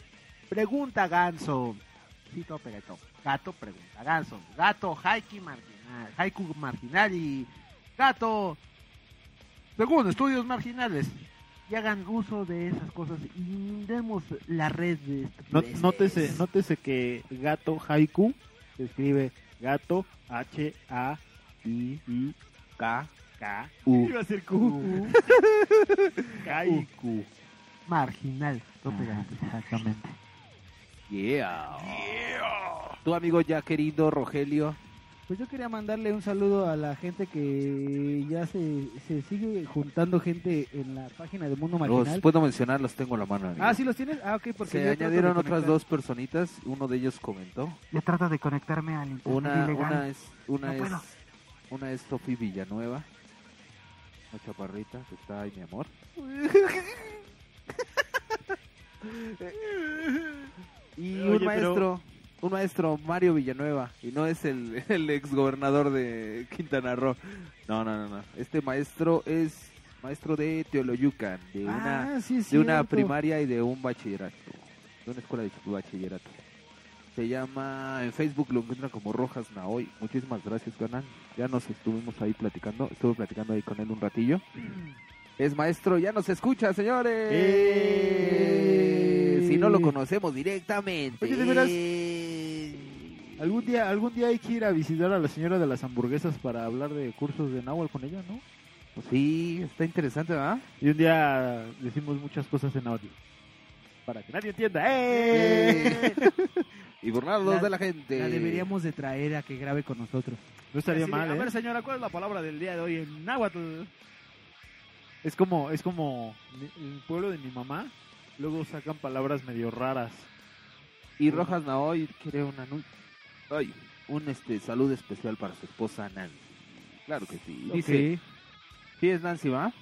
Pregunta Ganso. Cito Pereto. Gato pregunta Ganso. Gato Haiku Marginal. Haiku Marginal y Gato. Según estudios marginales. Y hagan uso de esas cosas y inundemos la red de
No-
Pues,
estupideces.
nótese, nótese que gato haiku se escribe gato H A I I K K U.
Iba a ser Q.
Haiku. Ah,
Marginal. No pegadito.
Exactamente.
Yeah. ¿Tu amigo ya querido, Rogelio?
Pues yo quería mandarle un saludo a la gente que ya se, se sigue juntando gente en la página de Mundo
Los
Marginal.
puedo mencionar, los tengo a la mano. amigo.
Ah, ¿sí los tienes? Ah, ok, porque
Se
yo trato de
añadieron otras
conectar.
dos personitas. Uno de ellos comentó.
Yo trato de conectarme al internet
pues,
Una,
ilegal.
una es, una
No
es,
puedo.
una es Sofi Villanueva, una chaparrita que está ahí, mi amor. Y
Oye,
un maestro, un maestro Mario Villanueva, y no es el, el ex gobernador de Quintana Roo. No, no, no, no. Este maestro es maestro de Teoloyucan, de una,
Ah, sí, es
de una
cierto.
primaria y de un bachillerato, de una escuela de bachillerato. Se llama, en Facebook lo encuentran como Rojas Naoy. Muchísimas gracias, Ganan. Ya nos estuvimos ahí platicando, estuve platicando ahí con él un ratillo. Es maestro, ya nos escucha, señores.
¡Eh!
Si no lo conocemos directamente.
Oye, de veras.
Eh.
Algún día, algún día hay que ir a visitar a la señora de las hamburguesas para hablar de cursos de náhuatl con ella, ¿no?
Pues sí, está interesante, ¿verdad?
Y un día decimos muchas cosas en audio. Para que nadie entienda. ¡Eh!
Eh. y burlarnos
La-
de la gente.
La deberíamos de traer a que grabe con nosotros.
No estaría
Así de,
mal,
A
¿eh?
ver, señora, ¿cuál es la palabra del día de hoy en náhuatl?
Es como, es como mi- el pueblo de mi mamá. Luego sacan palabras medio raras.
Y Rojas Naoy quiere una nu- ay, un este saludo especial para su esposa Nancy. Claro que sí. Dice, sí es Nancy, ¿va?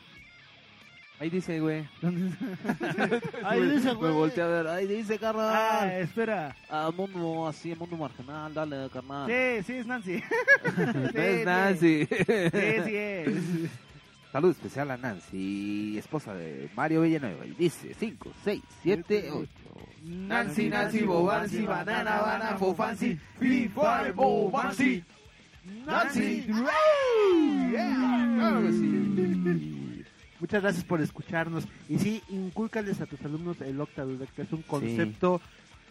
Ahí dice, güey.
Ahí
Me-
dice,
Me
güey.
volteé a ver. Ahí dice, carnal.
Ah, espera.
A mundo, así, a mundo marginal, dale, carnal.
Sí, sí, es Nancy.
No
Sí,
es
sí.
Nancy.
Sí, sí es.
Salud especial a Nancy, esposa de Mario Villanueva. Y dice 5, 6, 7, 8.
Nancy, Nancy, Bobancy, Banana, Banana, Fofancy, Fifa, Bobancy. Nancy.
Muchas gracias por escucharnos. Y sí, incúlcales a tus alumnos el Octadude, que es un concepto.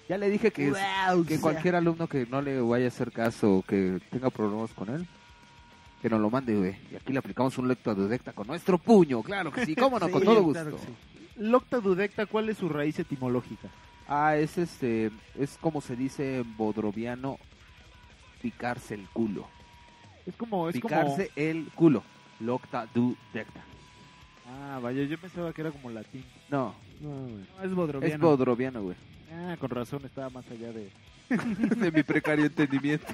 Ya le dije que, es-
Wow,
que
o sea.
cualquier alumno que no le vaya a hacer caso o que tenga problemas con él, que nos lo mande, güey. Y aquí le aplicamos un lecto directa con nuestro puño, claro que sí, cómo no, con todo gusto.
claro que sí. Loctadudecta, ¿cuál es su raíz etimológica?
Ah, es este, es como se dice en bodroviano, picarse el culo.
Es como, es
picarse el culo. Locta du decta.
como. Ah, vaya, yo pensaba que era como latín.
No,
No, güey.
es bodroviano.
es bodroviano, güey.
Ah, con razón, estaba más allá de.
De mi precario entendimiento.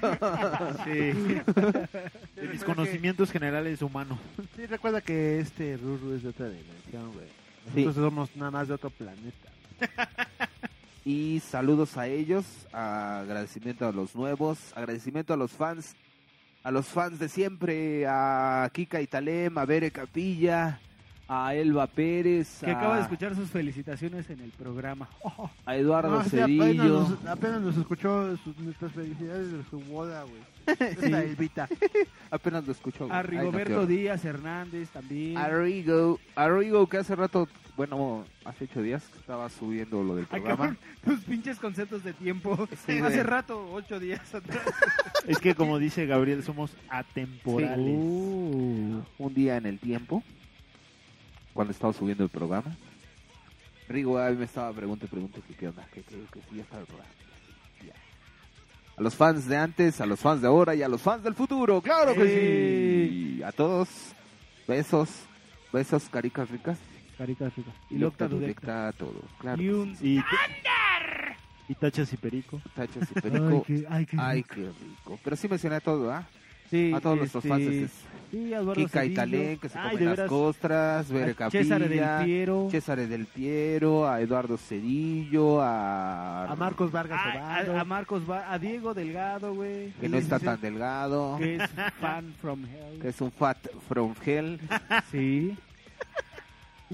Sí. De mis conocimientos generales humanos. Sí, recuerda que este Ruru es de otra dimensión, güey. Nosotros somos nada más de otro planeta.
Y saludos a ellos, agradecimiento a los nuevos, agradecimiento a los fans, a los fans de siempre, a Kika Italem, a Bere Capilla, a Elba Pérez,
Que
a,
acaba de escuchar sus felicitaciones en el programa. Oh,
a Eduardo
No, Ah, sí, apenas,
Cedillo.
nos, apenas nos escuchó sus- nuestras felicidades de su boda, güey. Esta Elvita.
Apenas lo escucho. güey.
a
Ay, no, qué
Rigoberto
horror.
Díaz Hernández también.
A Rigo, a Rigo que hace rato, bueno, hace ocho días que estaba subiendo lo del
Ay,
programa.
cabrón, tus pinches conceptos de tiempo.
Sí, güey.
Hace rato, ocho días atrás.
Es que como dice Gabriel, somos
Sí.
atemporales.
Uh, un día en el tiempo, cuando estaba subiendo el programa, Rigo Gaby me estaba preguntando y preguntando que qué onda, que creo que sí ya estaba el programa. Ya. A los fans de antes, a los fans de ahora y a los fans del futuro, claro que sí. A todos, besos, besos, caricas ricas.
Caricas ricas.
Y locta directa a todos, claro.
Y
que
un-
sí.
Y, y tachas y perico.
Tachas y
Ay,
perico.
qué- ay, qué
Ay, qué rico. Pero sí mencioné a todo, ¿ah?
Sí,
a todos nuestros
este,
fans. este,
sí, a Eduardo
Kika
Cedillo.
Italén, que se
Ay,
comen
de
las
veras.
costras, Bere
A
Capilla,
César del Piero.
César del Piero, a Eduardo Cedillo, a,
A Marcos Vargas
Ay,
Ovado.
a, a Marcos Va- a Diego Delgado, güey.
que no está tan delgado,
Que es fan from hell.
que es un fat from hell.
Sí.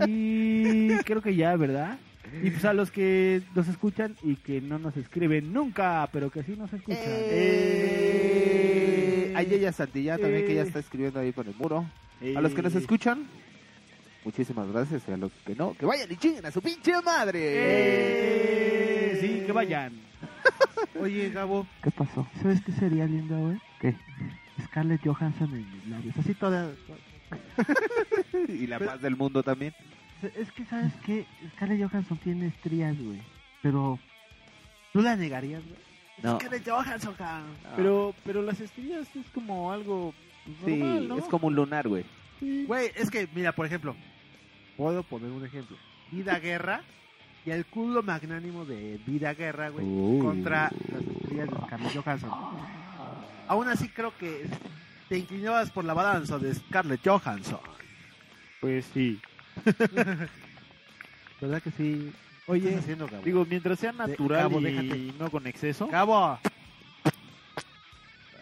Y creo que ya, ¿verdad? Y pues a los que nos escuchan y que no nos escriben nunca, pero que sí nos escuchan.
Eh, a Yeya Santillán también, que ya está escribiendo ahí con el muro. A los que nos
Eh.
escuchan, muchísimas gracias. Y a los que no, que vayan y chinguen a su pinche madre.
Eh, sí, que vayan.
Oye, Gabo,
¿Qué pasó? ¿Sabes qué sería lindo, güey? ¿Qué? Scarlett Johansson en mis labios. Así toda...
y la paz del mundo también.
Es que, ¿sabes qué? Scarlett Johansson tiene estrías, güey. Pero... ¿Tú la negarías, güey?
No.
¿Qué te Johansson, cabrón?
Ah.
Pero, pero las estrellas es como algo pues,
Sí,
normal, ¿no?
es como un lunar, güey.
Güey, es que, mira, por ejemplo, puedo poner un ejemplo. Vida Guerra y el culo magnánimo de Vida Guerra, güey,
Uh.
contra las estrellas de Scarlett Johansson. Aún así creo que te inclinabas por la balanza de Scarlett Johansson.
Pues sí.
¿Verdad que sí? ¿Qué
Oye,
estás haciendo, Gabo?
digo, mientras sea natural
Gabo,
y
déjate.
no con exceso.
¡Cabo!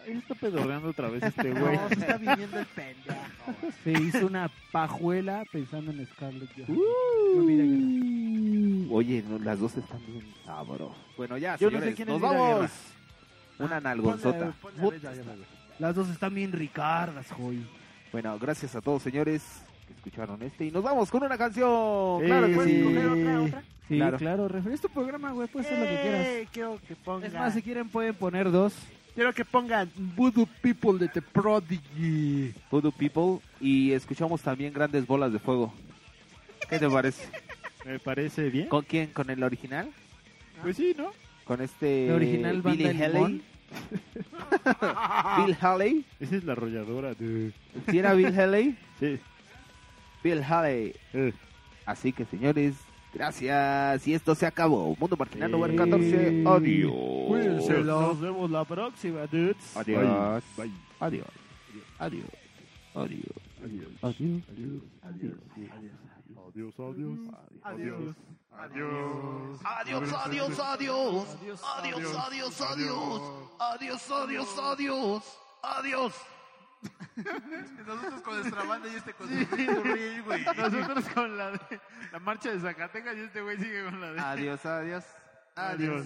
Él está pedorreando otra
Pues
vez este güey.
No, se está viniendo el pendejo.
Se hizo una pajuela pensando en Scarlett Johansson.
Uh.
No, mira, guerra.
Mm. Oye, no, las dos están bien sabros. Bueno, ya,
Yo no sé
señores,
quién es
nos
Vida
vamos.
Guerra. Ah,
Una nalgonzota.
Ponle a ver, ya, ya, ya.
Las dos están bien ricardas, joy.
Bueno, gracias a todos, señores, que escucharon este. Y nos vamos con una canción. Claro que
Eh,
sí.
Sí,
Claro.
claro. refri- Es tu programa, güey, puedes hacer lo que quieras.
Eh, Quiero que pongan...
Es más, si quieren pueden poner dos.
Quiero que pongan Voodoo People de The Prodigy.
Voodoo People. Y escuchamos también Grandes Bolas de Fuego. ¿Qué te parece?
Me parece bien.
¿Con quién? ¿Con el original?
Pues sí, ¿no?
¿Con este
La original
Billy
banda Limón.
Haley? ¿Bill Haley?
Esa es la arrolladora de...
¿Sí era Bill Haley?
Sí. Eh.
Bill Haley. Así que, señores, gracias. Y esto se acabó. Mundo Marginal número 14. Adiós.
Nos vemos la próxima, dudes.
Adiós.
Bye.
Adiós. Adiós. Adiós.
Adiós. Adiós. Adiós. Adiós.
Adiós, adiós.
Adiós.
Adiós.
Adiós, adiós, adiós. Adiós, adiós, adiós. Adiós, adiós, adiós. Adiós.
Nosotros con nuestra banda y este con
Sí.
Turril, güey.
Nosotros con la de- la marcha de Zacatecas y este güey sigue con la de.
Adiós, adiós.
Adiós.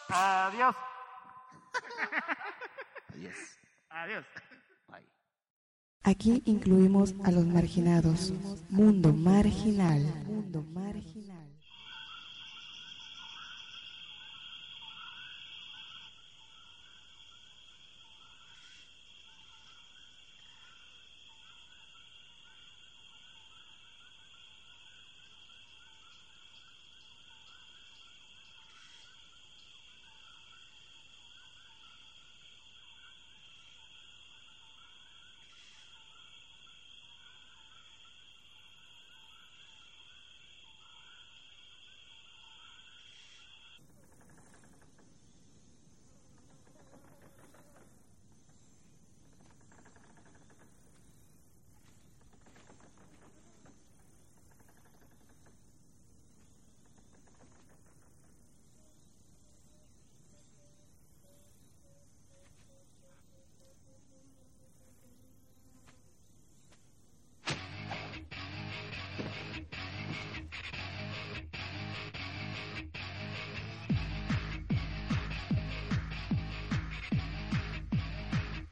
adiós.
Adiós.
Adiós.
Aquí incluimos a los marginados. Mundo marginal. Mundo marginal.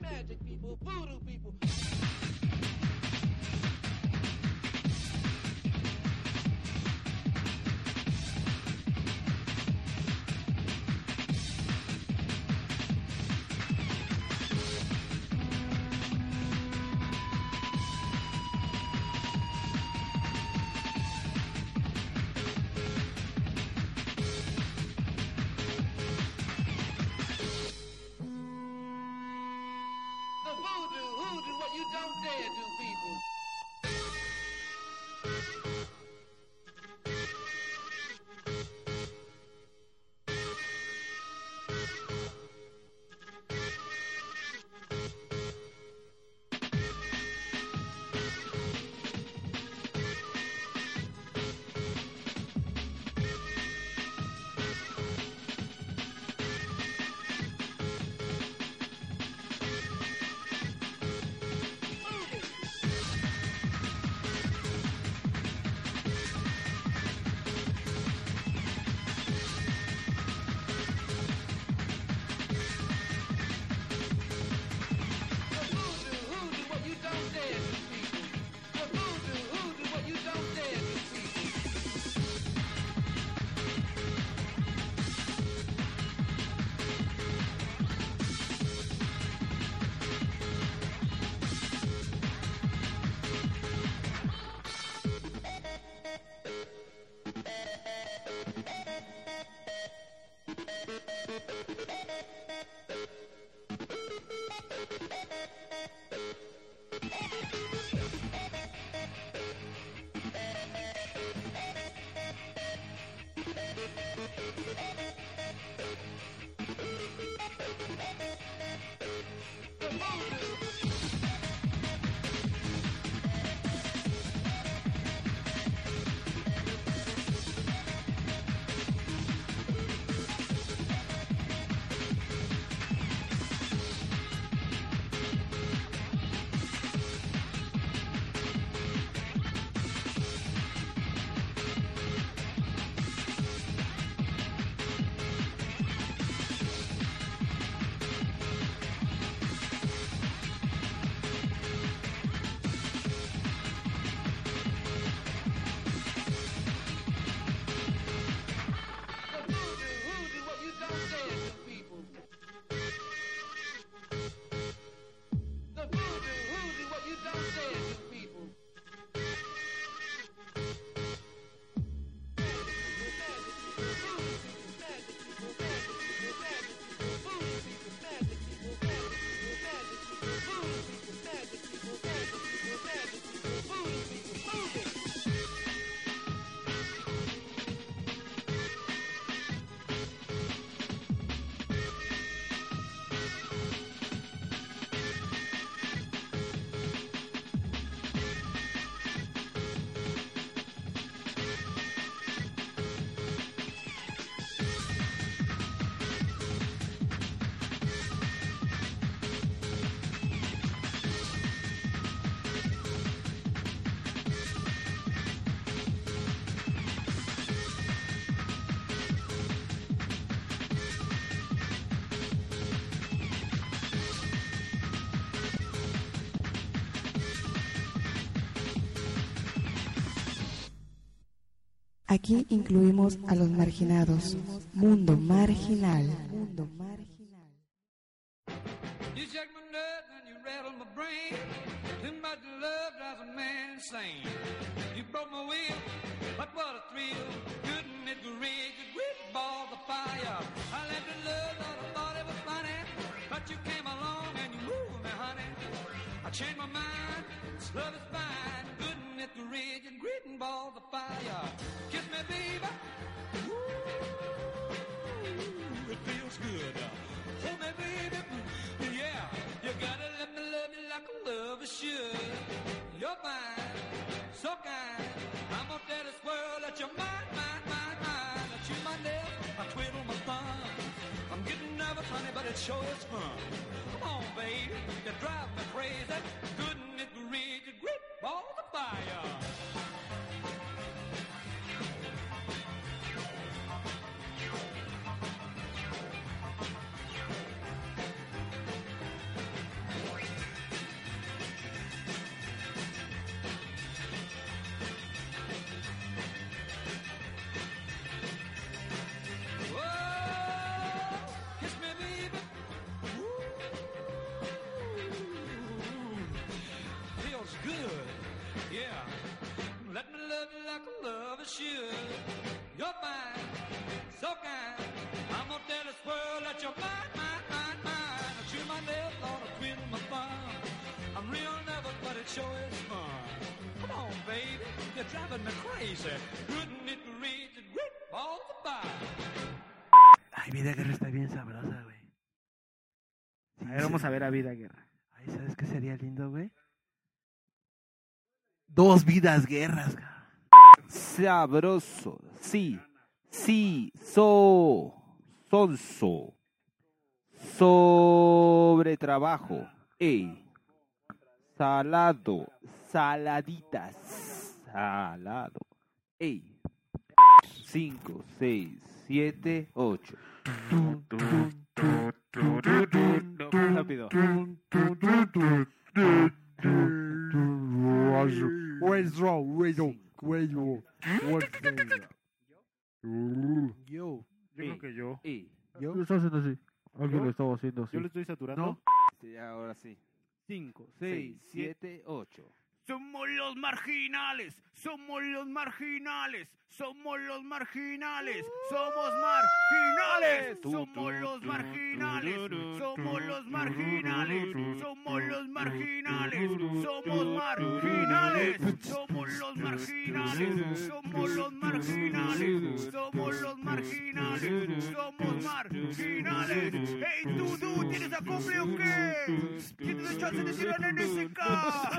Magic people, voodoo people. The voodoo, hoodoo, what you don't dare do, people. Move it.
Aquí incluimos a los marginados. Mundo marginal. Mundo marginal.
You shake my nerve and you rattle my brain. Too much love drives a man insane. You broke my will, but what a thrill! Couldn't it be rigged? Could we ball the fire? I left in love, I thought it was funny, but you came along and you moved me, honey. I changed my mind. This love is fine. Couldn't it be rigged? And greeting ball the fire. Kiss me, baby. Ooh, it feels good. uh. Hold me, Oh, baby. Yeah, you gotta let me love you like a lover should. You're mine, so kind. I'm gonna tell this world that you're mine, mine, mine, mine. I chew my nail, I twiddle my thumb. I'm getting nervous, honey, but it sure is fun. Come on, babe, you drive me crazy. Couldn't it be rigged? You grip all the fire. Kiss me, baby. Ooh, Mm. feels good. Yeah. Let me love you like a lover should. You're fine, so kind. I'm gonna tell this world that you're mine, mine, mine, mine. I chew my nails, Lord, I quit my thumb. I'm real nervous, but it sure is fun. Come on, baby, you're driving me crazy. Couldn't it be read the grip all the bar?
Ay, Vida Guerra está bien sabrosa, güey. a ver,
sí.
vamos a ver a Vida Guerra.
Ay, ¿sabes qué sería lindo, güey?
Dos vidas guerras, cabrón.
Sabroso. Sí. Sí. So. Sonso. Sobre trabajo. Ey. Salado. Saladitas. Salado. Ey. 5, 6, 7, 8. Rápido.
Pues, Yo. Yo creo que yo.
¿Yo?
Lo estaba haciendo así. Alguien lo estaba haciendo así.
¿Yo lo estoy saturando?
No.
Sí, ahora sí.
5,
Seis, siete, ocho.
Somos los marginales, somos los marginales, somos los marginales, somos marginales, somos los marginales, somos los marginales, somos los marginales, somos marginales, somos los marginales, somos los marginales, somos los marginales, somos marginales. Hey, tú, tú, ¿tienes a cumple o qué? ¿Tienes la chance de tirar en ese caso?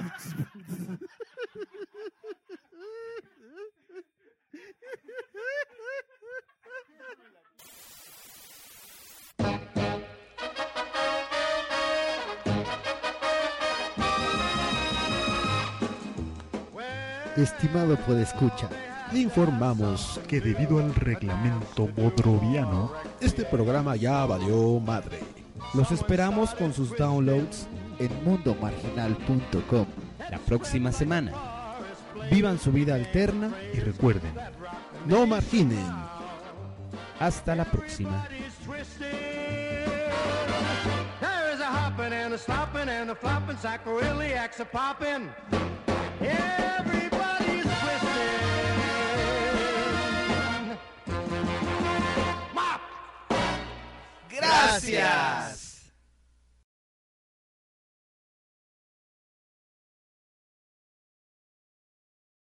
Estimado podescucha, le informamos que debido al reglamento bodroviano, este programa ya valió madre.
Los esperamos con sus downloads en mundomarginal.com la próxima semana. Vivan su vida alterna y recuerden, no marginen. Hasta la próxima.
There is a hopping and a slopping and a flopping, sacroiliacs a popping. Everybody's twisting. Mop!
Gracias.